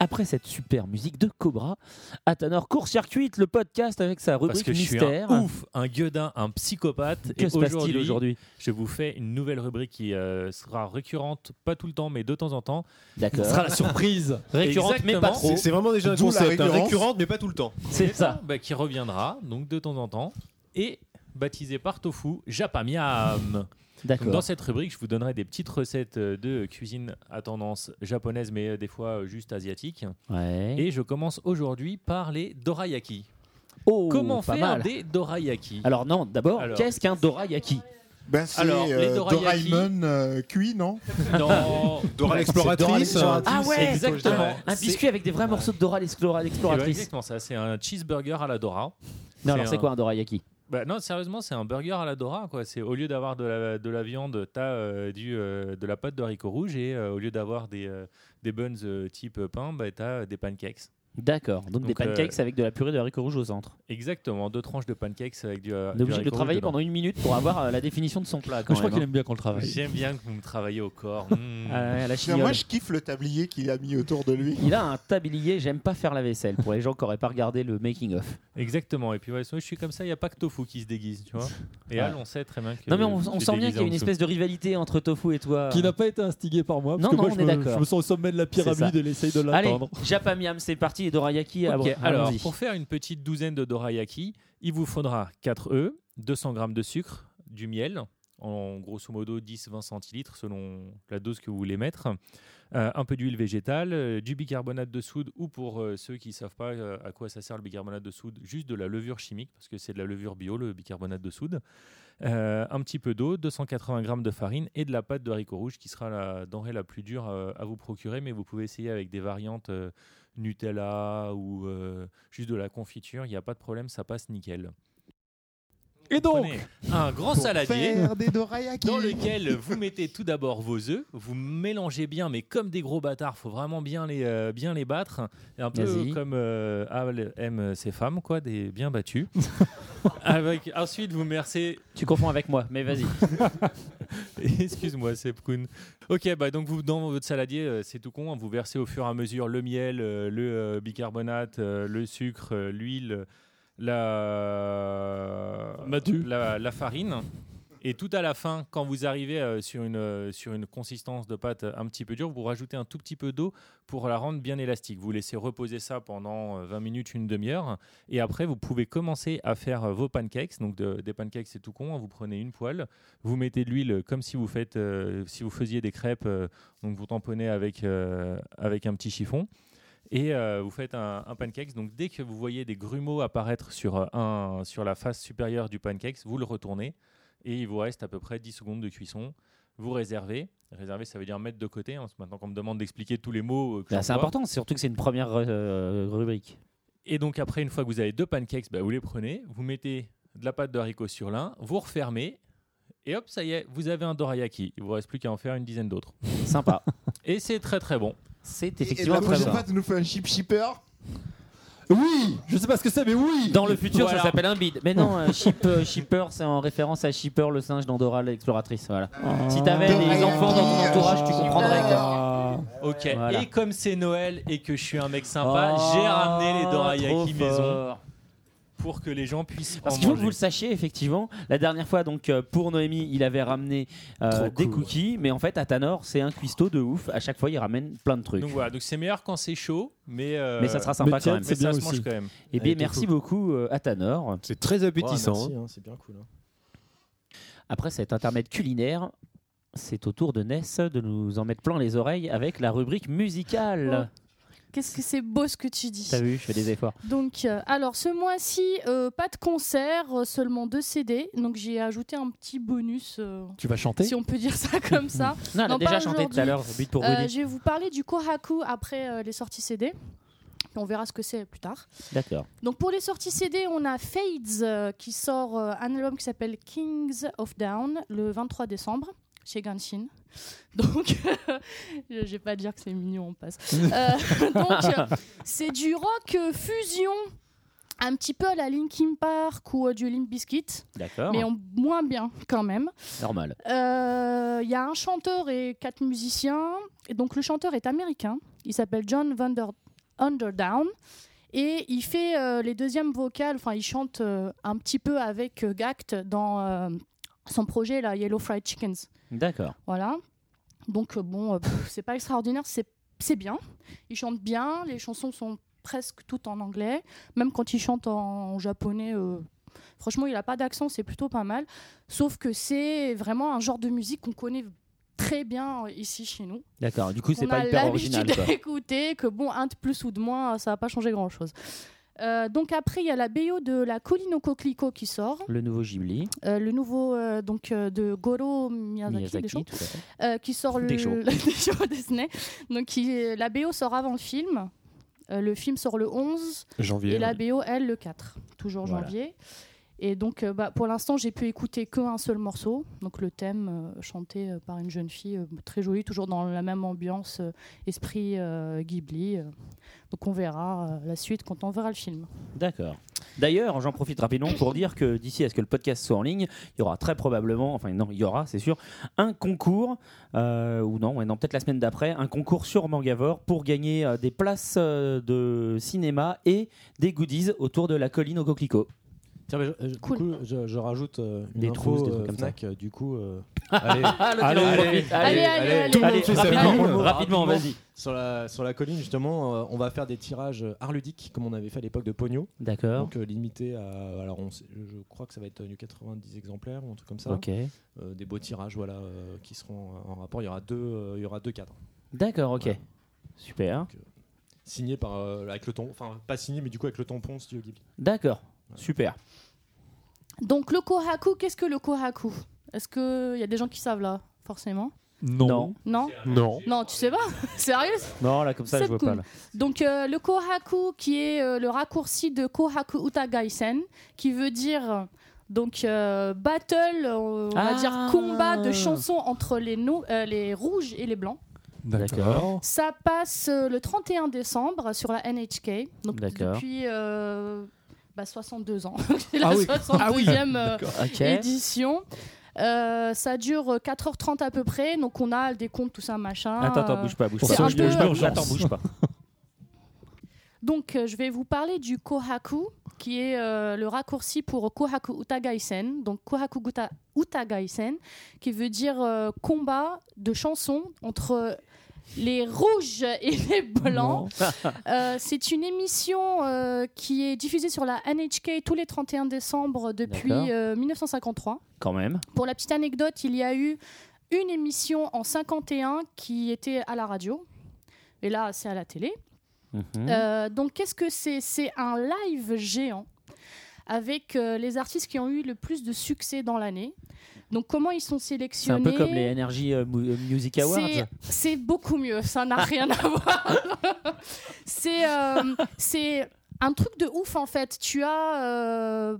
Après cette super musique de Cobra, Atanor court-circuite le podcast avec sa
Parce
rubrique
que je suis
mystère.
un ouf, un gueudin, un psychopathe.
Que
et
se passe-t-il aujourd'hui
Je vous fais une nouvelle rubrique qui euh, sera récurrente, pas tout le temps, mais de temps en temps.
D'accord.
Ce sera la surprise.
(laughs) Récurrente, mais pas
Exactement.
trop.
C'est- C'est vraiment déjà un
D'où la
concept. hein,
récurrence.
Récurrente, mais pas tout le temps.
C'est
Et ben,
ça.
bah, qui reviendra, donc de temps en temps, et baptisé par Tofu, Japamiam. Donc, Dans
D'accord.
cette rubrique, je vous donnerai des petites recettes euh, de cuisine à tendance japonaise, mais euh, des fois euh, juste asiatique.
Ouais.
Et je commence aujourd'hui par les dorayaki.
Oh,
Comment
pas
faire
mal.
des dorayaki
Alors non, d'abord,
Alors.
qu'est-ce qu'un dorayaki
Ben, c'est
Alors, les
euh,
dorayaki-
Doraemon euh, cuit, non
Non,
(laughs) Dora l'exploratrice. hein.
Ah ouais,
exactement.
Un
C'est-
biscuit avec des vrais morceaux de Dora l'explora-
C'est ouais,
l'exploratrice.
Eh ben, exactement ça, c'est un cheeseburger à la Dora.
Non, alors
un-
c'est quoi un dorayaki
Bah, non, sérieusement, c'est un burger à la Dora. Quoi. C'est, au lieu d'avoir de la, de la viande, tu as euh, de la pâte de haricots rouges et euh, au lieu d'avoir des, euh, des buns euh, type pain, bah, tu as des pancakes.
D'accord, donc, des
Donc, euh,
pancakes avec de la purée de haricots rouges au centre.
Exactement, deux tranches de pancakes avec du. euh,
On est
du
obligé de le
haricot rouge
travailler
dedans.
pendant une minute pour avoir euh, la définition de son plat. Quand
Je crois
même,
qu'il aime bien qu'on le travaille.
J'aime bien que vous me travaillez au
(laughs)
corps. Mm.
hein. Ah ouais, à la
Tiens, Moi,
chignole.
je kiffe le tablier qu'il a mis autour de lui.
Il a un tablier, j'aime pas faire la vaisselle pour les gens qui auraient pas regardé le making of.
Exactement, et puis ouais, soit je suis comme ça, il n'y a pas que Tofu qui se déguise,
(laughs)
tu vois. Et Al, on sait très bien que.
Non mais on,
tu
on
t'es
sent bien
déguisé
qu'il y a
en
une
dessous.
espèce de rivalité entre Tofu et toi.
Qui n'a pas été instigé par moi. parce
Non,
que
non,
moi,
on
je
est
me-
d'accord.
Euh, Je me sens au sommet de la pyramide
ça.
et elle essaye de
Allez,
l'atteindre.
Japamiam, c'est parti et dorayaki.
Ok,
allons-
alors,
allons-y.
pour faire une petite douzaine de dorayaki, il vous faudra 4 œufs, 200 grammes de sucre, du miel, en grosso modo 10-20 centilitres selon la dose que vous voulez mettre, euh, un peu d'huile végétale, euh, du bicarbonate de soude ou pour euh, ceux qui ne savent pas euh, à quoi ça sert le bicarbonate de soude, juste de la levure chimique parce que c'est de la levure bio le bicarbonate de soude, Euh, un petit peu d'eau, 280 grammes de farine et de la pâte de haricots rouges qui sera la denrée la plus dure euh, à vous procurer, mais vous pouvez essayer avec des variantes. euh, Nutella ou euh, juste de la confiture, il n'y a pas de problème, ça passe nickel.
Et donc,
Prenez un grand
Pour
saladier
faire des dorayaki.
dans lequel vous mettez tout d'abord vos œufs, vous mélangez bien, mais comme des gros bâtards, faut vraiment bien les, euh, bien les battre, un peu
Vas-y.
comme euh, Al aime ses femmes, quoi, des bien battus. (laughs) Avec, ensuite, vous versez
Tu confonds avec moi, mais vas-y.
(laughs) Excuse-moi, Seb Kuhn. Ok, bah donc vous, dans votre saladier, euh, c'est tout con, hein, vous versez au fur et à mesure le miel, euh, le euh, bicarbonate, euh, le sucre, euh, l'huile, la, la, la farine. Et tout à la fin, quand vous arrivez euh, sur, une, euh, sur une consistance de pâte euh, un petit peu dure, vous rajoutez un tout petit peu d'eau pour la rendre bien élastique. Vous laissez reposer ça pendant euh, 20 minutes, une demi-heure. Et après, vous pouvez commencer à faire euh, vos pancakes. Donc de- des pancakes, c'est tout con. hein. Vous prenez une poêle, vous mettez de l'huile comme si vous, faites, euh, si vous faisiez des crêpes. euh, donc vous tamponnez avec, euh, avec un petit chiffon. Et euh, vous faites un, un pancakes. Donc dès que vous voyez des grumeaux apparaître sur, euh, un, sur la face supérieure du pancakes, vous le retournez. Et il vous reste à peu près 10 secondes de cuisson. Vous réservez. Réserver, ça veut dire mettre de côté. hein. Maintenant qu'on me demande d'expliquer tous les mots. euh, que
Bah,
je
c'est
vois.
important, surtout que c'est une première euh, rubrique.
Et donc après, une fois que vous avez deux pancakes, bah, vous les prenez, vous mettez de la pâte de haricot sur l'un, vous refermez, et hop, ça y est, vous avez un dorayaki. Il vous reste plus qu'à en faire une dizaine d'autres.
Sympa.
Et c'est très très bon.
C'est
et la prochaine fois, tu nous fais un chip shipper.
Oui, je sais pas ce que c'est, mais oui.
Dans le futur,
Voilà.
ça s'appelle un bide. Mais non, euh, Ship, euh, Shipper, c'est en référence à Shipper, le singe d'Andorra l'exploratrice. Voilà. Si t'avais
Ah.
des enfants dans ton entourage, tu comprendrais. quoi.
Ah. Ok,
Voilà. Ah,
et comme c'est Noël et que je suis un mec sympa, j'ai ramené les
trop
dorayaki maison
fort.
pour que les gens puissent
Parce
en
qu'il faut que
manger.
vous le sachiez, effectivement, la dernière fois, donc euh, pour Noémie, il avait ramené euh, des cookies, mais en fait, à Tanor, c'est un cuistot de ouf. À chaque fois, il ramène plein de trucs.
Donc voilà, donc c'est meilleur quand c'est chaud, mais, euh,
mais ça sera sympa quand même.
Mais ça se mange quand même.
Eh bien, merci beaucoup euh, à Tanor.
C'est très appétissant. Ouais, merci, hein,
c'est bien cool.
Après cet intermède culinaire, c'est au tour de Ness de nous en mettre plein les oreilles avec la rubrique musicale.
Oh.
Qu'est-ce que c'est beau ce que tu dis.
T'as vu, je fais des efforts.
Donc, euh, alors ce mois-ci, euh, pas de concert, euh, seulement deux CD. Donc j'ai ajouté un petit bonus. euh,
Tu vas chanter
Si on peut dire ça comme ça.
Mm-hmm. Non, elle
pas
a déjà chanté tout à
aujourd'hui.
l'heure, but pour
Euh,
Rudy.
je vais vous parler du Kohaku après euh, les sorties CD. Puis On verra ce que c'est plus tard.
D'accord.
Donc pour les sorties CD, on a Fades euh, qui sort euh, un album qui s'appelle Kings of Down le 23 décembre chez Ganshin. (laughs) Donc (laughs) je vais pas dire que c'est mignon, on
(laughs)
passe. Euh, (laughs) donc euh, c'est du rock euh, fusion. Un petit peu à la Linkin Park ou euh, du Limp Bizkit,
D'accord.
mais en moins bien quand même.
Normal.
Euh, Il y a un chanteur et quatre musiciens. Et donc le chanteur est américain. Il s'appelle John Vander Underdown. Et il fait euh, les deuxièmes vocales, enfin il chante euh, un petit peu avec euh, Gact dans euh, son projet là, Yellow Fried Chickens.
D'accord.
Voilà. Donc euh, bon, euh, pff, c'est pas extraordinaire, c'est c'est bien. Il chante bien, les chansons sont presque toutes en anglais, même quand il chante en, en japonais. euh, franchement, il a pas d'accent, c'est plutôt pas mal. Sauf que c'est vraiment un genre de musique qu'on connaît très bien euh, ici chez nous.
D'accord. Du coup, c'est
Qu'on
pas
a
hyper
l'habitude
original. quoi.
(laughs) d'écouter, que bon, un de plus ou de moins, ça va pas changer grand chose. donc après, il y a la BO de la Colline au Coquelicot qui sort.
Le nouveau Ghibli.
Euh, le nouveau euh, donc euh, de Goro Miyazaki,
Miyazaki,
des shows,
tout à fait.
euh, qui sort le
Des
(laughs)
shows.
des shows Disney. Donc qui- la BO sort avant le film. Euh, le film sort le 11
Janvier,
et la
ouais.
BO elle le 4, toujours
Voilà.
janvier. Et donc euh, bah, pour l'instant j'ai pu écouter qu'un seul morceau, donc le thème euh, chanté euh, par une jeune fille euh, très jolie, toujours dans la même ambiance, euh, esprit euh, Ghibli. euh. Donc on verra euh, la suite quand on verra le film.
D'accord. D'ailleurs, j'en profite rapidement pour dire que d'ici à ce que le podcast soit en ligne, il y aura très probablement, enfin non, il y aura, c'est sûr, un concours, euh, ou non, ouais, non peut-être la semaine d'après, un concours sur Mangavor pour gagner euh, des places euh, de cinéma et des goodies autour de la colline au coquelicot.
Tiens, mais je, je- du coup, je, je rajoute euh, une
Des
info,
trousses, des
euh,
trucs comme ça.
Fnac, euh, du coup,
(laughs)
euh,
Ah, Le gars en profite. Allez, allez, allez, Tout le allez, monde fait sa rapidement, pub. rapidement, vas-y.
Sur la, sur la colline, justement, euh, on va faire des tirages euh, art ludique, comme on avait fait à l'époque de Pogno.
D'accord.
Donc euh, limité à, alors on sait- je crois que ça va être euh, du 90 exemplaires ou un truc comme ça.
Ok.
Euh, des beaux tirages, voilà, euh, qui seront en rapport. Il y aura deux, euh, il y aura deux cadres.
D'accord, ok. Super.
euh, Signé par euh, avec le tampon, enfin pas signé mais du coup avec le tampon Studio Ghibli.
D'accord, super.
Donc le Kohaku, qu'est-ce que le Kohaku Est-ce qu'il y a des gens qui savent là, forcément
Non. Non.
Non
Non.
Non, tu sais pas (laughs) Sérieux
là, comme ça, je
C'est
vois
cool.
pas. Là.
Donc euh, le Kohaku qui est euh, le raccourci de Kohaku Utagaisen qui veut dire euh, donc euh, battle, euh, on va
Ah.
dire combat de chansons entre les, no- euh, les rouges et les blancs.
D'accord.
Ça passe euh, le 31 décembre sur la NHK. Donc
D'accord.
depuis euh, bah, 62 ans. (laughs) C'est la
Ah oui.
62e
Ah oui.
euh,
D'accord. Ok.
édition. Euh, ça dure euh, 4h30 à peu près, donc on a des comptes, tout ça, machin.
Attends, attends,
Euh,
bouge pas, bouge
c'est
pas.
un peu-
Attends, bouge pas.
Donc, euh, je vais vous parler du Kohaku, qui est euh, le raccourci pour Kohaku Utagaisen. Donc, Kohaku Guta- Utagaisen, qui veut dire euh, combat de chansons entre les rouges et les
(laughs)
blancs. Euh, c'est une émission euh, qui est diffusée sur la NHK tous les 31 décembre depuis
D'accord.
euh, 1953.
Quand même.
Pour la petite anecdote, il y a eu une émission en 51 qui était à la radio. Et là, c'est à la télé.
Mhm.
Mmh.
Euh, donc, qu'est-ce que c'est C'est un live géant avec euh, les artistes qui ont eu le plus de succès dans l'année. Donc, comment ils sont
C'est
sélectionnés
un peu comme les Energy euh, Mu- euh, Music Awards.
c'est- C'est beaucoup mieux, ça n'a rien à voir. (laughs) c'est euh, c'est un truc de ouf en fait. Tu as euh,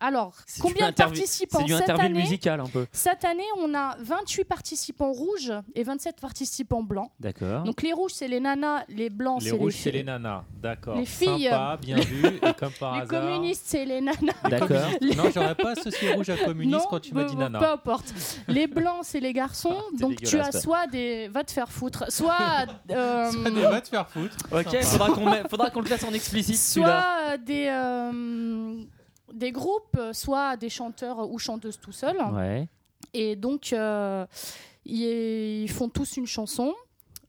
alors combien
du
de
interview-
participants
c'est du
cette
interview
année
musical un peu.
Cette année, on a 28 participants rouges et 27 participants blancs.
D'accord.
Donc les rouges c'est les nanas, les blancs
Les
c'est les
rouges, c'est
filles.
les nanas. D'accord.
Les filles,
Sympa,
euh,
bien vu. Et comme
(laughs)
par
Les
hasard.
communistes c'est les nanas.
les
D'accord.
communistes.
Les-
Non, j'aurais pas associé rouge à communiste
Non,
quand tu m'as
peu-
dit nana.
Peu importe. Les blancs, c'est les garçons. donc tu
dégueulasse,
as
toi.
soit des. Va te faire foutre. Soit. euh,
Soit des va te faire foutre.
Ok, faudra qu'on met- faudra qu'on le classe en explicite celui-là.
soit euh, des, euh, des groupes, euh, soit des chanteurs ou chanteuses tout seuls.
Ouais.
Et donc, euh, ils ils font tous une chanson.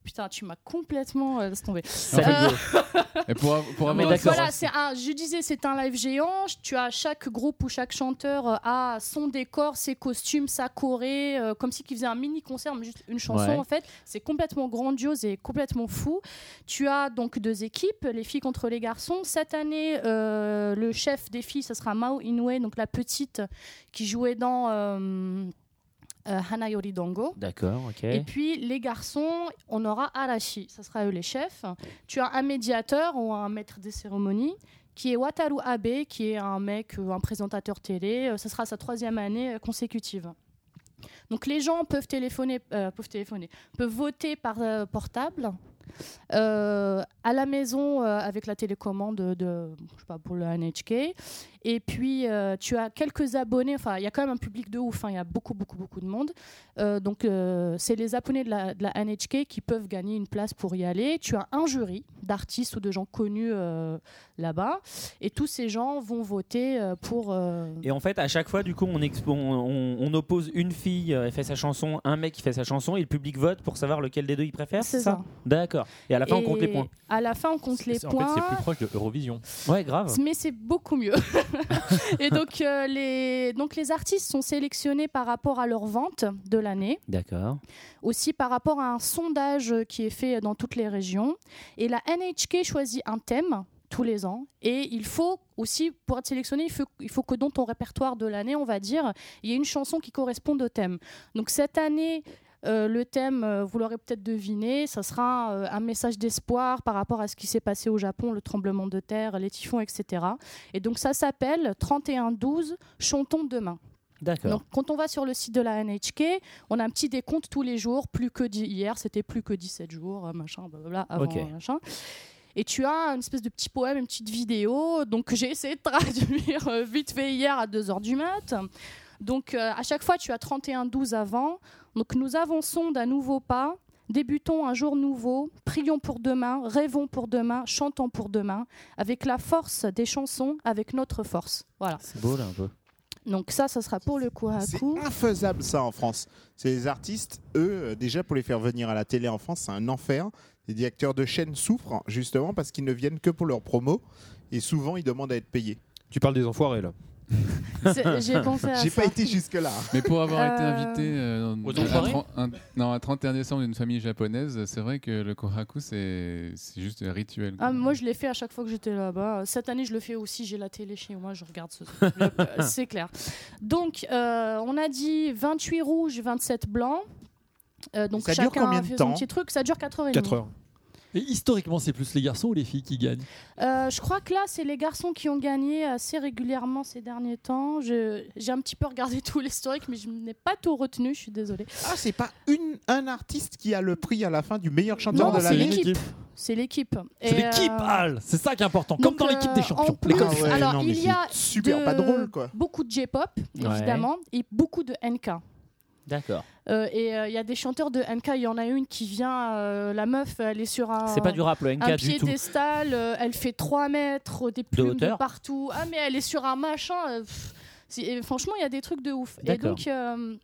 Putain, tu m'as complètement euh, laisse tomber. Euh,
Et pour, av- pour avoir
donc voilà, c'est un. Je disais, c'est un live géant. Tu as chaque groupe ou chaque chanteur euh, a son décor, ses costumes, sa choré, euh, comme si qu'il faisait un mini concert, mais juste une chanson
Ouais.
en fait. C'est complètement grandiose et complètement fou. Tu as donc deux équipes, les filles contre les garçons. Cette année, euh, le chef des filles, ce sera Mao Inoue, donc la petite qui jouait dans euh, euh, Hana Yori Dango.
D'accord, ok.
Et puis les garçons, on aura Arashi, ça sera eux les chefs. Tu as un médiateur ou un maître des cérémonies qui est Wataru Abe, qui est un mec, euh, un présentateur télé. Euh, Ce sera sa troisième année euh, consécutive. Donc les gens peuvent téléphoner, euh, peuvent téléphoner, peuvent voter par euh, portable. euh, à la maison euh, avec la télécommande de, je sais pas pour le NHK et puis euh, tu as quelques abonnés enfin il y a quand même un public de ouf hein, il y a beaucoup beaucoup beaucoup de monde euh, donc, euh, c'est les abonnés de la, de la NHK qui peuvent gagner une place pour y aller. Tu as un jury d'artistes ou de gens connus euh, là-bas. Et tous ces gens vont voter euh, pour. euh,
Et en fait, à chaque fois, du coup, on, expo- on, on oppose une fille, euh, elle fait sa chanson, un mec qui fait sa chanson, et le public vote pour savoir lequel des deux il préfère.
C'est ça.
D'accord. Et à la fin, on compte les
et
points.
À la fin, on compte les
C'est- en
points.
fait, c'est plus proche de Eurovision.
Ouais, grave.
mais c'est beaucoup mieux. (laughs) et donc, euh, les, donc, les artistes sont sélectionnés par rapport à leur vente de l'année.
D'accord.
aussi par rapport à un sondage qui est fait dans toutes les régions. Et la NHK choisit un thème tous les ans. Et il faut aussi, pour être sélectionné, il faut, il faut que dans ton répertoire de l'année, on va dire, il y ait une chanson qui corresponde au thème. Donc cette année... euh, le thème, euh, vous l'aurez peut-être deviné, ça sera euh, un message d'espoir par rapport à ce qui s'est passé au Japon, le tremblement de terre, les typhons, etc. Et donc ça s'appelle 31-12, chantons demain.
D'accord.
Donc, quand on va sur le site de la NHK, on a un petit décompte tous les jours. Plus que dix- hier, c'était plus que 17 jours, euh, machin, blablabla, avant,
Ok.
euh, machin. Et tu as une espèce de petit poème, une petite vidéo, donc que j'ai essayé de traduire euh, vite fait hier à 2h du mat. Donc, euh, à chaque fois, tu as 31-12 avant. Donc, nous avançons d'un nouveau pas. Débutons un jour nouveau, prions pour demain, rêvons pour demain, chantons pour demain, avec la force des chansons, avec notre force. Voilà.
C'est beau, là, un peu.
Donc ça, ça sera pour le coup à
C'est
coup.
infaisable ça en France. C'est les artistes, eux, euh, déjà pour les faire venir à la télé en France, c'est un enfer. Les directeurs de chaînes souffrent justement parce qu'ils ne viennent que pour leurs promos et souvent ils demandent à être payés.
Tu parles des enfoirés là.
C'est- J'ai pensé à
J'ai
ça.
pas été jusque-là.
Mais pour avoir été
Euh,
invité euh, dans-
Aux
à,
enfoirés
tren- un- non, à 31 décembre d'une famille japonaise, c'est vrai que le kohaku, c'est c'est juste un rituel.
Mm.
quoi.
Ah, moi, je l'ai fait à chaque fois que j'étais là-bas. Cette année, je le fais aussi. J'ai la télé chez moi, je regarde ce
(laughs)
truc-là, euh, C'est clair. Donc, euh, on a dit 28 rouges, 27 blancs. Euh, donc,
Ça dure
chacun
combien de
fait
temps
son petit truc. Ça dure 4 heures et
(laughs)
4
demie.
heures.
Et historiquement, c'est plus les garçons ou les filles qui gagnent
Euh, je crois que là, c'est les garçons qui ont gagné assez régulièrement ces derniers temps. Je- J'ai un petit peu regardé (laughs) tout l'historique, mais je n'ai pas tout retenu. Je suis désolée.
Ah, c'est pas une, un artiste qui a le prix à la fin du meilleur chanteur
Non,
de
c'est
l'année.
une équipe. C'est l'équipe. Et,
C'est l'équipe,
euh,
Al C'est ça qui est important,
donc,
(laughs)
comme dans l'équipe
euh,
des champions.
en plus-
L'équipe-
ouais, Alors, non, mais il y a
super
de-
pas drôle quoi.
Beaucoup de J-pop, évidemment, et beaucoup de NK.
D'accord.
Euh, et il y a des chanteurs de NK, il y en a une qui vient, euh, la meuf, elle est sur un.
C'est pas du rap, le NK
un
du tout.
piédestal, euh, elle fait 3 mètres, euh, des plumes de,
hauteur.
partout. Ah, mais elle est sur un machin. euh, pff, c'est- et franchement, il y a des trucs de ouf. Et
D'accord.
donc, euh,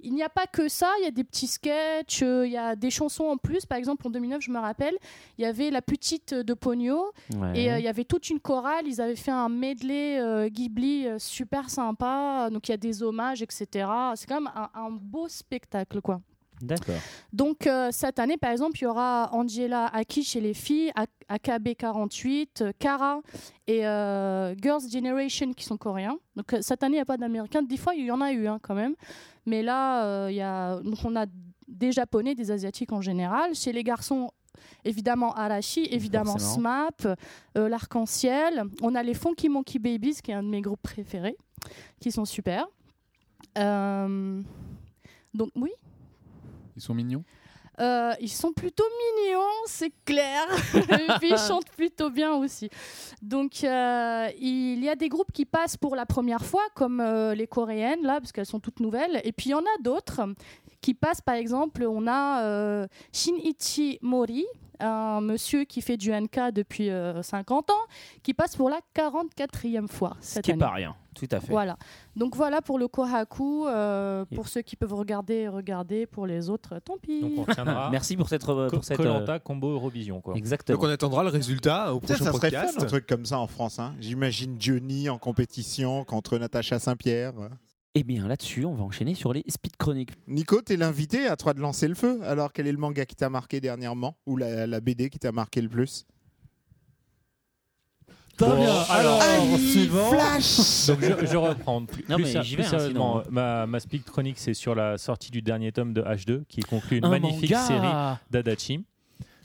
il n'y a pas que ça, il y a des petits sketchs, euh, il y a des chansons en plus. Par exemple, en 2009, je me rappelle, il y avait La Petite de Pogno,
Ouais.
et euh, il y avait toute une chorale, ils avaient fait un medley euh, Ghibli euh, super sympa, donc il y a des hommages, etc. C'est quand même un- un beau spectacle, quoi.
D'accord.
Donc euh, cette année, par exemple, il y aura Angela Aki chez les filles, A- AKB48, euh, Kara et euh, Girls Generation qui sont coréens. Donc euh, cette année, il n'y a pas d'Américains. Des fois, il y en a eu hein, quand même. Mais là, euh, il y a... Donc, on a des Japonais, des Asiatiques en général. Chez les garçons, évidemment Arashi, évidemment
Forcément.
SMAP, euh, l'Arc-en-Ciel. On a les Funky Monkey Babies, qui est un de mes groupes préférés, qui sont super. Euh, Donc oui
Ils sont mignons.
euh, ils sont plutôt mignons, c'est clair. (laughs) Et puis ils chantent plutôt bien aussi. Donc euh, il y a des groupes qui passent pour la première fois, comme euh, les coréennes, là, parce qu'elles sont toutes nouvelles. Et puis il y en a d'autres qui passent, par exemple, on a euh, Shinichi Mori, un monsieur qui fait du NK depuis euh, 50 ans, qui passe pour la 44e fois.
Ce
Cette
qui est
année.
pas rien, tout à fait.
Voilà. Donc voilà pour le Kohaku. euh,
Et-
pour ceux qui peuvent regarder, regardez. Pour les autres, tant pis.
Donc on retiendra.
Merci pour cette. re-
Co-
Pour cette
Koh-Lanta
euh,
combo Eurovision quoi.
Exactement.
Donc, on
attendra le résultat au
Tiens, ça serait fun, un truc comme ça en France. hein. J'imagine Johnny en compétition contre Natacha Saint-Pierre.
Eh bien, là-dessus, on va enchaîner sur les speed chroniques.
Nico, t'es l'invité à toi de lancer le feu. Alors, quel est le manga qui t'a marqué dernièrement Ou la, la BD qui t'a marqué le plus
Très
Bon,
bien.
alors,
suivant.
Donc je, je reprends. Plus,
Non,
plus
mais
sé-
j'y
plus
vais, hein,
sérieusement,
sinon.
ma, ma speak chronique, c'est sur la sortie du dernier tome de H2 qui conclut une
Un
magnifique
manga.
série d'Adachi.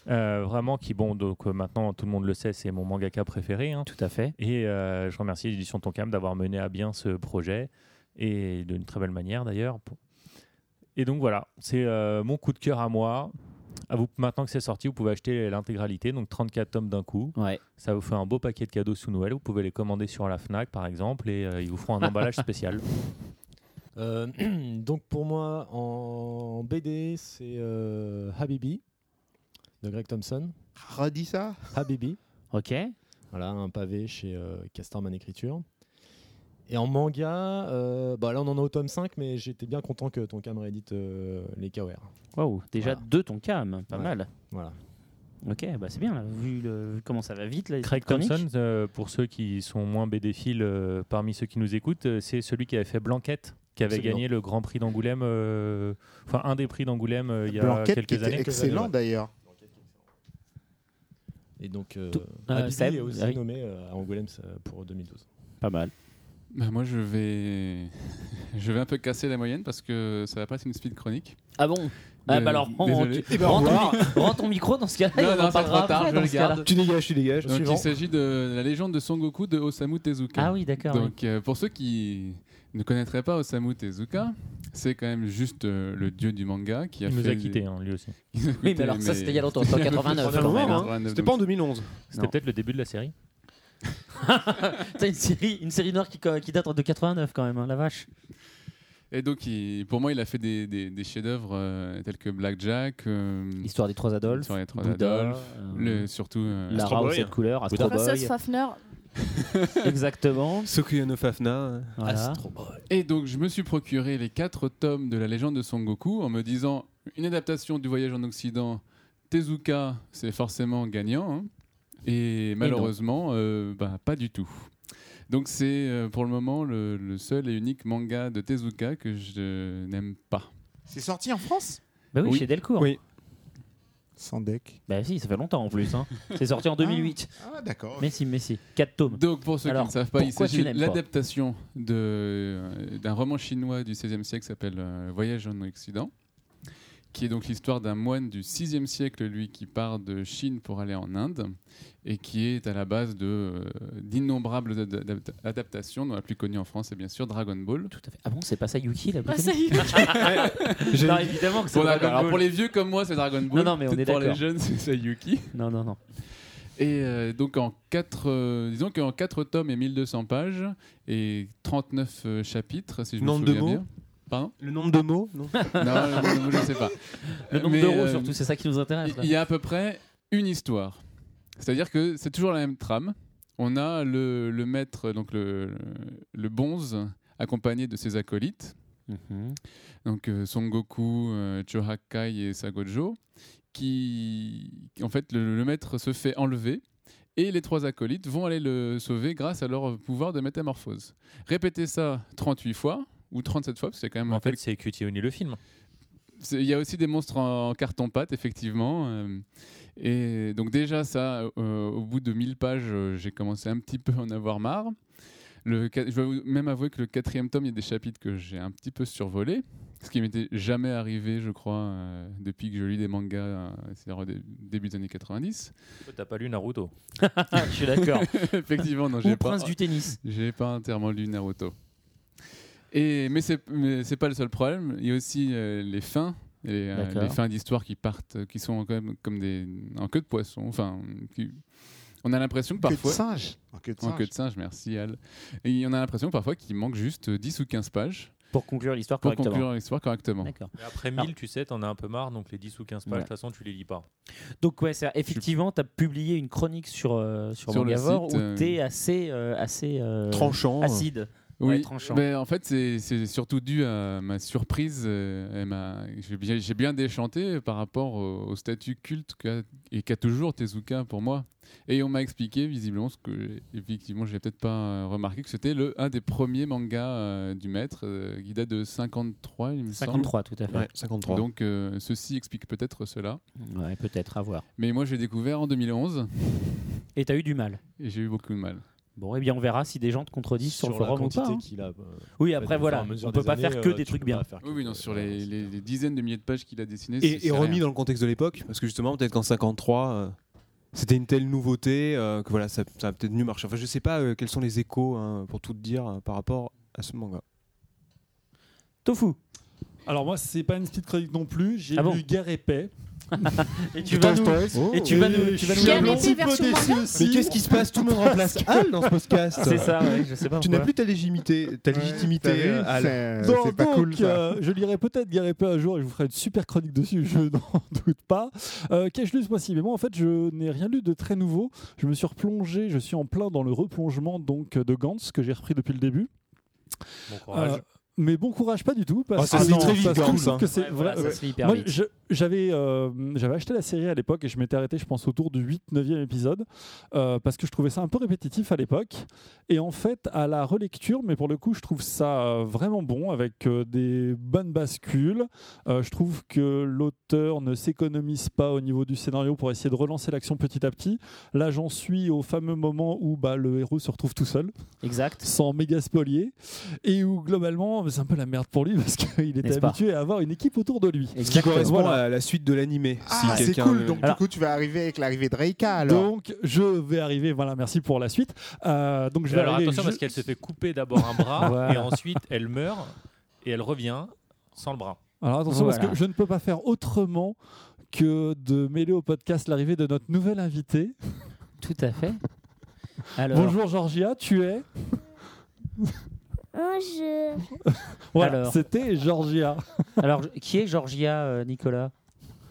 Euh, vraiment qui bon donc euh, maintenant tout le monde le sait c'est mon mangaka préféré hein.
Tout à fait.
et euh, je remercie l'édition Tonkam d'avoir mené à bien ce projet et d'une très belle manière d'ailleurs Pour- et donc voilà c'est euh, mon coup de cœur à moi à vous, maintenant que c'est sorti vous pouvez acheter l'intégralité donc 34 tomes d'un coup
Ouais.
ça vous fait un beau paquet de cadeaux sous Noël. Vous pouvez les commander sur la Fnac, par exemple, et euh, ils vous feront un emballage (laughs) spécial.
Euh, (clears throat) donc pour moi, en BD, c'est euh, Habibi de Greg Thompson.
Redis ça
Habibi.
Ok.
Voilà, un pavé chez euh, Casterman Écriture. Et en manga, euh, bah là on en est au tome 5, mais j'étais bien content que ton cam réédite euh, les KOR.
Waouh, déjà
Voilà.
deux ton cam, pas
Ouais.
mal.
Voilà.
Ok, bah c'est bien, là, vu, le- vu comment ça va vite. Là, les
Craig
speed chroniques. (laughs)
Thompson, euh, pour ceux qui sont moins bédéphiles euh, parmi ceux qui nous écoutent, euh, c'est celui qui avait fait Blanquette, qui avait
Absolument.
gagné le Grand Prix d'Angoulême, euh, enfin un des prix d'Angoulême euh, il y a
Blanquette qui
quelques
était
années.
excellent d'ailleurs.
Et donc euh,
Tout- euh,
Habibi
Seb,
est aussi
oui.
nommé euh, à Angoulême euh, pour 2012.
Pas mal.
Bah, moi, je vais... (laughs) je vais un peu casser la moyenne parce que ça va pas être une speed chronique.
Ah bon Ah
Euh,
bah alors, prends,
désolé.
tu-
Eh ben, au
rends, ton,
revoir.
mi- rends ton micro dans ce cas-là,
Non,
et on
non,
en
c'est
parlera
trop tard,
après
je
dans
le
ce cas-là.
garde.
Tu dégages, tu dégages.
Donc,
Suivant.
il s'agit de la légende de Son Goku de Osamu Tezuka.
Ah oui, d'accord. oui.
Donc, euh, pour ceux qui ne connaîtraient pas Osamu Tezuka, c'est quand même juste euh, le dieu du manga qui a
Il
fait.
nous a quittés, hein, lui aussi.
(laughs) Il nous a
Oui,
quittés,
mais alors ça, c'était il y
(laughs)
a longtemps,
C'était
c'était en 89
un
quand même.
moment,
hein.
hein. C'était pas en 2011.
C'était
Non.
peut-être le début de la série.
Putain, une série, une série noire qui, co- qui date de 89 quand même, hein, la vache.
Et donc, il- pour moi, il a fait des, des- des chefs-d'œuvre euh, tels que Blackjack, euh,
Histoire des trois Adolphes,
Histoire des trois
Bouddha,
Adolphes,
euh,
le, surtout. euh,
Lara
Astro
aux
Boy.
sept couleurs, Astro
Princesse
Boy,
Fafner,
exactement.
Sokuya no Fafna.
Voilà.
Et donc, je me suis procuré les quatre tomes de la légende de Son Goku en me disant une adaptation du voyage en Occident, Tezuka, c'est forcément gagnant. hein. Et malheureusement, euh, bah, pas du tout. Donc, c'est euh, pour le moment le, le seul et unique manga de Tezuka que je n'aime pas.
C'est sorti en France
Bah oui,
Oui.
chez Delcourt.
Oui.
Sans deck.
Bah si, ça fait longtemps en plus. hein. (laughs) C'est sorti en 2008.
Ah, d'accord.
Mais si, mais si. 4 tomes.
Donc, pour ceux
Alors,
qui ne savent pas, il
pourquoi tu
s'agit de
n'aimes pas
l'adaptation de, euh, d'un roman chinois du XVIe siècle qui s'appelle euh, Voyage en Occident, qui est donc l'histoire d'un moine du VIe siècle, lui, qui part de Chine pour aller en Inde, et qui est à la base de, euh, d'innombrables ad- adapta- adaptations, dont la plus connue en France est bien sûr Dragon Ball.
Tout à fait. Ah bon, c'est pas ça Yuki la
Bah, ça
bouteille (laughs)
y est.
Non, évidemment que c'est
Bon, d'accord.
pas Dragon
Alors, pour
Ball.
les vieux comme moi, c'est Dragon Ball.
non, mais on
Peut-être
est
Pour les
d'accord.
jeunes, (laughs) c'est Sayuki.
Non, non, non.
Et euh, donc en 4 disons qu'en quatre tomes et 1200 pages et 39 euh, chapitres si je
Nombre
me
de
souviens
mots
bien. Pardon
Le nombre de mots
(laughs)
Non,
Non, le nombre de mots, je ne sais pas.
Le nombre
Mais,
d'euros,
euh,
surtout, c'est ça qui nous intéresse. là.
Il y a à peu près une histoire. C'est-à-dire que c'est toujours la même trame. On a le, le maître, donc le, le bonze, accompagné de ses acolytes,
Mhm.
donc euh, Son Goku, euh, Chohakai et Sagojo, qui, qui- en fait, le, le maître se fait enlever. Et les trois acolytes vont aller le sauver grâce à leur pouvoir de métamorphose. Répétez ça 38 fois ou 37 fois, parce que c'est quand même
En
un
fait, c'est Cutie Oni, le film.
c'est- Il y a aussi des monstres en carton-pâte, effectivement. euh, Et donc déjà, ça, euh, au bout de 1000 pages, euh, j'ai commencé un petit peu à en avoir marre. Le, qua- je vais vous- même avouer que le quatrième tome, il y a des chapitres que j'ai un petit peu survolés, ce qui m'était jamais arrivé, je crois, euh, depuis que je lis des mangas, euh, c'est-à-dire au dé- début des années 90.
Toi, T'as pas lu
(laughs)
Naruto.
Ah, je suis d'accord.
(laughs) effectivement, non,
Ou
j'ai
le
pas,
prince du tennis.
j'ai pas entièrement lu Naruto. Et, mais c'est mais c'est pas le seul problème. Il y a aussi euh, les fins, et, euh,
D'accord.
les fins d'histoires qui partent, euh, qui sont quand même comme des en queue de poisson. Enfin, qui- on a l'impression que
Que de
parfois
singe. En queue de
en
singe.
queue de singe, merci Al. Et on a l'impression parfois qu'il manque juste 10 ou 15 pages
Pour conclure l'histoire
pour
correctement.
conclure l'histoire correctement.
D'accord.
Mais après
Alors-
1000, tu sais, t'en as un peu marre, donc les 10 ou 15 pages, de
Ouais.
toute façon, tu les lis pas.
Donc ouais, c'est- effectivement, tu as publié une chronique sur euh, sur,
Sur le
Mangavore
site,
où
euh,
tu es assez euh, assez euh,
Tranchant.
acide. Ouais, tranchant.
mais en fait, c'est- c'est surtout dû à ma surprise. euh, et ma- J'ai bien, j'ai bien déchanté par rapport au, au statut culte qu'a et qu'a toujours Tezuka pour moi. Et on m'a expliqué, visiblement, ce que j'ai- effectivement, j'ai peut-être pas euh, remarqué, que c'était le- un des premiers mangas euh, du maître, euh, qui date de 53, il me semble.
53 tout à fait.
Ouais, 53.
Donc, euh, ceci explique peut-être cela.
Ouais, peut-être à voir.
Mais moi, j'ai découvert en 2011
Et tu as eu du mal.
et j'ai eu beaucoup de mal.
Bon, eh bien on verra si des gens te contredisent sur, le
la
forum ou
quantité
pas. hein.
qu'il a, euh,
Oui,
en fait, au
après
fur et à
voilà,
mesure
on peut
des
pas
années,
faire que
euh,
des
tu
trucs
peux
bien.
pas faire que-
Oui, oui, non, sur
voilà,
les,
c'est
les-
clair.
les dizaines de milliers de pages qu'il a dessinées. c'est-
Et,
c'est
et remis
rien.
dans le contexte de l'époque, parce que justement, peut-être qu'en 53, euh, c'était une telle nouveauté euh, que voilà, ça, ça a peut-être mieux marché. Enfin, je sais pas euh, quels sont les échos, hein, pour tout te dire, euh, par rapport à ce manga.
Tofu.
Alors moi, c'est pas une petite chronique non plus. J'ai
Ah bon
lu Guerre et Paix.
(laughs)
Oh. (laughs)
Et tu vas nous et tu vas nous tu vas nous
Guerre et
l'annoncer.
Paix version manga
Mais qu'est-ce qui se passe Tout le monde
(laughs)
remplace Al dans ce podcast.
C'est ça, ouais, je sais pas.
Tu n'as
pourquoi.
plus ta légitimité. Ta
Ouais,
légitimité
t'as vu,
euh, Al.
c'est-
Donc,
C'est pas
donc,
cool ça.
euh, je lirai peut-être Guerre et Paix un jour et je vous ferai une super chronique dessus, je (laughs) n'en doute pas. Euh, Qu'ai-je lu ce mois-ci Mais moi, en fait, je n'ai rien lu de très nouveau. Je me suis replongé, je suis en plein dans le replongement donc de Gantz que j'ai repris depuis le début.
Bon courage.
Euh, mais bon courage, pas du tout. Parce
Oh, ça
que
se lit très vite,
parce que je
Gantz,
trouve
hein.
que c'est
Ouais, voilà,
vrai- euh,
ça se lit hyper
moi,
vite.
je- j'avais euh, j'avais acheté la série à l'époque et je m'étais arrêté, je pense, autour du 8-9e épisode euh, parce que je trouvais ça un peu répétitif à l'époque. Et en fait, à la relecture, mais pour le coup, je trouve ça euh, vraiment bon avec euh, des bonnes bascules. Euh, je trouve que l'auteur ne s'économise pas au niveau du scénario pour essayer de relancer l'action petit à petit. Là, j'en suis au fameux moment où bah, le héros se retrouve tout seul
Exact.
sans méga spolier et où globalement c'est un peu la merde pour lui (laughs) parce qu'il
N'est-ce
était
pas
habitué à avoir une équipe autour de lui.
Ce qui
Exactement.
correspond
Voilà.
à la suite de l'animé.
Ah,
si
c'est
quelqu'un
cool.
le-
Donc,
Alors-
du coup, tu vas arriver avec l'arrivée de Reika alors.
Donc je vais arriver, voilà merci pour la suite. Euh, donc je
Et
vais
Alors
arriver
attention,
ju-
parce qu'elle se fait couper d'abord
(laughs)
un bras,
Voilà.
et ensuite, elle meurt, et elle revient sans le bras.
Alors attention parce
Voilà.
que je ne peux pas faire autrement que de mêler au podcast l'arrivée de notre nouvelle invitée.
Tout à fait. Alors,
Bonjour Georgia, tu es
Oh, Bonjour.
(laughs)
Voilà,
Alors.
c'était Georgia.
(laughs) alors qui est Georgia euh, Nicolas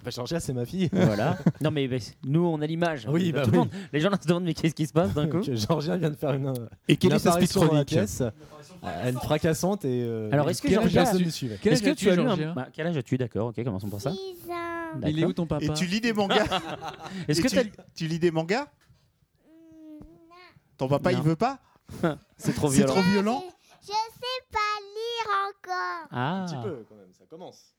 Pas changer, Bah, c'est ma fille. (laughs)
Voilà. Non, mais bah, nous, on a l'image.
Oui,
Tout
bah
le
oui.
monde- Les gens se demandent, mais qu'est-ce qui se passe
(laughs)
d'un coup
Georgia vient de faire une, euh,
Et quelle
une
est sa speed
apparition dans la
chronique
pièce. euh, Une fracassante et. euh,
Alors, est-ce que
quel âge
Georgia-
personne ne suivait
Quel
Est-ce que
as-tu,
tu as lu
Georgia
un... bah, Quel âge as-tu D'accord, ok, commençons par ça.
Six ans.
D'accord.
Il est où ton papa
Et tu lis des mangas
(laughs) Est-ce
Et
que
tu,
t'as-
tu lis des mangas Ton papa,
Non.
il veut pas
(laughs) C'est trop
C'est
violent.
trop violent
Je sais pas lire encore.
Ah,
peu quand même, ça commence.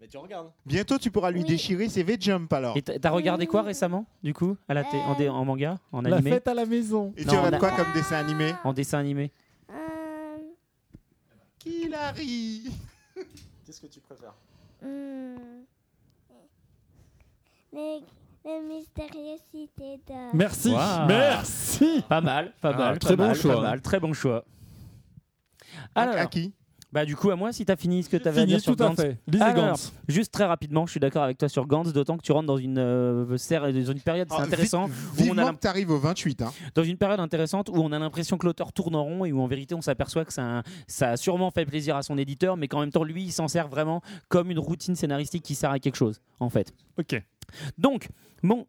Mais tu regardes.
Bientôt, tu pourras lui
Oui.
déchirer ses V-Jump alors.
et
Et,
t'as t'as regardé quoi récemment, du coup à la té- en, dé- en manga En
La
animé
fête à la maison.
tu
Non, on
regardes
a-
quoi comme dessin animé
En dessin animé
Euh,
Qu'il arrive
Qu'est-ce que tu préfères
hmm. Les, les mystérieuses cités d'or.
Merci.
Waouh.
Merci.
Pas mal, pas
Ah,
mal.
très
pas
bon
mal,
choix.
Pas mal, très bon choix.
À
Alors,
qui
Bah du coup à moi si t'as fini ce que t'avais à
Fini,
dire sur
tout à
Gantz.
fait. Lisez
Ah, non,
Gantz.
non, Juste très rapidement, je suis d'accord avec toi sur Gantz, d'autant que tu rentres dans une euh, serre- dans une période c'est
Ah, vi-
intéressant où on a
Vivement
l'im-
que t'arrives au 28. Hein.
dans une période intéressante où on a l'impression que l'auteur tourne en rond et où en vérité on s'aperçoit que ça, a- ça a sûrement fait plaisir à son éditeur, mais qu'en même temps lui il s'en sert vraiment comme une routine scénaristique qui sert à quelque chose en fait.
Ok.
Donc bon.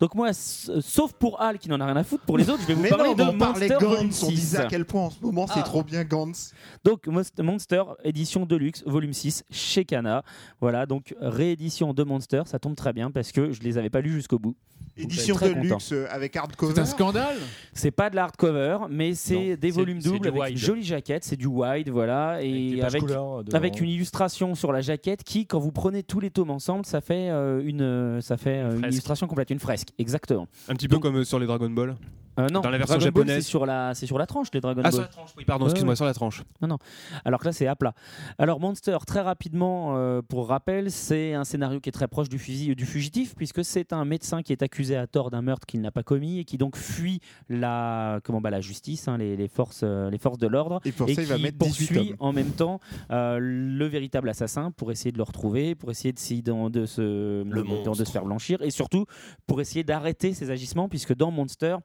Donc moi, s- euh, sauf pour Al qui n'en a rien à foutre, pour les autres, je vais vous
Mais
parler
non,
de
mais on parlait
Monster Volume
Gantz, on disait
6.
à quel point en ce moment c'est
Ah.
trop bien Gantz.
Donc Most- Monster édition Deluxe volume 6 chez Kana. Voilà, donc réédition de Monster, ça tombe très bien parce que je les avais pas lus jusqu'au bout.
Édition
très
de
content.
luxe euh, avec hardcover.
scandale
C'est pas de l'hardcover, mais c'est
Non,
des
c'est-
volumes
c'est
doubles
du
avec une
wide.
jolie jaquette, c'est du wide, voilà, et
pages
avec,
couleurs de-
avec une illustration sur la jaquette qui, quand vous prenez tous les tomes ensemble, ça fait euh, une, euh, ça fait euh, une illustration complète, une fresque, exactement.
Un petit peu comme euh, sur les Dragon Ball.
Euh, non,
Dans la version
Dragon Ball,
japonaise.
c'est sur la, c'est sur la tranche les Dragon
Ah,
Ball.
sur la tranche, oui, pardon, excuse-moi, sur la tranche.
Non, non. Alors que là, c'est à plat. Alors, Monster, très rapidement, euh, pour rappel, c'est un scénario qui est très proche du, fusil, du fugitif, puisque c'est un médecin qui est accusé à tort d'un meurtre qu'il n'a pas commis et qui donc fuit la, comment, bah, la justice, hein, les, les forces, euh, les forces de l'ordre.
Et pour ça, il
qui
va mettre 18
poursuit
hommes.
en même temps euh, le véritable assassin pour essayer de le retrouver, pour essayer de, s'y- d'en- de, se, de- de se faire blanchir et surtout pour essayer d'arrêter ses agissements, puisque dans Monster,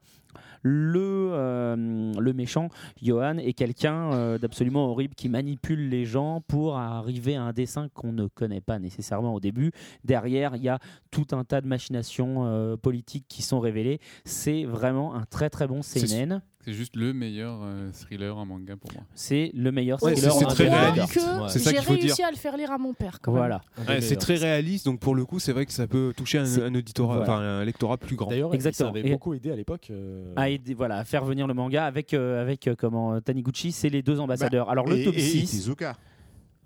le, euh, le méchant, Johan, est quelqu'un euh, d'absolument horrible qui manipule les gens pour arriver à un dessin qu'on ne connaît pas nécessairement au début. Derrière, il y a tout un tas de machinations euh, politiques qui sont révélées. C'est vraiment un très très bon
C'est-
CNN.
C'est juste le meilleur euh, thriller en manga pour moi.
C'est le meilleur
Ouais,
thriller
c'est- c'est
en
très
manga.
réaliste.
Que
C'est ça
j'ai
qu'il faut
réussi
dire.
à le faire lire à mon père. Quand
Voilà.
Ouais, c'est très réaliste, donc pour le coup, c'est vrai que ça peut toucher un, un auditorat,
Voilà.
enfin un lectorat plus grand.
D'ailleurs, ça
Exactement.
avait
Et- Ah,
beaucoup aidé à l'époque. euh,
à aider- voilà, à faire venir le manga avec, euh, avec euh, comment, euh, Taniguchi, c'est les deux ambassadeurs.
Bah,
Alors le
Bah, et,
top
et
6,
Tezuka.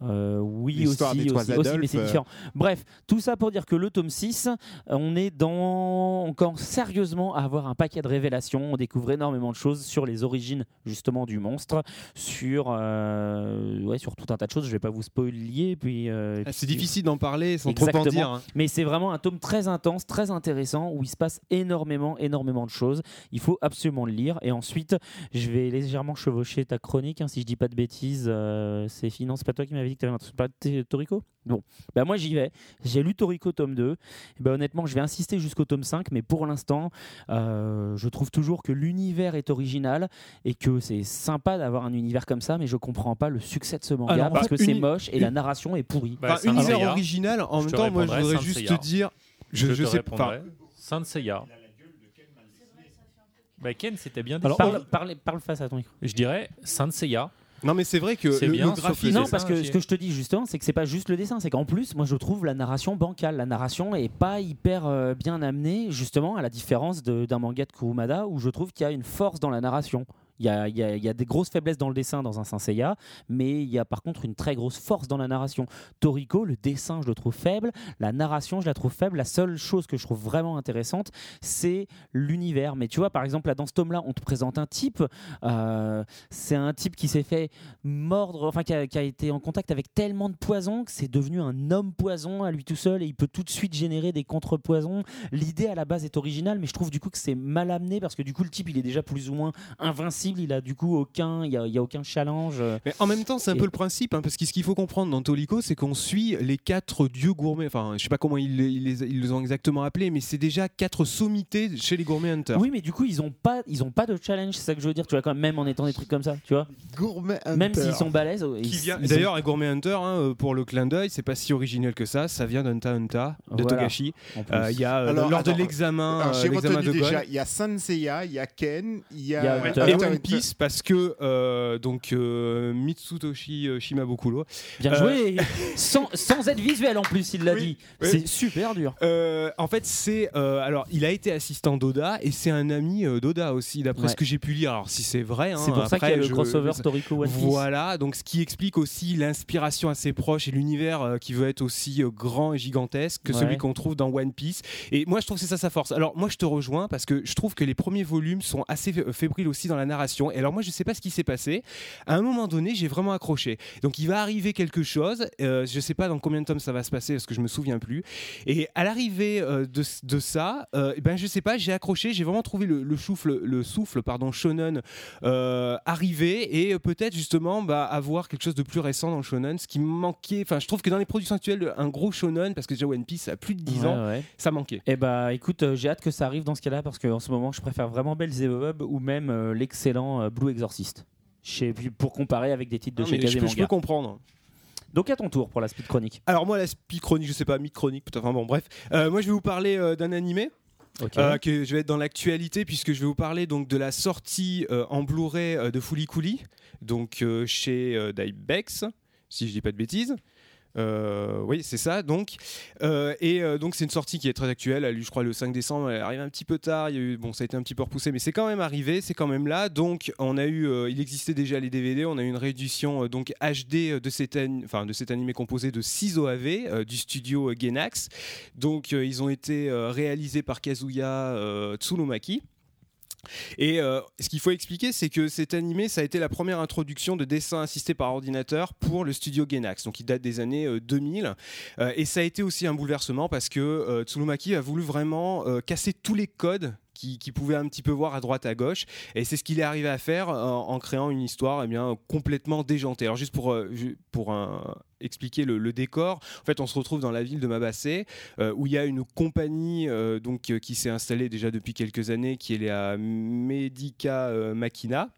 euh, oui aussi,
L'histoire des trois
aussi, aussi, mais
Adolphes,
c'est
euh.
différent. Bref, tout ça pour dire que le tome 6, euh, on est dans encore sérieusement à avoir un paquet de révélations, on découvre énormément de choses sur les origines justement du monstre, sur, euh, ouais, sur tout un tas de choses, je vais pas vous spoiler, puis... euh, et
Ah, C'est
puis-
difficile d'en parler sans trop en
Exactement.
dire. hein.
Mais c'est vraiment un tome très intense, très intéressant, où il se passe énormément, énormément de choses. Il faut absolument le lire. Et ensuite, je vais légèrement chevaucher ta chronique, hein, si je dis pas de bêtises. euh, c'est Finance, c'est pas toi qui m'avais dit que t'avais un truc, pas t- Toriko Bon, bah moi j'y vais. J'ai lu Toriko tome 2. Et bah, honnêtement, je vais insister jusqu'au tome 5, mais pour l'instant, euh, je trouve toujours que l'univers est original et que c'est sympa d'avoir un univers comme ça, mais je comprends pas le succès de ce manga
Alors, en
parce
fait,
que c'est
uni-
moche et la narration est pourrie.
Bah,
Enfin,
Saint
univers
Seiya.
original, en
Je
même
te
temps, moi je
répondrai,
voudrais
Saint
juste
Seiya.
te dire.
Je,
Je, je
te
sais pas.
répondrai. Saint Seiya. Bah Ken, c'était bien
Alors,
défini.
parle, parle- parle face à ton micro.
Je dirais Saint Seiya.
Non, mais c'est vrai que
C'est
le,
bien,
le
sauf
graphisme.
le
Non,
dessin,
parce que
ok.
ce que je te dis justement, c'est que c'est pas juste le dessin, c'est qu'en plus, moi je trouve la narration bancale. La narration est pas hyper euh, bien amenée, justement, à la différence de- d'un manga de Kurumada où je trouve qu'il y a une force dans la narration. Il y, a, il y a- il y a des grosses faiblesses dans le dessin dans un Saint Seiya, mais il y a par contre une très grosse force dans la narration. Toriko, le dessin, je le trouve faible, la narration, je la trouve faible. La seule chose que je trouve vraiment intéressante, c'est l'univers. Mais tu vois, par exemple, là, dans ce tome-là, on te présente un type. euh, c'est un type qui s'est fait mordre, enfin qui a, qui a été en contact avec tellement de poisons que c'est devenu un homme poison à lui tout seul et il peut tout de suite générer des contre-poisons. L'idée à la base est originale, mais je trouve du coup que c'est mal amené parce que du coup le type il est déjà plus ou moins invincible, il a du coup aucun, il y a, il y a aucun challenge. euh,
Mais en même temps, c'est un
Et-
peu le principe, hein, parce que ce qu'il faut comprendre dans Toliko, c'est qu'on suit les quatre dieux gourmets. Enfin, je sais pas comment ils, les- ils les, ils les ont exactement appelés, mais c'est déjà quatre sommités chez les gourmets hunters.
Oui, mais du coup ils ont pas, ils ont pas de challenge, c'est ça que je veux dire. Tu vois quand même, même en étant des trucs comme ça, tu vois.
Gourmet
Même
Hunter.
s'ils sont balèzes, oh, ils-
Qui vient-
ils ont-
D'ailleurs, un gourmet hunter, hein, euh, pour le clin d'œil, c'est pas si originel que ça. Ça vient d'Hunta Hunta de
Voilà.
Togashi.
en plus.
Euh, Il y a euh,
Alors,
lors de
attends,
l'examen,
Alors,
euh,
J'ai
l'examen
retenu
de Gon.
Ah, déjà, il y a Sanseiya, il y a Ken, il y
Il y a
a
Hunter
et
Hunter
One
Hunter.
Piece parce que euh, donc euh, Mitsutoshi euh, Shimabukulo
Bien
euh, (laughs)
joué, sans, sans être visuel en plus, il l'a
Oui,
dit.
oui.
C'est super dur.
Euh, en fait, c'est euh, alors il a été assistant d'Oda et c'est un ami euh, d'Oda aussi, d'après
Ouais.
ce que j'ai pu lire. Alors si c'est vrai, hein,
c'est pour ça qu'il y a
après,
le
je-
crossover
je-
Toriko One Piece.
Voilà, donc ce qui explique aussi l'inspiration assez proche et l'univers euh, qui veut être aussi euh, grand et gigantesque que
Ouais.
celui qu'on trouve dans One Piece. Et moi, je trouve que c'est ça sa force. Alors moi, je te rejoins parce que je trouve que les premiers volumes sont assez fé- euh, fébriles aussi dans la narration. Et alors moi, je sais pas ce qui s'est passé. À un moment donné, j'ai vraiment accroché. Donc il va arriver quelque chose. euh, je sais pas dans combien de tomes ça va se passer parce que je me souviens plus. Et à l'arrivée euh, de, de ça, euh, eh ben je sais pas, j'ai accroché. J'ai vraiment trouvé le, le souffle, le souffle, pardon, shonen euh, arriver et euh, peut-être justement bah, avoir quelque chose de plus récent dans le shonen, ce qui me manquait. Enfin, je trouve que dans les productions actuelles, un gros shonen parce que déjà One Piece ça a plus de 10 ans, ça manquait.
Eh bah écoute, euh, j'ai hâte que ça arrive dans ce cas-là parce qu'en ce moment, je préfère vraiment Belzebub ou même euh, l'excellent euh, Blue Exorcist. Chez, pour comparer avec des titres de
Non,
chez
mais je, peux,
Kazemanga.
je peux comprendre.
Donc à ton tour pour la speed chronique.
Alors moi la speed chronique, je sais pas, mid chronique, peut-être. Enfin bon, bref. Euh, moi je vais vous parler euh, d'un animé.
Ok.
euh, que je vais être dans l'actualité puisque je vais vous parler donc de la sortie euh, en Blu-ray euh, de Fooly Cooly, donc euh, chez euh, Dybex, si je dis pas de bêtises. Euh, oui, c'est ça. Donc, Euh, et euh, donc c'est une sortie qui est très actuelle. Elle, je crois le 5 décembre. Elle arrive un petit peu tard. Il y a eu, bon, ça a été un petit peu repoussé, mais c'est quand même arrivé. C'est quand même là. Donc, on a eu, euh, il existait déjà les DVD. On a eu une réédition euh, donc HD de cet, ani- enfin, de cet animé composé de 6 OAV euh, du studio euh, Gainax. Donc, euh, ils ont été euh, réalisés par Kazuya euh, Tsunomaki. Et euh, ce qu'il faut expliquer, c'est que cet animé, ça a été la première introduction de dessin assisté par ordinateur pour le studio Gainax, donc il date des années euh, 2000. Euh, et ça a été aussi un bouleversement parce que euh, Tsurumaki a voulu vraiment euh, casser tous les codes qui, qui pouvaient un petit peu voir à droite à gauche et c'est ce qu'il est arrivé à faire euh, en, en créant une histoire eh bien complètement déjantée alors juste pour euh, ju- pour un- expliquer le, le décor en fait on se retrouve dans la ville de Mabassé euh, où il y a une compagnie euh, donc euh, qui s'est installée déjà depuis quelques années qui est la Medica euh, Machina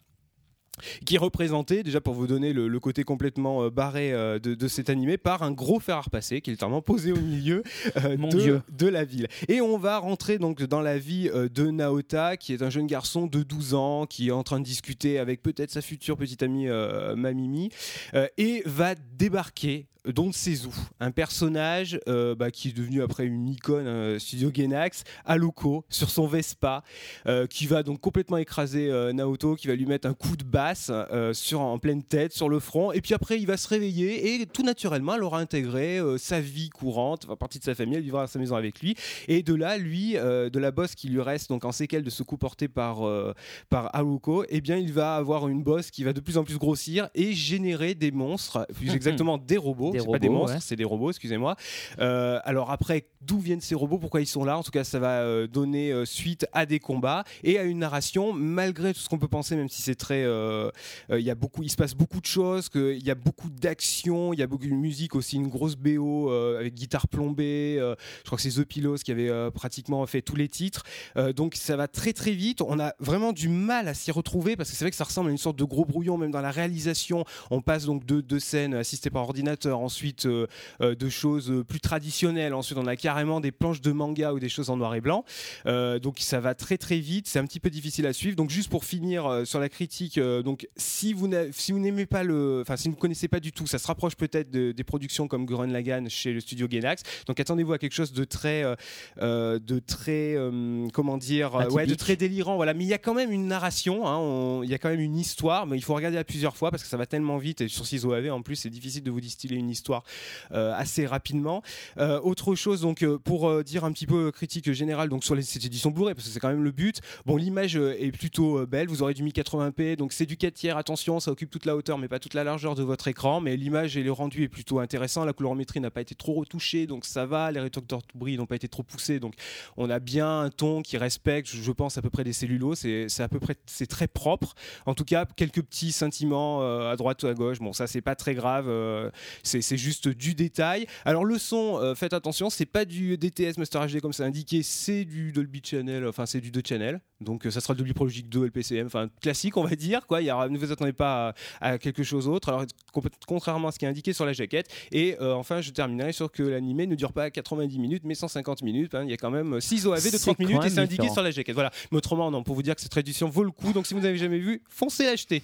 qui est représenté, déjà pour vous donner le, le côté complètement euh, barré euh, de, de cet animé, par un gros fer à repasser qui est littéralement posé au milieu euh,
(laughs) Mon
de,
Dieu.
de la ville. Et on va rentrer donc dans la vie euh, de Naota, qui est un jeune garçon de 12 ans, qui est en train de discuter avec peut-être sa future petite amie euh, Mamimi, euh, et va débarquer Don Sezu, un personnage euh, bah, qui est devenu après une icône euh, studio Gainax, à Loco, sur son Vespa, euh, qui va donc complètement écraser euh, Naoto, qui va lui mettre un coup de basse euh, sur, en pleine tête, sur le front, et puis après il va se réveiller et tout naturellement elle aura intégré euh, sa vie courante, enfin partie de sa famille, elle vivra à sa maison avec lui, et de là lui, euh, de la bosse qui lui reste donc en séquelle de ce coup porté par, euh, par Haruko, eh bien il va avoir une bosse qui va de plus en plus grossir et générer des monstres, plus exactement des robots,
Des
c'est pas des
robots,
monstres,
ouais.
c'est des robots, excusez-moi. Euh, alors après, d'où viennent ces robots, pourquoi ils sont là En tout cas, ça va euh, donner euh, suite à des combats et à une narration, malgré tout ce qu'on peut penser, même si c'est très, euh, euh, il y a beaucoup, il se passe beaucoup de choses, que- il y a beaucoup d'action, il y a beaucoup de musique aussi, une grosse BO euh, avec guitare plombée. euh, je crois que c'est The Pilos qui avait euh, pratiquement fait tous les titres. Euh, donc ça va très très vite. On a vraiment du mal à s'y retrouver parce que c'est vrai que ça ressemble à une sorte de gros brouillon, même dans la réalisation. On passe donc de, de scènes assistées par ordinateur, ensuite euh, euh, de choses euh, plus traditionnelles. Ensuite, on a carrément des planches de manga ou des choses en noir et blanc. Euh, donc ça va très très vite. C'est un petit peu difficile à suivre. Donc juste pour finir euh, sur la critique, euh, donc si vous n'a- si vous n'aimez pas le, enfin si vous ne connaissez pas du tout, ça se rapproche peut-être de- des productions comme Gurren Lagann chez le studio Gainax. Donc attendez-vous à quelque chose de très, euh, euh, de très, euh, comment dire, euh, ouais, de
Atypique.
très délirant. Voilà, mais il y a quand même une narration. hein, on- Il y a quand même une histoire, mais il faut regarder à plusieurs fois parce que ça va tellement vite. Et sur 6 OAV en plus, c'est difficile de vous distiller une histoire euh, assez rapidement. Euh, autre chose, donc euh, pour euh, dire un petit peu euh, critique générale, donc sur les, cette édition Blu-ray, parce que c'est quand même le but. Bon, l'image euh, est plutôt euh, belle. Vous aurez du 1080p, donc c'est du 4 tiers. Attention, ça occupe toute la hauteur, mais pas toute la largeur de votre écran. Mais l'image et le rendu est plutôt intéressant. La colorimétrie n'a pas été trop retouchée, donc ça va. Les rétracteurs de bris n'ont pas été trop poussés, donc on a bien un ton qui respecte, je je pense, à peu près des cellulos. C'est c'est à peu près, c'est très propre. En tout cas, quelques petits sentiments euh, à droite ou à gauche. Bon, ça c'est pas très grave. euh, c'est c'est juste du détail. Alors le son, euh, faites attention, c'est pas du DTS Master HD comme ça indiqué, c'est du Dolby Channel, enfin c'est du 2 Channel. Donc euh, ça sera le Dolby Pro Logic 2 LPCM, enfin classique on va dire quoi. Il y aura- ne vous attendez pas à, à quelque chose d'autre. Alors com- contrairement à ce qui est indiqué sur la jaquette. Et euh, enfin je terminerai sur que l'animé ne dure pas 90 minutes mais 150 minutes. hein. Il y a quand même 6 OAV de
C'est
30
quand
minutes et
même
c'est indiqué
différent.
sur la jaquette. Voilà. Mais autrement non, pour vous dire que cette édition vaut le coup. Donc si vous n'avez jamais vu, foncez l'acheter.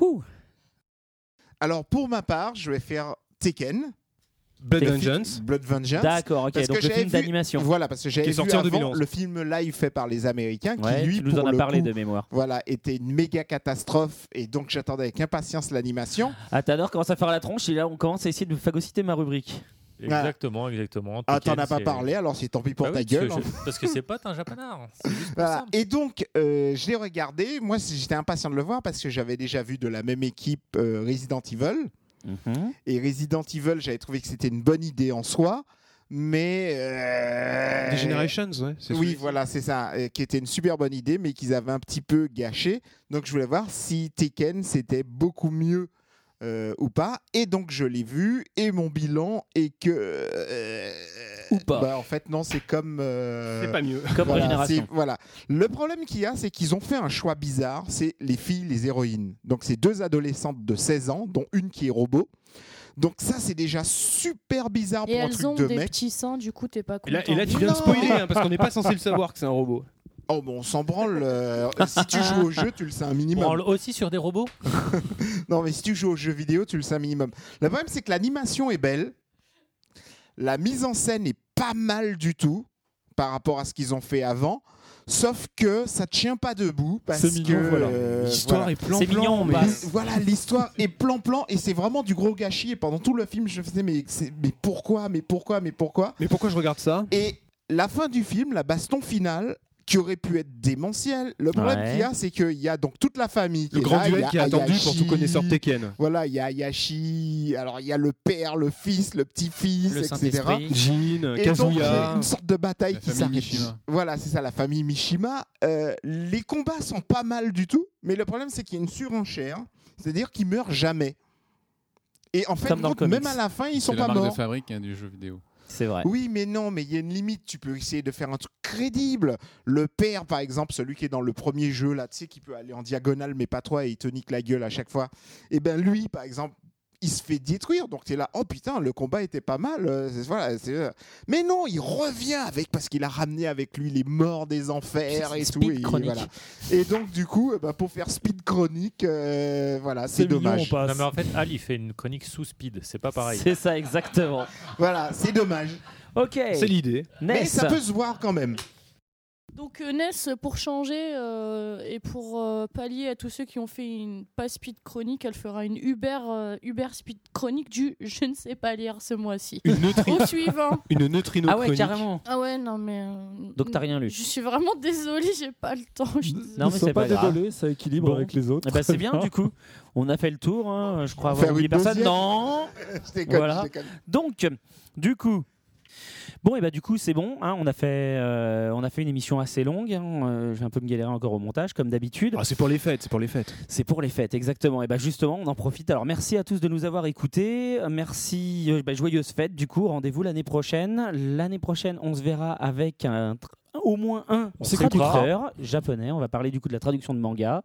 Ouh.
Alors, pour ma part, je vais faire Tekken,
Blood
Technique.
Dungeons.
Blood Vengeance.
D'accord, ok.
Parce
Donc
que
le
j'avais
film
vu-
d'animation.
Voilà, parce que j'avais
Qui est
vu
sorti en
avant
2011.
le film live fait par les Américains, qui
Ouais,
lui,
tu nous
pour
en as
le
parlé
coup,
de mémoire.
voilà, était une méga catastrophe. Et donc, j'attendais avec impatience l'animation.
Ah, Tanor commence à faire la tronche et là on commence à essayer de phagocyter ma rubrique.
Exactement, exactement.
Ah, t'en
Tekken,
as pas
c'est-
parlé, alors c'est tant pis pour
Bah
ta
oui,
gueule. hein.
Parce que, je- parce que c'est pas un japanard.
Voilà. Et donc, euh, je l'ai regardé. Moi, c- j'étais impatient de le voir parce que j'avais déjà vu de la même équipe euh, Resident Evil.
Mhm.
Et Resident Evil, j'avais trouvé que c'était une bonne idée en soi. Mais. euh,
Des Generations, ouais. c'est
Oui,
celui-
voilà, c'est ça. euh, qui était une super bonne idée, mais qu'ils avaient un petit peu gâché. Donc, je voulais voir si Tekken, c'était beaucoup mieux. euh, ou pas et donc je l'ai vu et mon bilan est que euh,
Ou pas.
bah, en fait non c'est comme euh,
C'est pas mieux.
Comme
voilà,
Régénération.
c'est- Voilà. Le problème qu'il y a, c'est qu'ils ont fait un choix bizarre. C'est les filles, les héroïnes. Donc, c'est deux adolescentes de 16 ans, dont une qui est robot. Donc, ça, c'est déjà super bizarre
Et
pour un
elles ont
truc de
des
mec.
petits seins, du coup, t'es pas
Et
content.
là, et là, tu viens de
Non.
spoiler, hein, parce qu'on n'est pas censé le savoir que c'est un robot.
Oh, bon, on s'en branle. euh, si tu joues au jeu, tu le sais un minimum.
On aussi sur des robots
(laughs) Non, mais si tu joues aux jeux vidéo, tu le sais un minimum. Le problème, c'est que l'animation est belle. La mise en scène est pas mal du tout par rapport à ce qu'ils ont fait avant. Sauf que ça tient pas debout parce
C'est mignon,
que
voilà.
euh,
L'histoire
voilà.
est plan
C'est mignon, bah. on
plan, mais
passe.
Voilà, l'histoire est plan-plan et c'est vraiment du gros gâchis. Et pendant tout le film, je me disais, mais, c'est- mais pourquoi, mais pourquoi, mais pourquoi
mais pourquoi je regarde ça
Et la fin du film, la baston finale, qui aurait pu être démentielle, le problème
Ouais.
qu'il y a, c'est qu'il y a donc toute la famille.
Le
est
grand
là, il y
duel qui est attendu pour
Ayashi,
tout connaisseur Tekken.
Voilà, il y a Ayashi, alors il y a le père, le fils, le petit-fils,
Le
etc.
Saint-Esprit.
Jean,
Et donc, il y a
Kazuya.
une sorte de bataille
La
qui
famille
s'arrête.
Mishima.
Voilà, c'est ça, la famille Mishima. Euh, les combats sont pas mal du tout, mais le problème, c'est qu'il y a une surenchère, c'est-à-dire qu'ils meurent jamais. Et en fait,
Comme dans le
compte, même
comics.
à la fin, ils
C'est
sont
la
pas
marque de
morts.
fabrique hein, du jeu vidéo.
C'est vrai.
Oui, mais non, mais il y a une limite. Tu peux essayer de faire un truc crédible. Le père, par exemple, celui qui est dans le premier jeu, là, tu sais, qui peut aller en diagonale, mais pas toi, et il te nique la gueule à chaque fois. Et ben lui, par exemple, il se fait détruire. Donc tu es là, oh putain, le combat était pas mal. euh, c'est- voilà, c'est, euh. Mais non, il revient avec, parce qu'il a ramené avec lui les morts des enfers et
Speed
tout. Et,
chronique.
voilà. et donc, du coup, eh ben, pour faire speed chronique, euh, voilà, c'est,
mignon,
dommage.
on passe.
Non, mais en fait, Al, il fait une chronique sous speed. C'est pas pareil.
C'est ça, exactement.
Voilà, c'est dommage.
Ok,
C'est l'idée.
Mais
Ness.
ça peut se voir quand même.
Donc euh, Ness, pour changer euh, et pour euh, pallier à tous ceux qui ont fait une pas speed chronique, elle fera une Uber, euh, Uber speed chronique du je ne sais pas lire ce mois-ci.
Une, neutri-
Au suivant.
(laughs) une neutrino
Ah ouais,
chronique.
carrément.
Ah ouais, non mais... euh,
Donc t'as rien lu.
Je suis vraiment désolée, j'ai pas le temps. je suis
Ils
désolée.
Non, mais
sont
c'est
pas
pas grave.
désolés, ça équilibre
Bon.
avec les autres.
Eh ben,
(laughs)
c'est bien du coup. On a fait le tour, hein, je crois avoir
Faire
oublié
une
personne.
deuxième
Non
(laughs) Je déconne,
Voilà.
je déconne.
Donc, du coup. Bon, et bah du coup, c'est bon. hein, on, a fait, euh, on a fait une émission assez longue. hein, euh, je vais un peu me galérer encore au montage, comme d'habitude.
Ah, c'est pour les fêtes, c'est pour les fêtes.
C'est pour les fêtes, exactement. Et bah justement, on en profite. Alors, merci à tous de nous avoir écoutés. Euh, Merci, euh, bah, joyeuses fêtes. Du coup, rendez-vous l'année prochaine. L'année prochaine, on se verra avec un tr- au moins un
On s'écoutera.
traducteur japonais. On va parler du coup de la traduction de manga.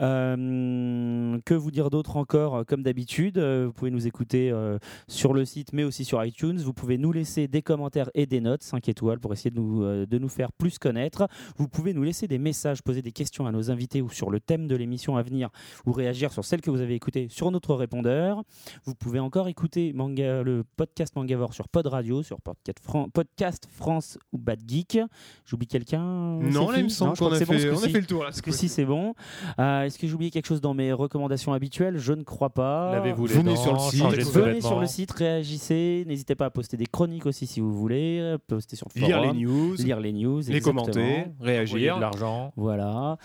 Euh, que vous dire d'autre encore Comme d'habitude, euh, vous pouvez nous écouter euh, sur le site, mais aussi sur iTunes. Vous pouvez nous laisser des commentaires et des notes, 5 étoiles, pour essayer de nous, euh, de nous faire plus connaître. Vous pouvez nous laisser des messages, poser des questions à nos invités ou sur le thème de l'émission à venir, ou réagir sur celle que vous avez écoutée sur notre répondeur. Vous pouvez encore écouter manga, le podcast Mangavore sur Pod Radio, sur Podcast, Fran- podcast France ou Bad Geek. J'oublie quelqu'un
Non,
Sophie
là, il me semble
je crois
qu'on a,
que c'est bon,
fait,
ce
on a
coup-ci.
fait le tour. Là, ce
Est-ce que
coup-ci.
si c'est bon Euh, Est-ce que j'ai oublié quelque chose dans mes recommandations habituelles Je ne crois pas.
Lavez-vous les
Venez
dents,
sur le site.
changez de
Venez
vêtements.
sur le site, réagissez. N'hésitez pas à poster des chroniques aussi si vous voulez. euh, Poster sur le
Lire les
forum.
news,
lire les news,
les
exactement.
commenter,
Envoyez de
réagir.
l'argent.
Voilà.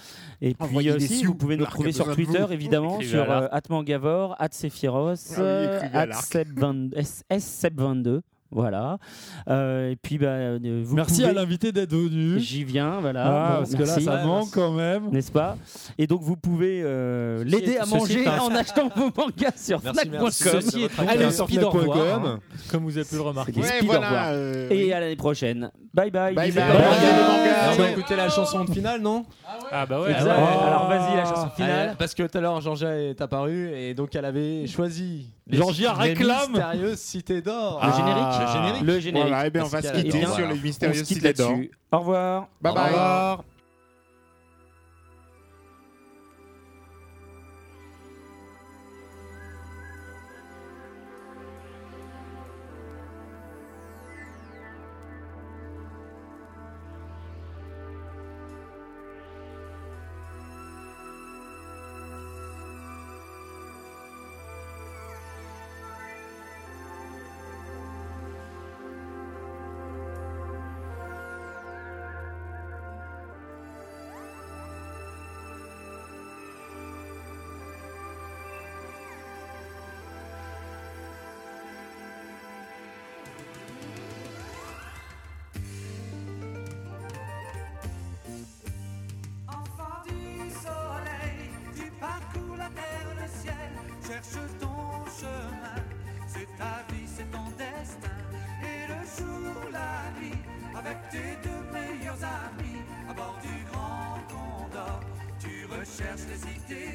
Et puis
Envoyez des
aussi,
sioux.
vous pouvez nous
L'arc a
retrouver sur
besoin de
Twitter,
vous.
évidemment,
Écrivez
sur
à
euh, @mangavor, @sephiros,
Ah oui,
euh,
écrivez à l'arc.
@seb20 S- @seb22. Voilà. Euh, et puis, bah, euh, vous
Merci à
pouvez-
l'invité d'être venu.
J'y viens, voilà.
Ah,
Bon,
parce que là,
merci.
ça manque quand même.
N'est-ce pas Et donc, vous pouvez euh, l'aider à
ce
manger
site a un-
en achetant vos mangas sur
Merci,
Fnac.com.
merci. Ceci est
Allez,
Allez, sur
speed au revoir,
fnac.com.
Comme vous avez pu le remarquer.
Speed,
Ouais,
au
voilà.
revoir.
euh, oui.
Et à l'année prochaine. Bye bye.
Bye
bisous.
bye. Bye bye.
Ah, On va
Ouais.
écouter la chanson de finale, non
Ah bah ouais.
Exact.
ah ouais.
Alors, vas-y, la chanson finale.
Ouais, Ah, parce que tout à l'heure, Georgia est apparu et donc elle avait choisi.
Georgia
les
réclame.
mystérieuse cité d'or.
Le générique
Le générique.
Le générique.
Voilà, eh bien, on va
Parce
se
qu'il y a-
quitter
et bien,
sur les
On se
mystérieuses
quitte
cités d'or.
là-dessus. Au revoir.
Bye bye.
「
avec tes deux meilleurs amis à bord du grand condor. Tu recherches les idées